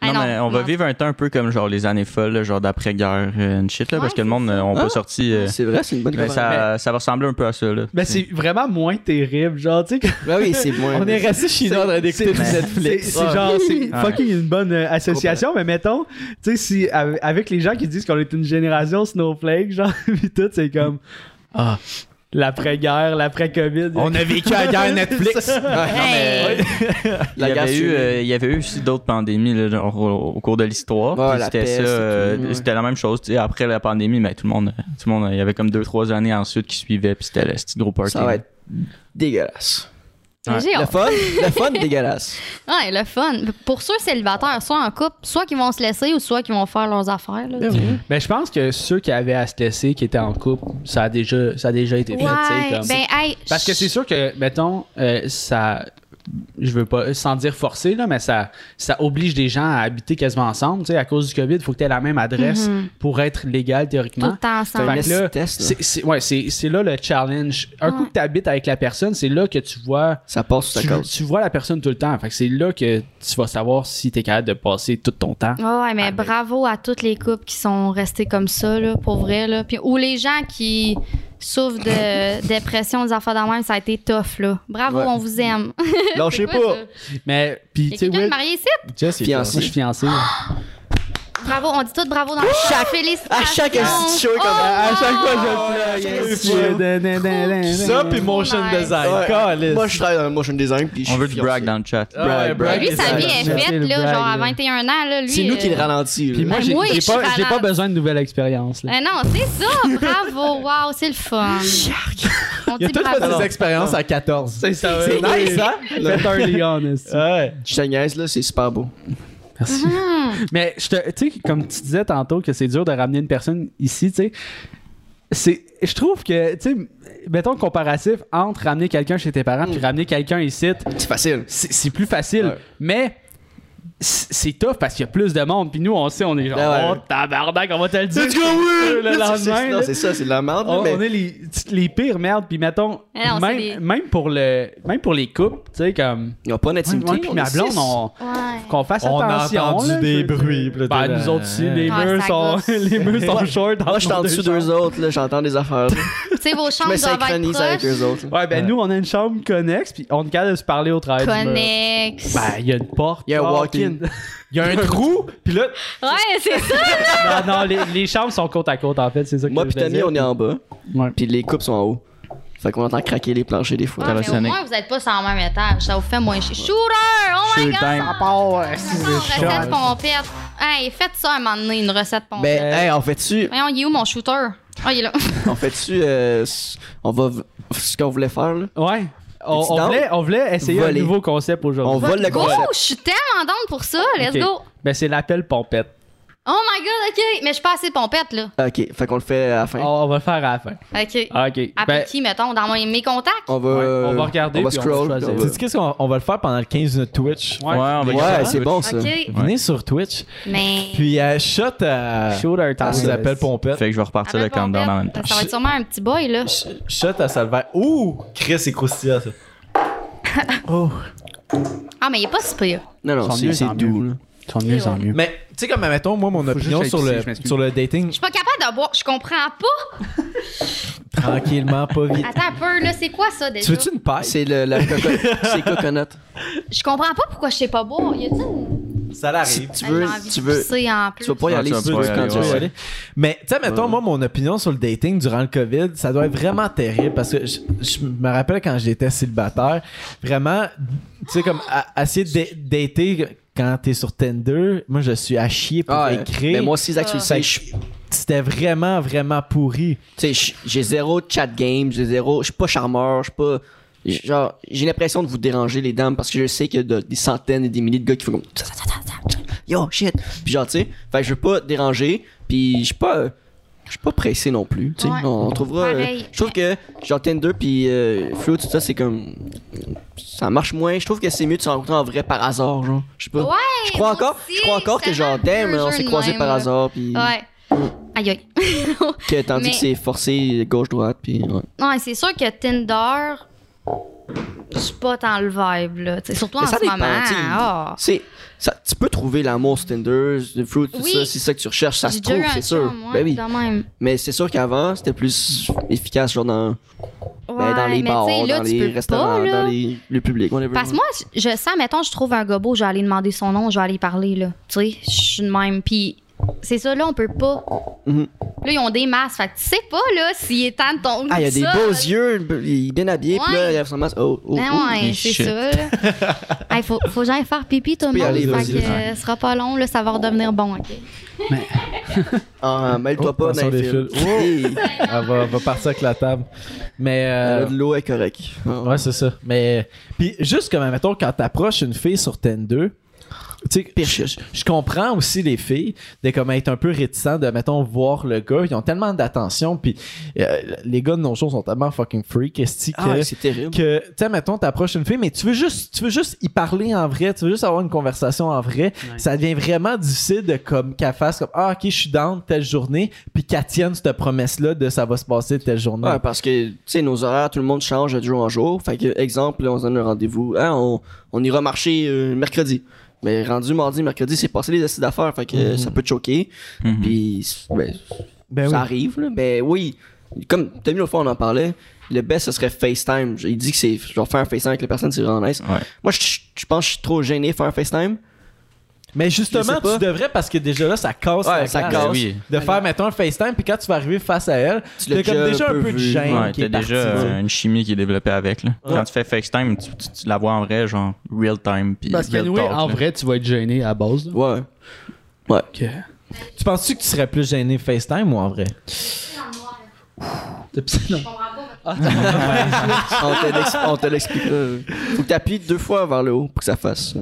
S1: Hey,
S5: Non, mais on va
S1: Ah, non.
S5: vivre un temps un peu comme genre les années folles, là, genre d'après-guerre, euh, une shit, là,
S1: Ouais,
S5: parce que le monde, euh, on
S2: Ah.
S5: pas sorti. euh,
S2: C'est vrai, c'est une bonne
S5: mais
S2: chose.
S5: ça, ça va ressembler un peu à ça, là.
S7: Mais c'est vraiment moins terrible, genre, tu sais, quand-
S2: oui, c'est moins.
S6: On est resté chez nous en train d'écouter du Netflix.
S7: C'est c'est genre, c'est fucking une bonne euh, association, mais mettons, tu sais, si av- avec les gens qui disent qu'on est une génération snowflake, genre, pis tout, c'est comme, ah, l'après-guerre, l'après-Covid.
S6: On a vécu à guerre Netflix.
S1: Hey.
S5: Il y,
S2: La
S5: avait
S2: guerre
S5: eu,
S2: sur-
S5: euh, il y avait eu aussi d'autres pandémies là, genre, au, au cours de l'histoire.
S2: Ouais,
S5: Puis
S2: la
S5: c'était
S2: peste
S5: ça,
S2: et tout,
S5: euh,
S2: ouais.
S5: c'était la même chose. tu sais, Après la pandémie, mais tout le monde, euh, tout le monde, euh, il y avait comme deux trois années ensuite qui suivaient. Puis c'était le petit gros party.
S2: Ça va être dégueulasse.
S5: hein.
S1: Mais j'ai
S2: Le
S1: hâte.
S2: fun, le fun dégueulasse.
S1: Ouais, le fun. Pour ceux célibataires, soit en couple, soit qu'ils vont se laisser ou soit qu'ils vont faire leurs affaires. là.
S2: Ben
S4: Mais je pense que ceux qui avaient à se laisser, qui étaient en couple, ça a déjà, ça a déjà été fait. tu sais,
S1: Ouais,
S4: comme-
S1: ben, hey,
S4: Parce que c'est sûr que, mettons, euh, ça. Je veux pas, sans dire forcer, là, mais ça, ça oblige des gens à habiter quasiment ensemble. Tu sais, à cause du COVID, il faut que tu aies la même adresse pour être légal
S1: Mhm. tout
S4: théoriquement.
S1: le temps
S2: C'est un
S1: ensemble.
S4: Fait que là,
S2: acid test, là.
S4: C'est c'est- ouais, c'est- c'est là le challenge. Un coup
S1: Ouais.
S4: que tu habites avec la personne, c'est là que tu vois.
S2: Ça passe sous ta
S4: Tu,
S2: cause.
S4: tu vois la personne tout le temps. Fait que c'est là que tu vas savoir si tu es capable de passer tout ton temps.
S1: Ouais, ouais, mais
S4: Avec.
S1: bravo à toutes les couples qui sont restés comme ça, là, pour vrai. Là. Puis, ou les gens qui souffrent de dépression, des affaires d'en même, ça a été tough. Là. Bravo,
S2: Ouais.
S1: on vous aime.
S2: Lâchez
S1: C'est quoi,
S2: pas.
S1: ça?
S4: Mais, puis,
S1: Y a
S4: tu sais,
S1: quelqu'un de
S4: Will,
S1: marié Ah! ici?
S6: Jess, il est
S4: moi, je suis
S2: Fiancé.
S4: fiancé.
S1: Bravo, on dit tout bravo dans le chat. Félicitations. Oh
S2: À chaque show comme ah, à chaque fois je
S6: Ça, puis motion
S1: nice.
S6: design.
S2: Ouais.
S6: Calisse.
S2: Moi je travaille dans le motion design puis je
S5: On
S2: suis
S5: veut du
S2: fiancé.
S5: brag dans le chat.
S6: Ah ouais,
S2: Brag,
S6: brag
S2: brag.
S1: Lui, sa vie
S6: design.
S1: est faite, là, genre à 21 ans. Là, lui,
S2: C'est nous qui le
S1: euh,
S2: ralentit.
S4: Puis
S2: là.
S4: moi,
S1: Ben,
S4: j'ai
S1: moi,
S4: j'ai
S1: je suis
S4: pas, j'ai
S1: malade.
S4: pas besoin de nouvelle expérience. là.
S1: Ah non, c'est ça! Bravo! Wow, c'est le fun! On
S6: Il a
S1: dit
S6: toutes fait
S1: bravo.
S6: des expériences à 14.
S2: C'est ça. C'est nice hein. Là,
S4: Faites early on, esti.
S6: Ouais.
S2: Je te niaise là, c'est super beau.
S4: Merci.
S1: Hmm,
S4: Mais je te- tu sais, comme tu disais tantôt que c'est dur de ramener une personne ici, tu sais, c'est, je trouve que, tu sais, mettons le comparatif entre ramener quelqu'un chez tes parents puis ramener quelqu'un ici,
S2: C'est facile.
S4: c'est, c'est plus facile,
S2: Mm. Ouais.
S4: mais c'est c'est tough parce qu'il y a plus de monde. Puis nous, on sait, on est genre,
S2: Ben ouais.
S4: oh tabarnak, on va te le dire. Le
S2: Là, c'est-
S4: lendemain,
S2: Non,
S4: là.
S2: c'est ça, c'est de la merde là,
S4: On,
S2: Ah, mais
S4: Oh, on est les, les pires merdes. Puis mettons,
S1: Mais Eh non, c'est
S4: même,
S1: des-
S4: même, pour le, même pour les couples, tu sais, comme.
S2: ils ont pas d'intimité.
S4: Moi, puis
S2: on
S4: ma
S2: est
S4: blonde,
S2: six.
S4: on,
S1: Ouais.
S4: qu'on fasse
S6: On a
S4: attention.
S6: entendu
S4: là,
S6: des
S4: je veux dire.
S6: bruits, puis là,
S4: Ben,
S6: t'es
S4: nous
S6: là,
S4: autres aussi,
S6: hein.
S4: les
S1: Ouais,
S4: murs
S1: ça
S4: sont,
S1: gosse.
S4: les murs sont shorts.
S2: Moi, Ah, je suis en dessous d'eux autres, là, j'entends des affaires. là.
S1: Tu sais, vos
S2: Je
S1: chambres
S2: me
S1: doivent être
S2: synchronise avec eux
S1: proches.
S2: autres. là.
S4: Ouais, ben nous, on a une chambre connexe, puis on est capable de se parler au travail. du mur.
S1: Connex.
S4: Ben, il y a une porte.
S2: Il y a un
S4: genre,
S2: walk-in.
S4: puis-
S6: Il y a un trou, puis là,
S1: Ouais, c'est ça!
S4: non, non, les, les chambres sont côte à côte, en fait, c'est ça que
S2: Moi
S4: je
S2: pis
S4: veux
S2: Tommy,
S4: dire.
S2: on est en bas.
S4: Ouais.
S2: Puis les coupes sont en haut. Fait qu'on entend craquer les planchers des fois.
S1: Ouais, Ah, mais au
S5: Sonic.
S1: moins, vous n'êtes pas sur le même étage. Ça vous fait moins chier. Shooter! Oh my god!
S5: Shooter.
S1: Ça recette pompette. Hey, faites ça un moment donné, une recette pompette.
S2: Ben, hey, en fait-tu,
S1: Voyons, il est où mon shooter? Ah, il est là.
S2: en fait-tu, euh, s- on va v- ce qu'on voulait faire là.
S4: Ouais. On,
S2: Petit
S4: on
S2: donc,
S4: voulait, on voulait essayer
S2: voler.
S4: un nouveau concept
S2: On
S4: aujourd'hui.
S2: vole le
S1: Go!
S2: concept.
S1: Je suis tellement down pour ça. Let's
S4: Ok.
S1: go!
S4: Ben, c'est l'appel pompette.
S1: Oh my god, ok! Mais je suis pas assez pompette, là.
S2: Ah, Ok, fait qu'on le fait à la fin.
S4: On, on va le faire à la fin.
S1: Ok.
S4: OK.
S1: Après
S4: Ben,
S1: qui, mettons, dans mon- mes contacts?
S2: On va,
S4: ouais, on
S2: euh,
S4: va regarder,
S2: On va
S4: puis on va
S2: scroll.
S4: choisir.
S2: puis on
S6: tu sais qu'est-ce qu'on on va le faire pendant le 15 minutes Twitch.
S5: Ouais, on va
S2: va-
S5: garder
S2: Ouais,
S5: ça.
S2: c'est bon ça.
S1: Ok.
S6: Venez sur Twitch,
S1: Mais.
S6: puis euh, shot à...
S4: shooter time.
S6: On vous appelle Pompette.
S5: Fait que je vais
S1: Ah,
S5: repartir
S1: ben,
S5: le countdown
S1: pompette,
S5: en même temps.
S1: Ça va être sûrement un petit boy, là.
S6: Shot à Salvaire. Ouh! Chris, c'est croustillant, ça.
S1: Ah, mais il est pas si pire.
S2: Non, non,
S4: Tant
S2: c'est
S4: mieux,
S2: c'est
S4: tant
S2: doux. là.
S4: Ils sont de mieux en mieux.
S6: Mais, tu sais, comme, mettons, moi, mon opinion
S4: juste
S6: sur
S4: aller
S6: le,
S4: pisser, je m'excuse.
S6: sur le dating,
S1: Je suis pas capable de boire. Je comprends pas.
S6: tranquillement, pas vite.
S1: Attends un peu, là. Ah, C'est quoi ça, déjà?
S6: Tu veux-tu une paille?
S2: C'est le, la coco- c'est coconut.
S1: Je comprends pas pourquoi je sais pas boire. Y a-tu une.
S6: Ça
S2: Si
S6: l'arrive.
S2: tu
S1: Ah,
S2: veux,
S1: J'ai envie
S2: tu
S1: de
S2: veux,
S1: pisser en plus.
S2: tu vas pas y
S5: Non,
S2: aller
S5: Ah, tu
S2: si tu
S5: vas pas
S2: veux
S5: y
S2: quand
S5: aller,
S2: tu
S5: ouais.
S2: veux y aller.
S6: aller. Mais, tu sais, mettons,
S2: Ouais.
S6: moi, mon opinion sur le dating durant le COVID, ça doit être vraiment terrible parce que je, je me rappelle quand j'étais célibataire, vraiment, tu sais, comme à- essayer de da- dater quand t'es sur Tinder, moi, je suis à chier pour
S2: Ah,
S6: écrire.
S2: mais moi aussi, Zach, tu le
S1: Ah.
S2: sais, je- tu
S6: C'était vraiment, vraiment pourri.
S2: sais, je- j'ai zéro chat game, j'ai zéro, je suis pas charmeur, je suis pas. Genre, j'ai l'impression de vous déranger les dames parce que je sais qu'il y a de- des centaines et des milliers de gars qui font comme. Yo, shit! Puis genre, tu sais, fait que je veux pas déranger, puis je suis pas. Je suis pas pressé non plus, tu sais.
S1: Ouais.
S2: On, on trouvera. euh,
S1: Pareil.
S2: je trouve que, genre, Tinder puis euh, Flow, tout ça, c'est comme. Ça marche moins. Je trouve que c'est mieux de se rencontrer en vrai par hasard, genre. Je sais pas.
S1: Ouais,
S2: je crois
S1: moi
S2: encore,
S1: aussi,
S2: je crois encore que,
S1: c'est
S2: genre,
S1: tellement un
S2: damn,
S1: jeu
S2: on
S1: de
S2: s'est croisés
S1: même,
S2: par
S1: là.
S2: hasard, puis.
S1: Ouais. Aïe, aïe.
S2: Que, tandis
S1: Mais-
S2: que c'est forcé gauche-droite, puis. Ouais.
S1: Non, c'est sûr que Tinder. Je suis pas dans le vibe, là. T'sais, surtout en
S2: Mais ça
S1: ce
S2: dépend,
S1: moment.
S2: tu sais.
S1: Ah.
S2: C'est, ça, tu peux trouver l'amour sur Tinder, le fruit, tout
S1: Oui.
S2: ça, c'est ça que tu recherches, ça se
S1: J'ai déjà eu
S2: trouve,
S1: un
S2: c'est sûr.
S1: chum, ouais,
S2: ben oui.
S1: de même.
S2: Mais c'est sûr qu'avant, c'était plus efficace, genre dans, ben, dans
S1: Ouais,
S2: les
S1: mais
S2: bars,
S1: tu sais, là,
S2: dans
S1: tu
S2: les
S1: peux
S2: restaurants,
S1: pas, là.
S2: dans les, le public. whatever.
S1: Parce que moi, je, je sens, mettons, je trouve un gobo, je vais aller demander son nom, je vais aller y parler, là. Tu sais, je suis de même. Puis C'est ça, là, on peut pas.
S2: Mhm.
S1: Là, ils ont des masques. Fait que tu sais pas, là, s'il est temps de ton
S2: Ah, il a des
S1: ça,
S2: beaux
S1: là.
S2: yeux, il est bien habillé, puis là, il a son masque. Oh, oh,
S1: Ah
S2: oh.
S1: ouais,
S5: oh,
S1: c'est
S5: shit.
S1: ça. là. Hey, faut, faut que j'aille faire pipi, tout le
S2: peux y
S1: monde.
S2: aller,
S1: Fait
S2: vas-y.
S1: que euh, ce sera pas long, là, ça va redevenir bon, OK?
S2: Ah, mêle-toi
S6: Oh,
S2: pas dans
S6: attention,
S2: les
S6: des
S2: fils.
S6: fils.
S2: Hey,
S6: Elle Ah, va, va partir avec la table. Mais.
S2: là,
S6: euh,
S2: de l'eau est correcte.
S6: Ouais, c'est ça. Mais. Puis juste comme, mettons, quand t'approches une fille sur Tinder, tu sais, je, je- je comprends aussi les filles de comme être un peu réticents de, mettons, voir le gars. Ils ont tellement d'attention. Puis euh, les gars de nos jours sont tellement fucking freak. Est-ce
S2: Ah,
S6: que.
S2: c'est terrible.
S6: que tu sais mettons t'approches une fille mais tu veux juste tu veux juste y parler en vrai tu veux juste avoir une conversation en vrai ça devient vraiment difficile de comme qu'elle fasse comme ah ok je suis down telle journée puis qu'elle tienne cette promesse là de ça va se passer telle journée
S2: Ouais, parce que, tu sais, nos horaires, tout le monde change de jour en jour. Fait que, exemple, là, on se donne un rendez-vous. Hein, on, on ira marcher euh, mercredi. Mais rendu mardi, mercredi, c'est passé les assises d'affaires. Fait que euh, ça peut te choquer.
S5: Mhm.
S2: Puis, c- ben,
S6: Ben
S2: ça
S6: oui.
S2: arrive, là. Ben oui, comme t'as mis l'autre fois, on en parlait. Le best, ce serait FaceTime. Il dit que c'est genre faire un FaceTime avec la personne, c'est vraiment nice.
S5: Ouais.
S2: Moi, je je pense que je suis trop gêné de faire un FaceTime.
S6: mais
S2: je
S6: justement
S2: sais pas.
S6: tu devrais parce que déjà là ça casse
S2: Ouais,
S6: la
S2: ça
S6: glace.
S2: casse.
S5: Ben oui.
S6: de faire mettons un FaceTime puis quand tu vas arriver face à elle
S2: Tu
S6: t'as
S2: l'as
S6: comme déjà un peu de
S2: vu.
S6: gêne
S5: Ouais,
S6: qui
S5: t'as
S6: est partie,
S5: déjà
S6: tu sais.
S5: euh, une chimie qui est développée avec. Là. Quand tu fais FaceTime, tu, tu- tu la vois en vrai, genre real time. Puis
S7: Parce
S5: real
S7: qu'anyway,
S5: talk,
S7: en
S5: là.
S7: vrai, tu vas être gêné à la base. là.
S2: Ouais.
S6: tu penses-tu que tu serais plus gêné FaceTime ou en vrai
S7: T'as pissé dans-
S2: on te l'ex- on te l'explique. là. Faut que t'appuies deux fois vers le haut pour que ça fasse. euh,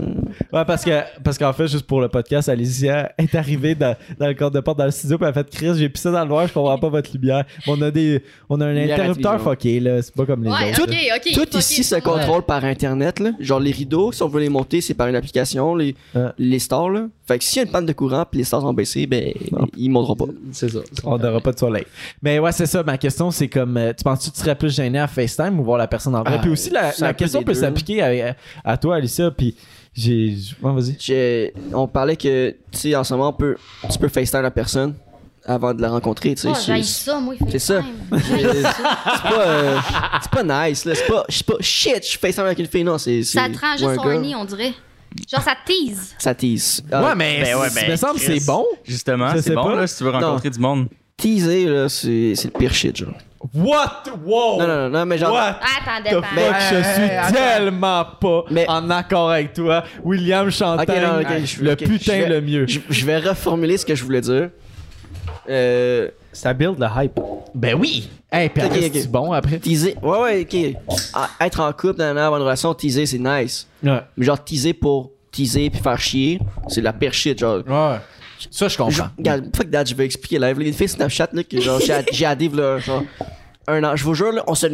S6: Ouais, parce que parce qu'en fait, juste pour le podcast, Alicia est arrivée dans, dans le corps de porte dans le studio, puis elle a fait Chris, j'ai pissé dans le noir, je comprends pas votre lumière. On a des on a un
S2: Lumière
S6: interrupteur
S2: intelligente.
S6: fucké là, c'est pas comme les
S1: Ouais,
S6: autres.
S1: OK, OK.
S2: Tout
S1: OK,
S2: ici se
S1: ouais.
S2: contrôle par Internet. Là. Genre les rideaux, si on veut les monter, c'est par une application, les,
S6: Ouais.
S2: les stars. Là. Fait que s'il y a une panne de courant puis les stars sont baissées, ben
S6: Ah.
S2: ils monteront pas.
S7: C'est ça.
S6: On n'aura pas de soleil. Mais ouais, c'est ça. Ma question, c'est comme, euh, tu penses-tu que tu serais plus gêné à FaceTime ou voir la personne en vrai?
S2: Ah,
S6: puis aussi, la,
S2: c'est un
S6: la
S2: peu
S6: question
S2: des
S6: peut
S2: deux.
S6: s'appliquer à, à toi, Alicia. Puis j'ai. j- ouais, vas-y.
S2: J'ai- On parlait que, tu sais, en ce moment, on peut, tu peux FaceTime la personne avant de la rencontrer. tu sais,
S1: Oh,
S2: c'est
S1: j'haïs ça, moi,
S2: c'est ça.
S1: FaceTime.
S2: c'est- c'est pas, euh, c'est pas nice. là. C'est pas, c'est pas shit, je FaceTime avec une fille. Non, c'est.
S1: Ça
S2: c'est-
S1: te rend
S2: ou un
S1: juste sur
S2: gars.
S1: un nid, on dirait. Genre, ça tease.
S2: Ça tease.
S6: ouais,
S2: Ah,
S6: mais.
S5: ben ouais,
S6: c-
S5: ben,
S6: il me semble que c'est
S5: Chris.
S6: bon.
S5: Justement,
S6: Je sais
S5: c'est bon
S6: pas.
S5: là, si tu veux rencontrer du monde.
S2: Teaser, là, c'est c'est le pire shit, genre.
S6: What? Wow!
S2: Non, non, non, non, mais genre.
S6: What?
S1: Ah, Attends,
S6: The
S1: dépend.
S6: fuck, je suis tellement pas
S2: Mais-
S6: en accord avec toi. William Chantal,
S2: Ok, non, ok, je-
S6: le
S2: ok,
S6: putain
S2: je vais-
S6: le mieux.
S2: Je, je vais reformuler ce que je voulais dire. Euh,
S7: Ça build le hype.
S6: Ben oui! Hey, puis
S2: Ok,
S6: après,
S2: ok.
S6: c'est bon après?
S2: teaser. Ouais, ouais, ok. Ah, être en couple, dans avoir une relation, teaser, c'est nice.
S6: Ouais.
S2: Mais genre, teaser pour teaser puis faire chier, c'est de la pire shit, genre.
S6: Ouais. Ça, je
S2: Je-
S6: comprends.
S2: Regarde, fuck that, je vais expliquer live. Les filles Snapchat, là, que genre, j'ai j'ai adhéré, là, genre, un an. Je vous jure, là, on se.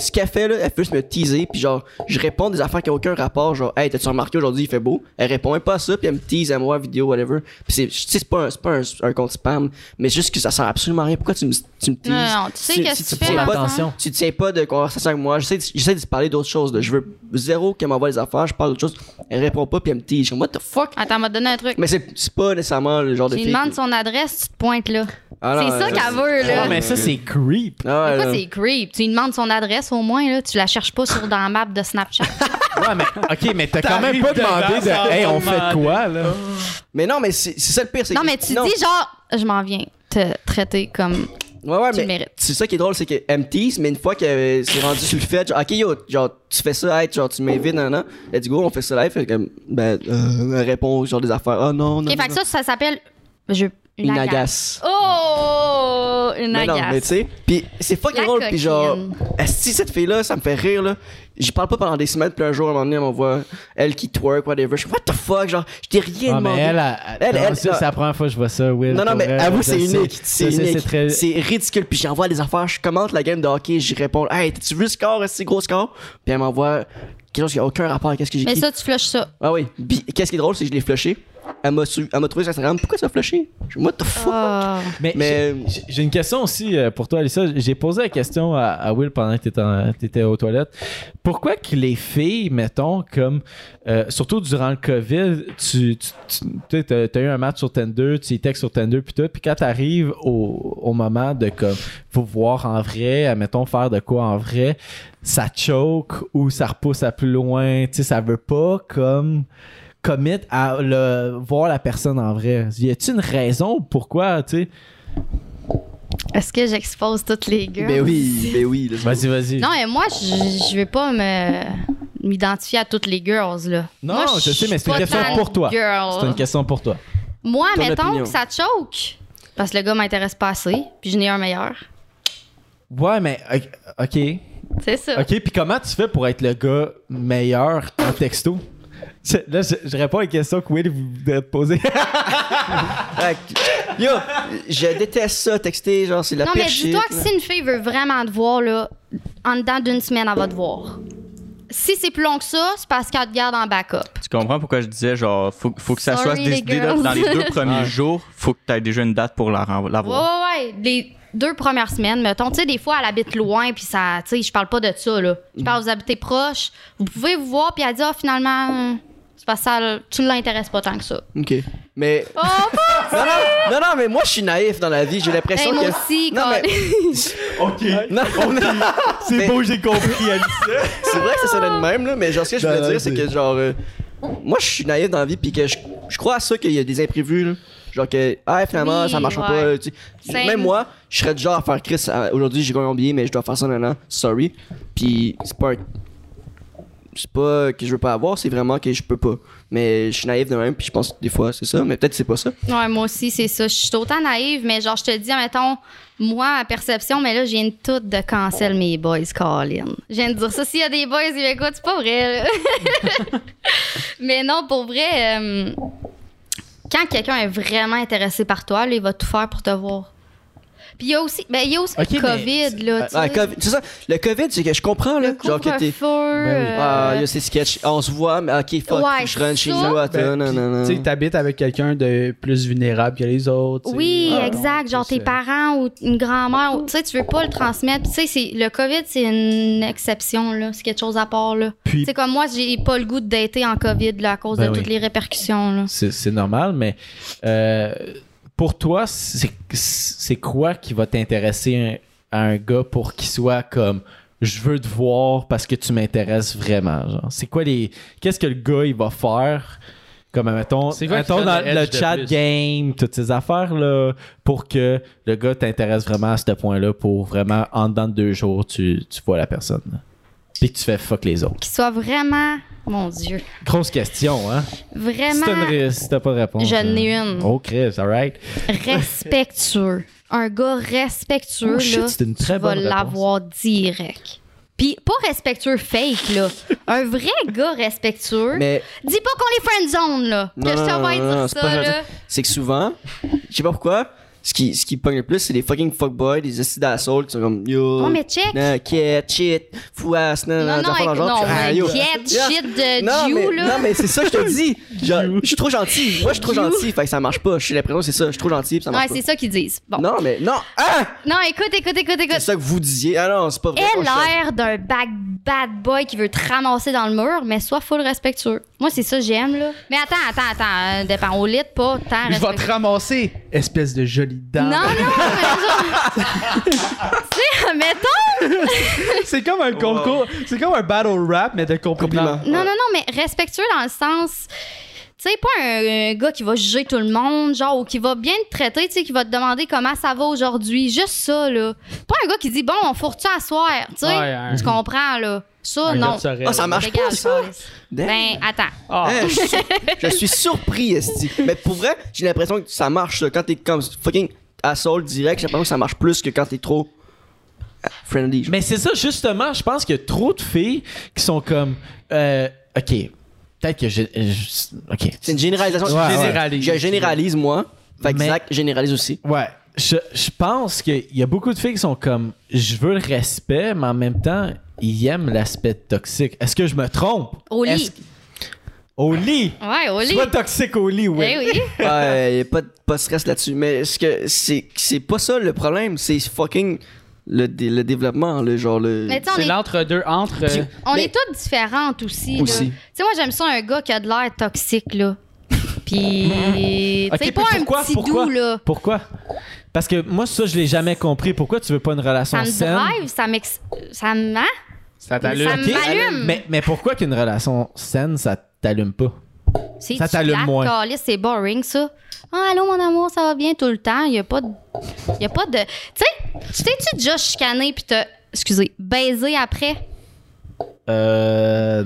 S2: Ce qu'elle fait, là, elle fait juste me teaser, puis genre, je réponds des affaires qui n'ont aucun rapport, genre, hey, t'as-tu remarqué aujourd'hui, il fait beau? Elle répond même pas à ça, puis elle me tease à moi, vidéo, whatever. Puis c'est, tu sais, c'est pas, un, c'est pas un, un compte spam, mais juste que ça sert absolument à rien. Pourquoi tu me, tu me teases?
S1: Non, non, tu sais
S2: Si-
S1: qu'est-ce
S2: si
S1: que
S2: tu
S1: tu fais,
S2: tiens pas-
S1: Vincent?
S2: Tu tiens pas de conversation avec moi, j'essaie de- j'essaie de se parler d'autres choses, là. Je veux zéro qu'elle m'envoie des affaires, je parle d'autres choses. Elle répond pas, puis elle me tease. Je suis comme, What the fuck?
S1: Fuck. Attends, m'a donné un truc.
S2: Mais c'est, c'est pas nécessairement le genre de
S1: Tu lui
S2: fille.
S1: demandes
S2: que-
S1: son adresse, tu te pointes là.
S2: Ah non,
S1: c'est ça
S2: euh,
S1: qu'elle veut, là.
S6: Ouais, mais ça, c'est creep.
S2: Ah ouais,
S1: Pourquoi
S2: là.
S1: c'est creep? Tu lui demandes son adresse au moins, là. Tu la cherches pas sur dans la map de Snapchat.
S6: Ouais, mais OK, mais t'as quand même pas demandé de Hey, on fait quoi, là?
S2: Mais non, mais c'est c'est ça le pire. c'est
S1: non,
S2: que-
S1: mais tu dis genre, je m'en viens te traiter comme.
S2: Ouais, ouais,
S1: tu le
S2: mais
S1: mérites.
S2: c'est ça qui est drôle, c'est que elle me tease, mais une fois qu'elle s'est rendue sur le fait, genre, ok, yo, genre, tu fais ça, hey, genre, tu m'invites, nan, nan. Elle dit, go, on fait ça live. Fait que, ben, euh, elle répond, genre, des affaires. Oh non, non.
S1: Ok,
S2: non,
S1: fait que
S2: non.
S1: ça, ça s'appelle. Je...
S2: Une agace.
S1: Oh! Une
S2: Mais non,
S1: agace.
S2: mais tu sais, pis c'est fucking
S1: La
S2: drôle, pis genre,
S1: coquine.
S2: si cette fille-là, ça me fait rire, là. J'y parle pas pendant des semaines, puis un jour, à un moment donné, elle m'envoie elle qui twerk, whatever. Je suis, what the fuck, genre, je t'ai rien
S6: Ah, mais
S2: demandé.
S6: elle, elle,
S2: Elle,
S6: non,
S2: elle,
S6: ça, c'est
S2: ah.
S6: la première fois que je vois ça, Will.
S2: Non, non,
S6: pour
S2: mais
S6: vrai,
S2: avoue,
S6: je
S2: c'est
S6: sais.
S2: unique. C'est
S6: Je sais,
S2: unique.
S6: C'est très...
S2: C'est ridicule. Puis j'envoie des affaires. Je commente la game de hockey. J'y réponds Hey, t'as-tu vu le score, ce gros score Puis elle m'envoie quelque chose qui a aucun rapport à ce que j'ai
S1: Mais
S2: écrit.
S1: ça, tu flushes ça.
S2: Ah oui. Puis qu'est-ce qui est drôle, c'est que je l'ai flushé. Elle m'a su- elle m'a trouvé sur Instagram. Pourquoi tu as flushé Je me What the fuck
S1: Oh.
S6: Mais,
S2: Mais-
S6: j'ai- j'ai- j'ai une question aussi euh, pour toi, Alissa. J'ai posé la question à, à Will pendant que t'étais en- t'étais aux toilettes. Pourquoi que les filles, mettons, comme euh, surtout durant le COVID, tu, tu, tu- tu sais, t'as as eu un match sur Tinder, tu y textes sur Tinder puis tout, puis quand t'arrives au, au moment de comme faut voir en vrai, admettons faire de quoi en vrai, ça choke ou ça repousse à plus loin, tu sais, ça veut pas comme commit à le, voir la personne en vrai? Y a-t-il une raison pourquoi, tu sais?
S1: Est-ce que j'expose toutes les girls?
S2: Ben oui, ben oui. let's go.
S6: Vas-y, vas-y.
S1: Non, et moi, je je vais pas me m'identifier à toutes les girls, là.
S6: Non,
S1: Moi,
S6: je sais,
S1: suis
S6: mais c'est une
S1: pas
S6: question
S1: tant
S6: pour toi.
S1: girl.
S6: C'est une question pour toi.
S1: Moi,
S2: Ton
S1: mettons
S2: opinion.
S1: que ça choke. Parce que le gars m'intéresse pas assez, puis je n'ai un meilleur.
S6: Ouais, mais ok. Ok,
S1: C'est ça.
S6: Ok, puis comment tu fais pour être le gars meilleur en texto? Je- Là, je, je réponds à une question que Will voudrait te poser.
S2: Fait que- Yo, je déteste ça, texter, genre, c'est la
S1: non, mais
S2: pire shit.
S1: dis-toi que si une fille veut vraiment te voir, là, en dedans d'une semaine, elle va te voir. Si c'est plus long que ça, c'est parce qu'elle te garde en backup.
S5: Tu comprends pourquoi je disais, genre, faut, faut que ça
S1: Sorry,
S5: soit
S1: les
S5: décidé là,
S1: girls.
S5: dans les deux premiers jours, faut que tu aies déjà une date pour la, ren- la
S1: Ouais,
S5: voir.
S1: ouais, ouais. Les deux premières semaines, mettons. Tu sais, des fois, elle habite loin, puis ça. Tu sais, je parle pas de ça, là.
S2: Mhm.
S1: Je parle, vous habitez proche. Vous pouvez vous voir, puis elle dit, ah, finalement, hum, c'est parce que ça, tu l'intéresses pas tant que ça.
S2: Ok. Mais.
S1: Oh,
S2: Non, non, non, non, mais moi, je suis naïf dans la vie. J'ai l'impression
S1: hey, moi
S2: que.
S1: aussi,
S2: Non,
S1: quand-
S2: mais-
S6: ok.
S2: Non,
S6: C'est
S2: beau,
S6: j'ai compris,
S2: c'est vrai que ça sonnait de même, là, mais genre, ce que je
S6: Non,
S7: Ben,
S2: voulais
S6: non,
S2: dire, c'est que, genre, euh, moi, je suis naïf dans la vie, puis que je, je crois à ça qu'il y a des imprévus, là. Genre que, ah, finalement,
S1: Oui,
S2: ça marchera
S1: ouais.
S2: pas. euh, tu sais.
S1: Same.
S2: Même moi, je serais du genre à faire Chris, euh, aujourd'hui, j'ai gagné mon billet, mais je dois faire ça maintenant. Sorry. Puis, c'est pas un- C'est pas que je veux pas avoir, c'est vraiment que je peux pas. Mais je suis naïf de même, puis je pense que des fois c'est ça, mais peut-être c'est pas ça.
S1: Ouais, moi aussi, c'est ça. Je suis autant naïve, mais genre, je te dis, mettons, moi, ma perception, mais là, je viens de tout de cancel mes boys, Colin. Je viens de dire ça. S'il y a des boys, ils m'écoutent, c'est pas vrai. là. mais non, pour vrai, euh, quand quelqu'un est vraiment intéressé par toi, là, il va tout faire pour te voir. Puis il y a aussi, ben, il y a aussi
S6: Ok, mais
S1: le COVID, là. tu
S2: Ah,
S1: sais.
S2: COVID, c'est ça, le COVID, c'est que je comprends, là.
S1: Le
S2: genre que t'es.
S1: couvre-feu. euh,
S2: Ah, il y a ces sketchs. On se voit, mais ok, fuck,
S1: Ouais,
S2: je rentre chez
S1: ça.
S2: nous,
S7: Ben,
S2: attends, non,
S7: puis,
S2: non, non.
S7: Tu sais, t'habites avec quelqu'un de plus vulnérable que les autres. tu sais.
S1: Oui,
S7: Ah,
S1: exact. Genre
S7: c'est
S1: tes
S7: ça.
S1: parents ou une grand-mère, ou- tu sais, tu veux pas le transmettre. Tu sais, c'est- le COVID, c'est une exception, là. C'est quelque chose à part, là.
S6: Puis-
S1: Tu sais, comme moi, j'ai pas le goût de dater en COVID, là, à cause
S6: Ben
S1: de
S6: oui.
S1: toutes les répercussions, là.
S6: C'est c'est normal, mais euh, pour toi, c'est- c'est quoi qui va t'intéresser un- à un gars pour qu'il soit comme je veux te voir parce que tu m'intéresses vraiment? genre? C'est quoi les. Qu'est-ce que le gars il va faire? Comme, mettons,
S7: C'est quoi qui donne
S6: dans
S7: le
S6: le
S7: edge de
S6: chat
S7: plus?
S6: game, toutes ces affaires-là, pour que le gars t'intéresse vraiment à ce point-là, pour vraiment, en dedans de deux jours, tu, tu vois la personne. là. Puis que tu fais fuck les autres.
S1: Qu'il soit vraiment, mon Dieu,
S6: Grosse question, hein? Si t'as une
S1: vraiment
S6: ré- si t'as pas de réponse.
S1: Je
S6: hein.
S1: n'ai une.
S6: Oh, Chris, alright.
S1: respectueux. Un gars respectueux,
S6: Oh shit,
S1: là,
S6: c'est une très
S1: tu vas
S6: bonne réponse.
S1: l'avoir direct. Puis pas respectueux fake, là. Un vrai gars respectueux.
S2: Mais
S1: Dis pas qu'on les friendzone, là.
S2: Non,
S1: que je
S2: non,
S1: t'envoie
S2: non,
S1: dire
S2: non, c'est
S1: ça,
S2: pas
S1: là.
S2: friendzone. c'est que souvent, je sais pas pourquoi, ce qui, ce qui pogne le plus, c'est les fucking fuckboys, les acides d'assaut qui sont comme yo.
S1: Oh, mais check.
S2: nan, Cat, shit, fouasse, nan,
S1: Non,
S2: nan,
S1: non,
S2: des affaires dans le
S1: écoute,
S2: genre,
S1: non,
S2: tu- ah,
S1: mais
S2: yo.
S1: get
S2: Yeah.
S1: shit de
S2: Non,
S1: Jew,
S2: mais,
S1: là.
S2: non, mais c'est ça que je te dis. Je, je suis trop gentil. Moi, je suis trop
S1: Jew.
S2: gentil. Fait que ça marche pas. J'ai l'impression que c'est ça. Je suis trop gentil. Puis ça
S1: ouais,
S2: marche
S1: c'est
S2: pas.
S1: ça qu'ils disent. Bon. Non,
S2: Non, mais non. Hein?
S1: écoute, écoute, écoute,
S2: C'est
S1: écoute.
S2: ça que vous disiez. Ah non, c'est pas vrai.
S1: Aie
S2: Oh, je-
S1: l'air d'un bad, bad boy qui veut te ramasser dans le mur, mais sois full respectueux. Moi, c'est ça que j'aime, là. Mais attends, attends, attends. hein, dépend. Au lit, pas tant
S7: Je vais te
S1: respectueux.
S7: ramasser, espèce de jolie
S1: Non,
S7: dame.
S1: non, mais Tu sais, mettons.
S7: C'est comme un concours, c'est comme un battle rap, mais de compliments.
S2: Compliment.
S1: Non, non, non, mais respectueux dans le sens. Tu sais, pas un, un gars qui va juger tout le monde, genre, ou qui va bien te traiter, tu sais, qui va te demander comment ça va aujourd'hui. Juste ça, là. Pas un gars qui dit, bon, on fourre-tu à soir, tu sais.
S7: Ouais, un-
S1: Tu comprends, là. Ça,
S7: Un gars
S1: Oh, non.
S7: de Sorel.
S2: Ah, ça marche pas,
S1: Dégage,
S2: ça.
S1: Carlis.
S2: Damn.
S1: Ben, attends.
S7: Ah.
S2: Hein, je, suis, je suis surpris, Esti. Mais pour vrai, j'ai l'impression que ça marche. ça. Quand t'es comme fucking assault direct, j'ai l'impression que ça marche plus que quand t'es trop ah, friendly. genre.
S6: Mais c'est ça, justement, je pense qu'il y a trop de filles qui sont comme, euh, OK, peut-être que j'ai... je- OK.
S2: C'est une généralisation.
S6: Ouais, ouais.
S2: Généralise. Je généralise, moi. Fait que
S6: Mais-
S2: Zach généralise aussi.
S6: Ouais, je, je pense qu'il y a beaucoup de filles qui sont comme, je veux le respect, mais en même temps, ils aiment l'aspect toxique. Est-ce que je me trompe?
S1: Au lit.
S6: Est-ce- Au lit?
S1: Ouais, au
S6: C'est
S1: lit.
S6: pas toxique au lit, oui.
S1: Ben oui.
S2: Ouais, y a pas, de- pas de stress là-dessus. Mais ce que c'est c'est pas ça le problème. C'est fucking le, dé- le développement, le genre le.
S1: Mais tu sais, on
S7: C'est
S1: est,
S7: l'entre-deux entre. euh,
S1: on
S2: mais-
S1: est toutes différentes aussi,
S2: Aussi.
S1: là. Tu sais, moi, j'aime ça un gars qui a de l'air toxique, là. Puis,
S6: Ok,
S1: tu sais,
S6: puis
S1: pas un
S6: pourquoi,
S1: petit
S6: pourquoi,
S1: doux, là.
S6: Pourquoi? Parce que moi, ça, je l'ai jamais compris. Pourquoi tu veux pas une relation
S1: Ça me
S6: saine?
S1: drive, ça m'ex... Ça me... hein?
S7: Ça
S1: Ça
S7: t'allume.
S6: Ok.
S1: m'allume.
S6: Mais, mais pourquoi qu'une relation saine, ça t'allume pas?
S1: C'est
S6: Ça t'allume
S1: plate,
S6: moins.
S1: câlisse, c'est boring, ça. Ah, allô, mon amour, ça va bien tout le temps. Il n'y a pas de. Il a pas de. Tu sais, tu t'es-tu déjà chicané puis t'as. Excusez, baisé après?
S6: Euh,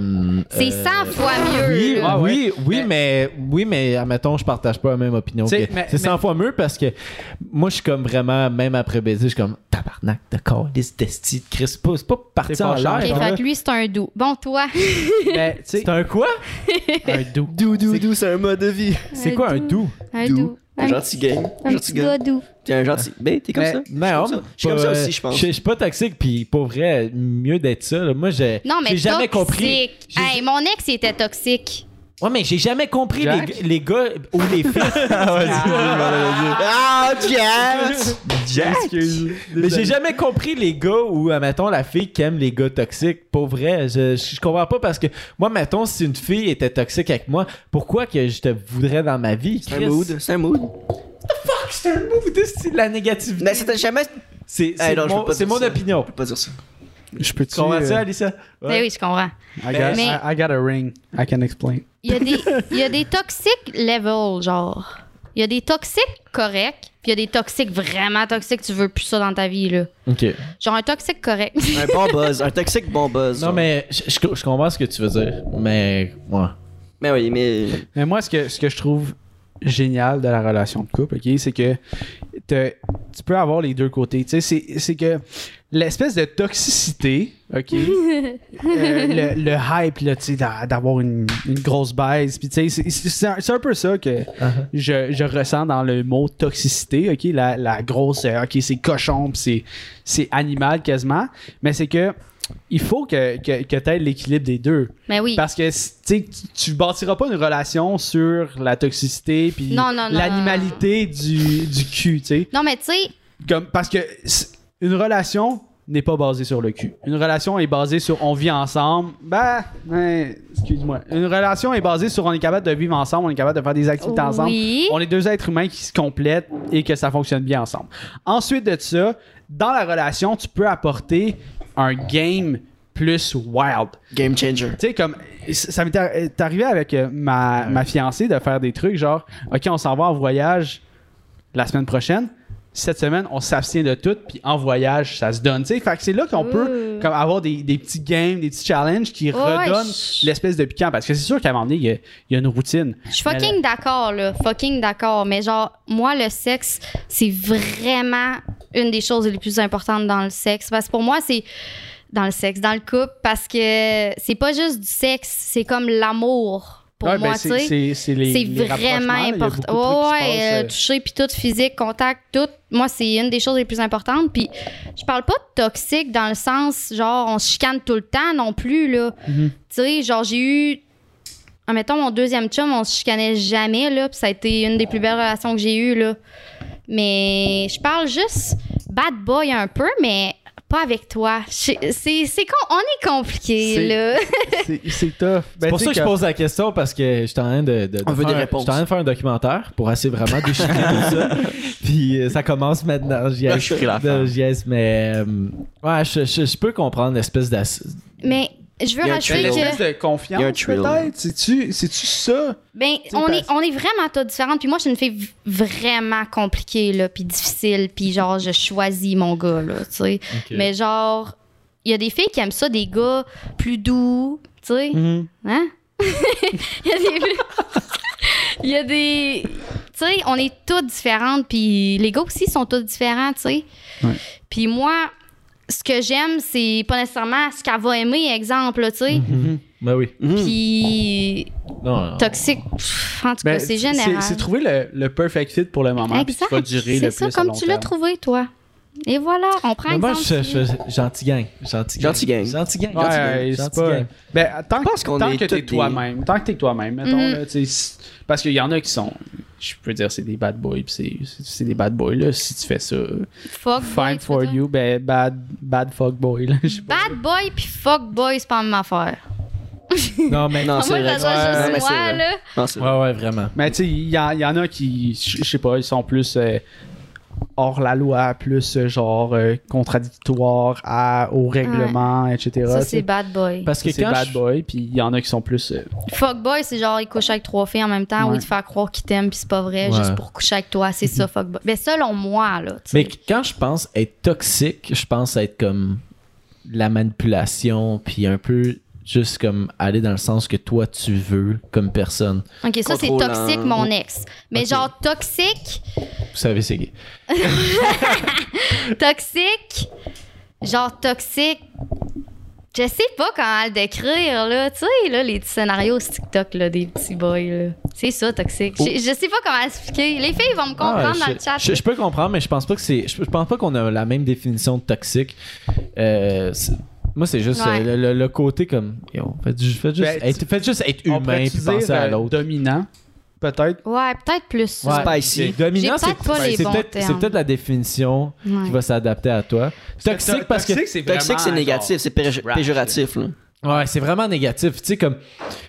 S1: C'est 100 fois mieux.
S6: Oui,
S4: Ah
S1: là.
S6: oui, oui, mais oui, mais admettons, je partage pas la même opinion.
S4: T'sais,
S6: que-
S4: mais-
S6: C'est 100 fois mieux parce que moi, je suis comme vraiment, même après baiser, je suis comme tabarnak de corps, des destis de Chris. C'est pas- c'est pas parti
S4: pas
S6: en
S4: cher,
S6: l'air.
S1: Ok,
S6: genre.
S1: fait que lui, c'est un doux. Bon, toi.
S4: Ben, tu sais,
S6: C'est un quoi?
S4: un doux.
S2: Doudou, doudou, c'est un mode de vie.
S6: C'est quoi un doux?
S1: Un doux.
S2: Un
S1: Un,
S2: gentil
S1: un
S2: gang. Un
S1: petit
S2: gentil
S1: gars
S2: gars.
S1: doux.
S2: T'es un gentil. Ben, t'es comme
S4: Mais-
S2: ça. je suis
S6: Non,
S2: comme ça. Je suis comme ça
S6: pas-
S2: aussi, je pense.
S6: Je je suis pas toxique, puis pour vrai, mieux d'être ça. là. Moi, j'ai
S1: Non, mais
S6: j'ai jamais
S1: toxique.
S6: compris. J'ai-
S1: Hey, mon ex, il était toxique.
S6: Ouais, mais j'ai jamais compris les,
S4: Jack?
S6: gars- les gars ou les filles.
S2: Ah, Jack!
S6: Mais j'ai jamais compris les gars ou, euh, mettons, la fille qui aime les gars toxiques. Pour vrai, je, je, je comprends pas parce que moi, mettons, si une fille était toxique avec moi, pourquoi que je te voudrais dans ma vie?
S2: C'est un
S6: Chris?
S2: mood. C'est un mood.
S6: Fuck, c'est un mood, c'est de la négativité.
S2: Mais c'était jamais.
S6: C'est c'est
S2: Hey, non, je
S6: mon,
S2: peux pas
S6: c'est
S2: dire
S6: mon
S2: ça.
S6: opinion.
S2: Je peux pas dire ça.
S4: Je peux-tu...
S6: Comprends-tu,
S4: euh,
S6: Alissa? Ouais.
S1: Ben oui, je comprends.
S4: I, got,
S1: Mais-
S4: I- I got a ring. I can explain.
S1: Il y a des, il y a des toxiques levels, genre. Il y a des toxiques corrects, puis il y a des toxiques vraiment toxiques. Tu veux plus ça dans ta vie, là.
S6: Ok.
S1: Genre un toxique correct.
S2: Un bon buzz. Un toxique bon buzz.
S6: Non, mais je, je- je comprends ce que tu veux dire, mais ouais.
S2: Mais oui, mais.
S4: Mais moi, ce que, ce que je trouve génial de la relation de couple, ok, c'est que t'as- tu peux avoir les deux côtés. Tu sais, c'est- c'est que l'espèce de toxicité, ok, euh, le, le hype, là, tu sais, d'a- d'avoir une, une grosse baise, puis tu sais, c'est- c'est c'est un, c'est un peu ça que je, je ressens dans le mot toxicité, ok, la, la grosse, euh, ok, c'est cochon, puis c'est- c'est animal quasiment, mais c'est que il faut que, que, que tu aies l'équilibre des deux.
S1: Mais Ben oui.
S4: Parce que tu sais, tu- tu bâtiras pas une relation sur la toxicité puis
S1: Non, non, non,
S4: l'animalité du, du cul, tu sais.
S1: Non, mais tu sais,
S4: Comme parce que c'est- une relation n'est pas basée sur le cul. Une relation est basée sur on vit ensemble. Ben, hein, excuse-moi. Une relation est basée sur on est capable de vivre ensemble, on est capable de faire des activités ensemble.
S1: Oui.
S4: On est deux êtres humains qui se complètent et que ça fonctionne bien ensemble. Ensuite de ça, dans la relation, tu peux apporter un game plus wild.
S2: Game changer.
S4: Tu sais, comme, ça m'est arri- t'es arrivé avec euh, ma, ma fiancée de faire des trucs genre, OK, on s'en va en voyage la semaine prochaine. Cette semaine, on s'abstient de tout, puis en voyage, ça se donne. Tu sais, fait que c'est là qu'on peut
S1: Ouh.
S4: comme, avoir des, des petits games, des petits challenges qui
S1: Mmh. Ouais,
S4: redonnent
S1: je-
S4: l'espèce de piquant. Parce que c'est sûr qu'à un moment donné, il y a, il y a une routine.
S1: Je suis fucking d'accord, là. Fucking d'accord. Mais genre, moi, le sexe, c'est vraiment une des choses les plus importantes dans le sexe. Parce que pour moi, c'est. Dans le sexe, dans le couple, parce que c'est pas juste du sexe, c'est comme l'amour. Pour
S4: Ouais, ben,
S1: moi, tu
S4: c'est-
S1: sais.
S4: c'est- c'est les-
S1: C'est
S4: les
S1: vraiment
S4: rapprochements, là. Il y a beaucoup de
S1: important.
S4: trucs qui se
S1: Ouais, ouais,
S4: passent,
S1: euh,
S4: euh,
S1: toucher, puis tout, physique, contact, tout. Moi, c'est une des choses les plus importantes. Puis je parle pas de toxique dans le sens, genre, on se chicane tout le temps non plus, là.
S4: Mhm.
S1: Tu sais, genre, j'ai eu. ah, mettons, mon deuxième chum, on se chicanait jamais, là. Puis ça a été une des plus belles relations que j'ai eues, là. Mais je parle juste bad boy un peu, mais pas avec toi. Je- C'est c'est con- on est compliqué,
S4: C'est-
S1: là.
S4: c'est- C'est tough. Ben,
S6: C'est pour
S4: tu
S6: ça
S4: sais,
S6: que je
S4: comme-
S6: pose la question parce que je suis en train de, de- de
S2: On veut des
S6: faire-
S2: réponses.
S6: je suis en train de faire un documentaire pour essayer vraiment de déchirer tout ça. Puis euh, ça commence maintenant. J'y ai,
S2: Là, je suis
S5: la
S6: de- j'y ai- mais euh, ouais, je, je- je peux comprendre l'espèce d'ass-
S1: Mais Ah, je veux
S2: Il y a un
S1: rajouter
S2: trailer.
S1: que.
S4: L'espèce de
S2: Il y a un
S4: confiance,
S2: thrill.
S4: peut-être. C'est-tu c'est-tu ça?
S1: Ben,
S4: sais,
S1: on
S4: parce-
S1: est, on est vraiment toutes différentes. Puis moi, je suis une fille v- vraiment compliquée, là, puis difficile. Puis genre, je choisis mon gars, là, tu sais. Mais genre, il y a des filles qui aiment ça, des gars plus doux, tu sais. Hein? Il y a des... Il y a des... Tu sais, on est toutes différentes, puis les gars aussi sont tous différents, tu sais. Puis moi, ce que j'aime, c'est pas nécessairement ce qu'elle va aimer, exemple, là, tu sais.
S6: Ben oui.
S1: Puis
S6: Non, non.
S1: toxique. pff, en tout
S4: Ben,
S1: cas, c'est général.
S4: C'est trouver le, le perfect fit pour le moment. puis qui
S1: Exact.
S4: va durer le
S1: C'est
S4: plus
S1: ça,
S4: à
S1: comme
S4: long
S1: tu l'as
S4: terme.
S1: trouvé, toi. Et voilà, on prend
S6: Mais moi,
S1: exemple.
S6: je,
S1: sur-
S6: je- je- gentil gang. Gentil gang.
S2: Gentil gang.
S6: Gentil gang.
S4: Ouais,
S6: gentil
S4: ouais,
S6: gang,
S4: c'est
S6: gentil
S4: pas-
S6: gang.
S4: Ben, tant,
S2: pense qu'on
S4: tant
S2: est
S4: que t'es
S2: tous des-
S4: toi-même, tant que t'es toi-même, mettons,
S1: Mhm.
S4: là, tu sais, c'est- parce qu'il y en a qui sont, je peux dire, c'est des bad boys, puis c'est- c'est c'est des bad boys, là, si tu fais ça.
S1: Fuck boy,
S4: Fine
S1: tu
S4: for
S1: peux dire.
S4: you, ben, bad, bad fuck boy, là, je sais pas.
S1: Bad boy puis fuck boy, c'est pas la même affaire.
S6: Non, mais.
S2: Non,
S1: moi,
S2: c'est
S1: je
S2: vrai.
S1: vais dire
S2: Non, mais
S1: juste
S2: c'est
S1: moi,
S2: vrai.
S1: là.
S2: Non, c'est vrai.
S6: Ouais, ouais, vraiment.
S4: Mais tu sais, il y, en il y en a qui, je je sais pas, ils sont plus euh, hors la loi, plus euh, genre euh, contradictoire à, au règlement, etc.
S1: Ça,
S4: tu
S1: c'est
S4: sais.
S1: bad boy.
S4: Parce que
S6: Ça, c'est
S4: quand
S6: bad
S4: bad boy, puis il y en a qui sont plus. euh,
S1: Fuckboy, c'est genre, il couche avec trois filles en même temps ou
S4: Ouais.
S1: il te fait croire qu'il t'aime puis c'est pas vrai
S6: Ouais.
S1: juste pour coucher avec toi. C'est ça, fuckboy. Mais selon moi, là. tu sais.
S6: Mais quand je pense être toxique, je pense être comme la manipulation, puis un peu juste comme aller dans le sens que toi tu veux comme personne.
S1: Ok, ça, c'est
S2: Contrôlant.
S1: toxique, mon ex. Mais
S6: Ok.
S1: genre, toxique,
S6: Vous savez, c'est gay.
S1: toxique, genre, toxique. Je sais pas comment le décrire, là. Tu sais, là, les petits scénarios sur TikTok, là, des petits boys, là. C'est ça, toxique. Je, je sais pas comment expliquer. Les filles vont me
S6: Ah,
S1: comprendre dans
S6: je,
S1: le chat.
S6: je- je peux comprendre, mais je pense pas que c'est. Je, je pense pas qu'on a la même définition de toxique. Euh, c'est- moi, c'est juste
S1: Ouais.
S6: euh, le, le- le côté comme. Yo, faites, ju- faites juste,
S4: Ben,
S6: être, faites juste être humain puis penser à l'autre.
S4: dominant, euh, peut-être.
S1: Ouais, peut-être plus ça.
S6: Ouais.
S2: Spicy.
S6: Dominant,
S1: J'ai
S6: c'est
S1: peut-être pas les
S6: c'est
S1: bons
S6: peut-être
S1: termes.
S6: c'est peut-être la définition
S1: Ouais.
S6: qui va s'adapter à toi. Toxique parce que
S4: c'est
S2: Toxique, c'est négatif, c'est péj- péjoratif. Là.
S6: Ouais, c'est vraiment négatif. Tu sais, comme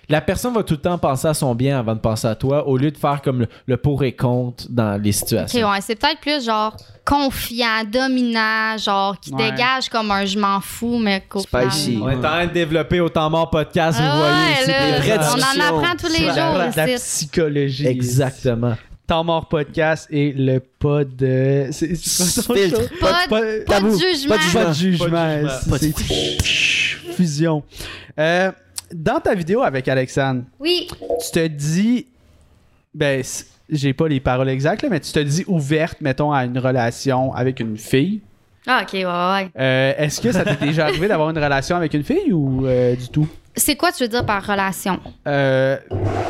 S6: la personne va tout le temps penser à son bien avant de penser à toi, au lieu de faire comme le, le pour et contre dans les
S1: Ok,
S6: situations.
S1: ouais, c'est peut-être plus genre confiant, dominant, genre qui
S4: Ouais.
S1: dégage comme un je m'en fous, mais qu'au final-
S2: Spicy.
S6: On est en train de développer au temps mort podcast, vous
S1: Ah
S6: voyez.
S1: ouais,
S6: ici.
S1: là,
S6: Des vraies
S1: on
S6: discussions.
S1: en apprend tous les jours.
S4: la
S1: ici.
S4: psychologie.
S6: Exactement.
S4: Temps mort podcast et le pas de. C'est c'est quoi ton
S2: Filtre.
S4: show?
S1: Pas,
S4: Pas-
S1: pas de
S2: tabou,
S1: jugement.
S2: pas de
S4: Pas de
S2: jugement.
S4: jugement.
S2: Pas de-
S4: c'est- Fusion. Euh, dans ta vidéo avec Alexandre,
S1: Oui,
S4: tu te dis. Ben, c- j'ai pas les paroles exactes, là, mais tu te dis ouverte, mettons, à une relation avec une fille.
S1: Ah, ok, ouais, ouais.
S4: Euh, Est-ce que ça t'est déjà arrivé d'avoir une relation avec une fille ou euh, du tout?
S1: C'est quoi tu veux dire par relation?
S4: Euh,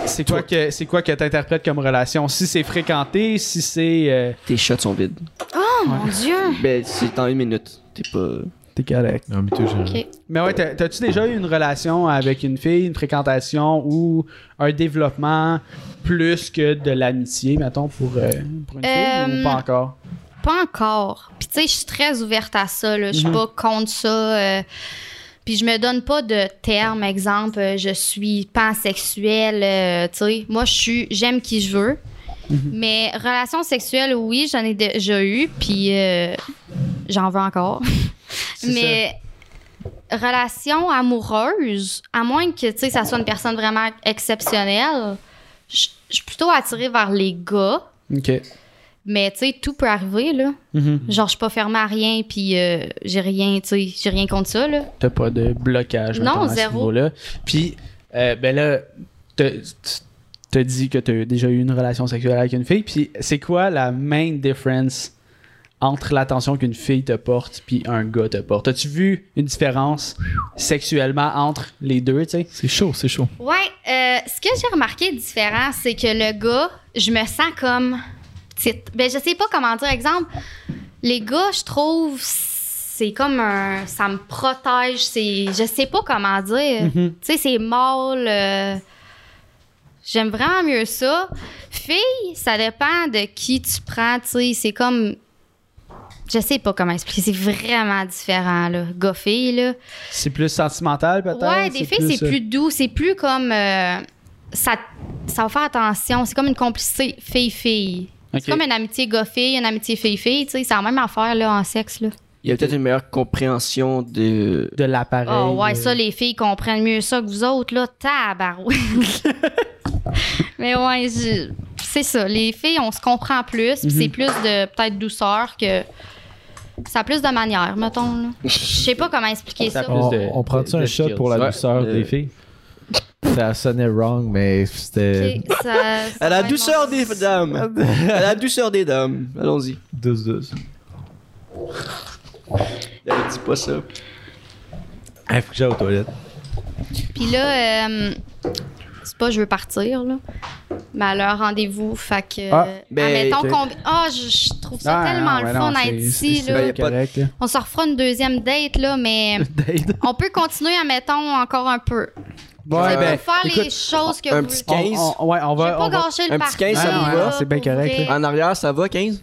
S4: c'est quoi que c'est quoi que t'interprètes comme relation? Si c'est fréquenté, si c'est. euh,
S2: Tes shots sont vides.
S1: Oh mon dieu!
S2: Ben, c'est en une minute. T'es pas.
S4: T'es correct.
S1: Ok.
S4: Mais ouais, t'as- t'as-tu déjà eu une relation avec une fille, une fréquentation ou un développement plus que de l'amitié, mettons, pour, euh, pour une fille
S1: Euh,
S4: ou pas encore?
S1: Pas encore. Puis tu sais, je suis très ouverte à ça. là. Je suis pas contre ça. euh, Puis je me donne pas de terme, exemple, euh, je suis pansexuelle, euh, tu sais. Moi, je suis, j'aime qui je veux. Mais relations sexuelles, oui, j'en ai déjà eu, puis euh, j'en veux encore. Mais relations amoureuses, à moins que, tu sais, ça soit une personne vraiment exceptionnelle, je je suis plutôt attirée vers les gars.
S4: Ok. Mm-hmm.
S1: Mais tu sais, tout peut arriver, là. Genre, je suis pas fermée à rien, puis euh, j'ai rien, tu sais, j'ai rien contre ça, là.
S4: T'as pas de blocage
S1: Non,
S4: mettons, à
S1: zéro.
S4: ce niveau-là. Puis, euh, ben là, t'as- t'as dit que t'as déjà eu une relation sexuelle avec une fille. Puis, c'est quoi la main difference entre l'attention qu'une fille te porte puis un gars te porte? As-tu vu une différence sexuellement entre les deux, tu sais?
S6: C'est chaud, c'est chaud.
S1: Ouais, euh, ce que j'ai remarqué de différent, c'est que le gars, je me sens comme petite. Ben, je sais pas comment dire. Exemple, les gars, je trouve, c'est comme un. Ça me protège. C'est, je sais pas comment dire. Tu sais, c'est mâle. euh, J'aime vraiment mieux ça. Fille, ça dépend de qui tu prends. Tu sais, c'est comme. Je sais pas comment expliquer. C'est vraiment différent, là. Gars-fille, là.
S4: C'est plus sentimental, peut-être?
S1: Ouais, des filles, c'est
S4: euh,
S1: plus doux. C'est plus comme. euh, ça, ça va faire attention. C'est comme une complicité fille-fille.
S4: Ok.
S1: C'est comme une amitié gars-fille, une amitié fille-fille. Tu sais, c'est la même affaire là, en sexe. Là.
S2: Il y a peut-être une meilleure compréhension de.
S4: De l'appareil.
S1: oh, ouais,
S4: euh,
S1: ça, les filles comprennent mieux ça que vous autres. là. Tabarouette. Mais ouais, je- c'est ça. Les filles, on se comprend plus. puis
S2: Mhm.
S1: C'est plus de peut-être douceur que. Ça a plus de manière, mettons. là. Je sais pas comment expliquer ça.
S4: Ça a plus
S6: On,
S4: de-
S6: on prend-tu
S4: de-
S6: un
S4: de
S6: shot
S4: skills.
S6: pour la
S2: Ouais.
S6: douceur
S2: Euh.
S6: des filles? Ça sonnait wrong, mais c'était.
S1: Ok, ça- ça
S2: À la
S1: va être
S2: douceur
S1: mon-
S2: des dames. À la douceur des dames. Allons-y.
S6: 12-12.
S2: Elle dit Euh, pas ça.
S6: Il faut que j'aille aux toilettes.
S1: Puis là, euh, c'est pas je veux partir, là. Mais à leur rendez-vous, fait que.
S4: Ah,
S1: euh,
S2: ben,
S1: admettons
S4: ok.
S1: qu'on- Ah, je, je trouve ça
S4: Ah,
S1: tellement
S4: non,
S1: le
S4: ben
S1: fun
S4: non,
S1: à
S4: c'est-
S1: être ici,
S4: c'est-
S1: là.
S2: Ben, y a
S4: C'est
S2: pas de-
S4: correct, là.
S1: On se refera une deuxième date, là, mais
S4: Date.
S1: on peut continuer, admettons, encore un peu.
S4: Ouais,
S1: C'est
S4: ben,
S1: pour faire les
S2: écoute,
S1: choses que
S2: un
S1: vous.
S2: petit
S1: Je vais
S2: quinze.
S4: on, on- ouais, on va.
S1: pas
S4: on va-
S1: gâcher le
S2: un petit
S1: parti,
S2: quinze, ça
S1: là,
S2: vous va?
S4: C'est bien
S1: pour
S4: correct,
S1: vrai.
S2: En arrière, ça va, 15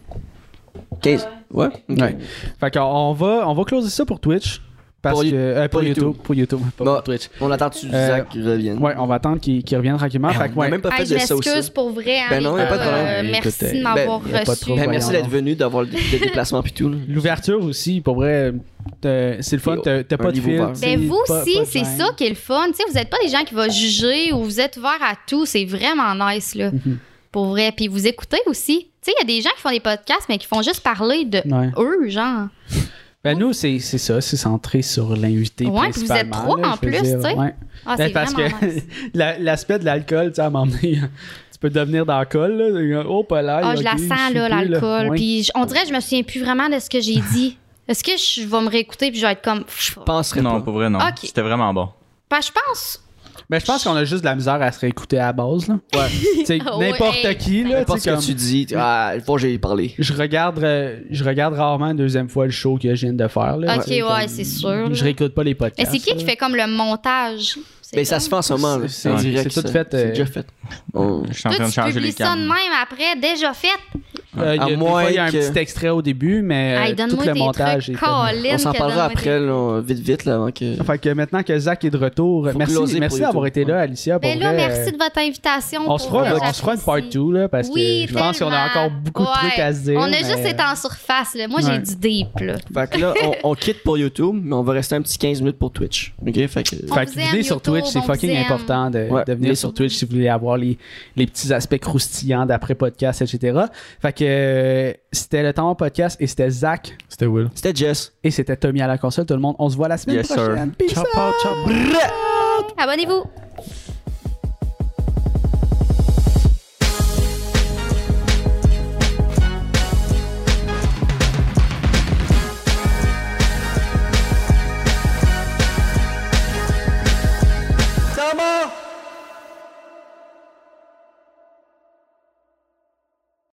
S2: 15. Ouais. ok.
S4: Ouais. Fait qu'on on va, on va closer ça pour Twitch. Parce
S2: Pour
S4: que,
S2: you-
S4: euh, pour,
S2: pour
S4: YouTube.
S2: YouTube.
S4: Pour YouTube, pas
S2: Bon.
S4: pour Twitch.
S2: Bah, On attend-tu
S4: Euh,
S2: Zach qui revienne?
S4: Ouais, on va attendre qu'il qu'il revienne tranquillement.
S2: Ben,
S4: Fait que,
S2: on a
S4: ouais.
S2: même pas fait
S1: Hey, je
S2: de ça aussi.
S1: m'excuse pour vrai. hein,
S2: Ben non,
S1: les
S2: y a pas de
S1: gars,
S2: problème.
S1: euh,
S9: Écoute,
S1: merci
S9: euh,
S1: de m'avoir
S2: ben, y a
S4: pas de
S1: reçu.
S4: trouble.
S2: Ben, merci
S4: voyons
S2: d'être
S4: donc.
S2: venu, d'avoir le le déplacement puis tout. là.
S4: L'ouverture aussi, pour vrai, t'as- c'est le fun,
S2: Et
S4: t'as t'as
S2: un
S4: pas de
S2: niveau
S4: fil.
S2: vert.
S4: tu sais,
S1: Ben vous
S4: pas-
S1: aussi,
S4: pas de
S1: c'est
S4: gêne.
S1: ça qui est le fun. Tu sais, vous n'êtes pas des gens qui vont juger ou vous êtes ouverts à tout. C'est vraiment nice, là.
S4: Mhm.
S1: Pour vrai. Puis vous écoutez aussi. Tu sais, il y a des gens qui font des podcasts, mais qui font juste parler de
S4: Ouais.
S1: eux, genre.
S4: Ben nous, c'est c'est ça, c'est centré sur l'invité
S1: Ouais, puis vous êtes
S4: principalement,
S1: trois
S4: là,
S1: en
S4: je veux
S1: plus,
S4: dire,
S1: tu sais.
S4: ouais.
S1: Ah,
S4: Ben,
S1: c'est
S4: parce
S1: vraiment
S4: que
S1: nice.
S4: la- l'aspect de l'alcool, tu sais, à un moment donné, tu peux devenir dans l'alcool, là. Oh, pas là.
S1: Ah, je la
S4: ok,
S1: sens,
S4: suis
S1: là,
S4: plus,
S1: l'alcool.
S4: Ouais.
S1: Puis je- on dirait que je me souviens plus vraiment de ce que j'ai dit. Est-ce que je vais me réécouter puis je vais être comme. Pff,
S2: Je penserais
S5: Non,
S2: pas.
S5: pour vrai, non.
S1: Oh! Ok.
S5: C'était vraiment bon.
S1: Ben, je pense.
S4: Ben, je pense qu'on a juste de la misère à se réécouter à la base, là. Ouais. tu sais,
S1: Ah,
S4: n'importe
S1: ouais.
S4: qui, là, tu
S2: N'importe
S4: sais,
S2: ce
S4: comme...
S2: que tu dis, tu- ah, le fois j'ai parlé.
S4: Je regarde, euh, je regarde rarement une deuxième fois le show que je viens de faire. Là,
S1: Ok,
S4: Tu sais,
S1: ouais,
S4: comme-
S1: Ah, c'est sûr, là.
S4: Je réécoute pas les podcasts.
S1: Mais c'est qui qui fait comme le montage? C'est
S2: Mais Ben, ça
S1: comme-
S2: se fait en ce moment. là.
S4: C'est-
S2: En
S4: c'est-
S2: direct,
S4: c'est tout
S2: ça.
S4: fait, euh,
S2: C'est déjà fait. On-
S5: Je suis en
S1: Toi,
S5: train de
S1: tu
S5: changer
S1: publies
S5: les
S1: ça de
S5: câbles.
S1: même après, déjà fait.
S4: Euh, il y a,
S2: À
S4: des
S2: moins
S4: fois, il y a un
S2: que-
S4: petit extrait au début, mais euh,
S1: Hey,
S4: tout
S1: donne-moi
S4: le
S1: des
S4: montage
S1: trucs.
S4: est fait.
S1: Colin,
S2: On s'en
S1: que
S2: parlera
S1: donne-moi des
S2: après, là, vite, vite, là, avant que.
S4: Fait que maintenant que Zach est de retour,
S2: Faut
S4: merci,
S2: closer
S4: merci
S2: pour
S4: d'avoir
S2: YouTube.
S4: été là, Alicia. Pour
S1: Ben là,
S4: vrai,
S1: merci
S4: euh,
S1: de votre invitation.
S4: on se
S1: pour
S4: fera,
S1: vrai,
S4: on se fera une part
S1: j'apprécie.
S4: 2 là, parce que
S1: Oui,
S4: je pense qu'on a
S1: tellement.
S4: encore beaucoup de trucs
S1: Ouais.
S4: à se dire.
S1: On a
S4: mais- euh,
S1: juste été en surface. Là. Moi,
S4: Ouais.
S1: j'ai du deep. Là.
S2: Fait que là, on, on quitte pour YouTube, mais on va rester un petit 15 minutes pour Twitch. OK? Fait que.
S1: On
S4: Fait
S1: vous
S4: que
S1: aime,
S4: venez sur
S1: YouTube,
S4: Twitch, c'est
S1: on euh,
S4: fucking
S1: vous aime.
S4: important de,
S2: Ouais,
S4: de venir
S2: venez
S4: sur Twitch si vous voulez avoir les, les petits aspects croustillants d'après podcast, etc. Fait que euh, c'était le temps au podcast et c'était Zach
S10: C'était Will.
S2: C'était Jess.
S4: et c'était Tommy à la console. Tout le monde, on se voit la semaine
S5: Yes, sir.
S4: prochaine. Peace out.
S1: Abonnez-vous.
S2: Ça va!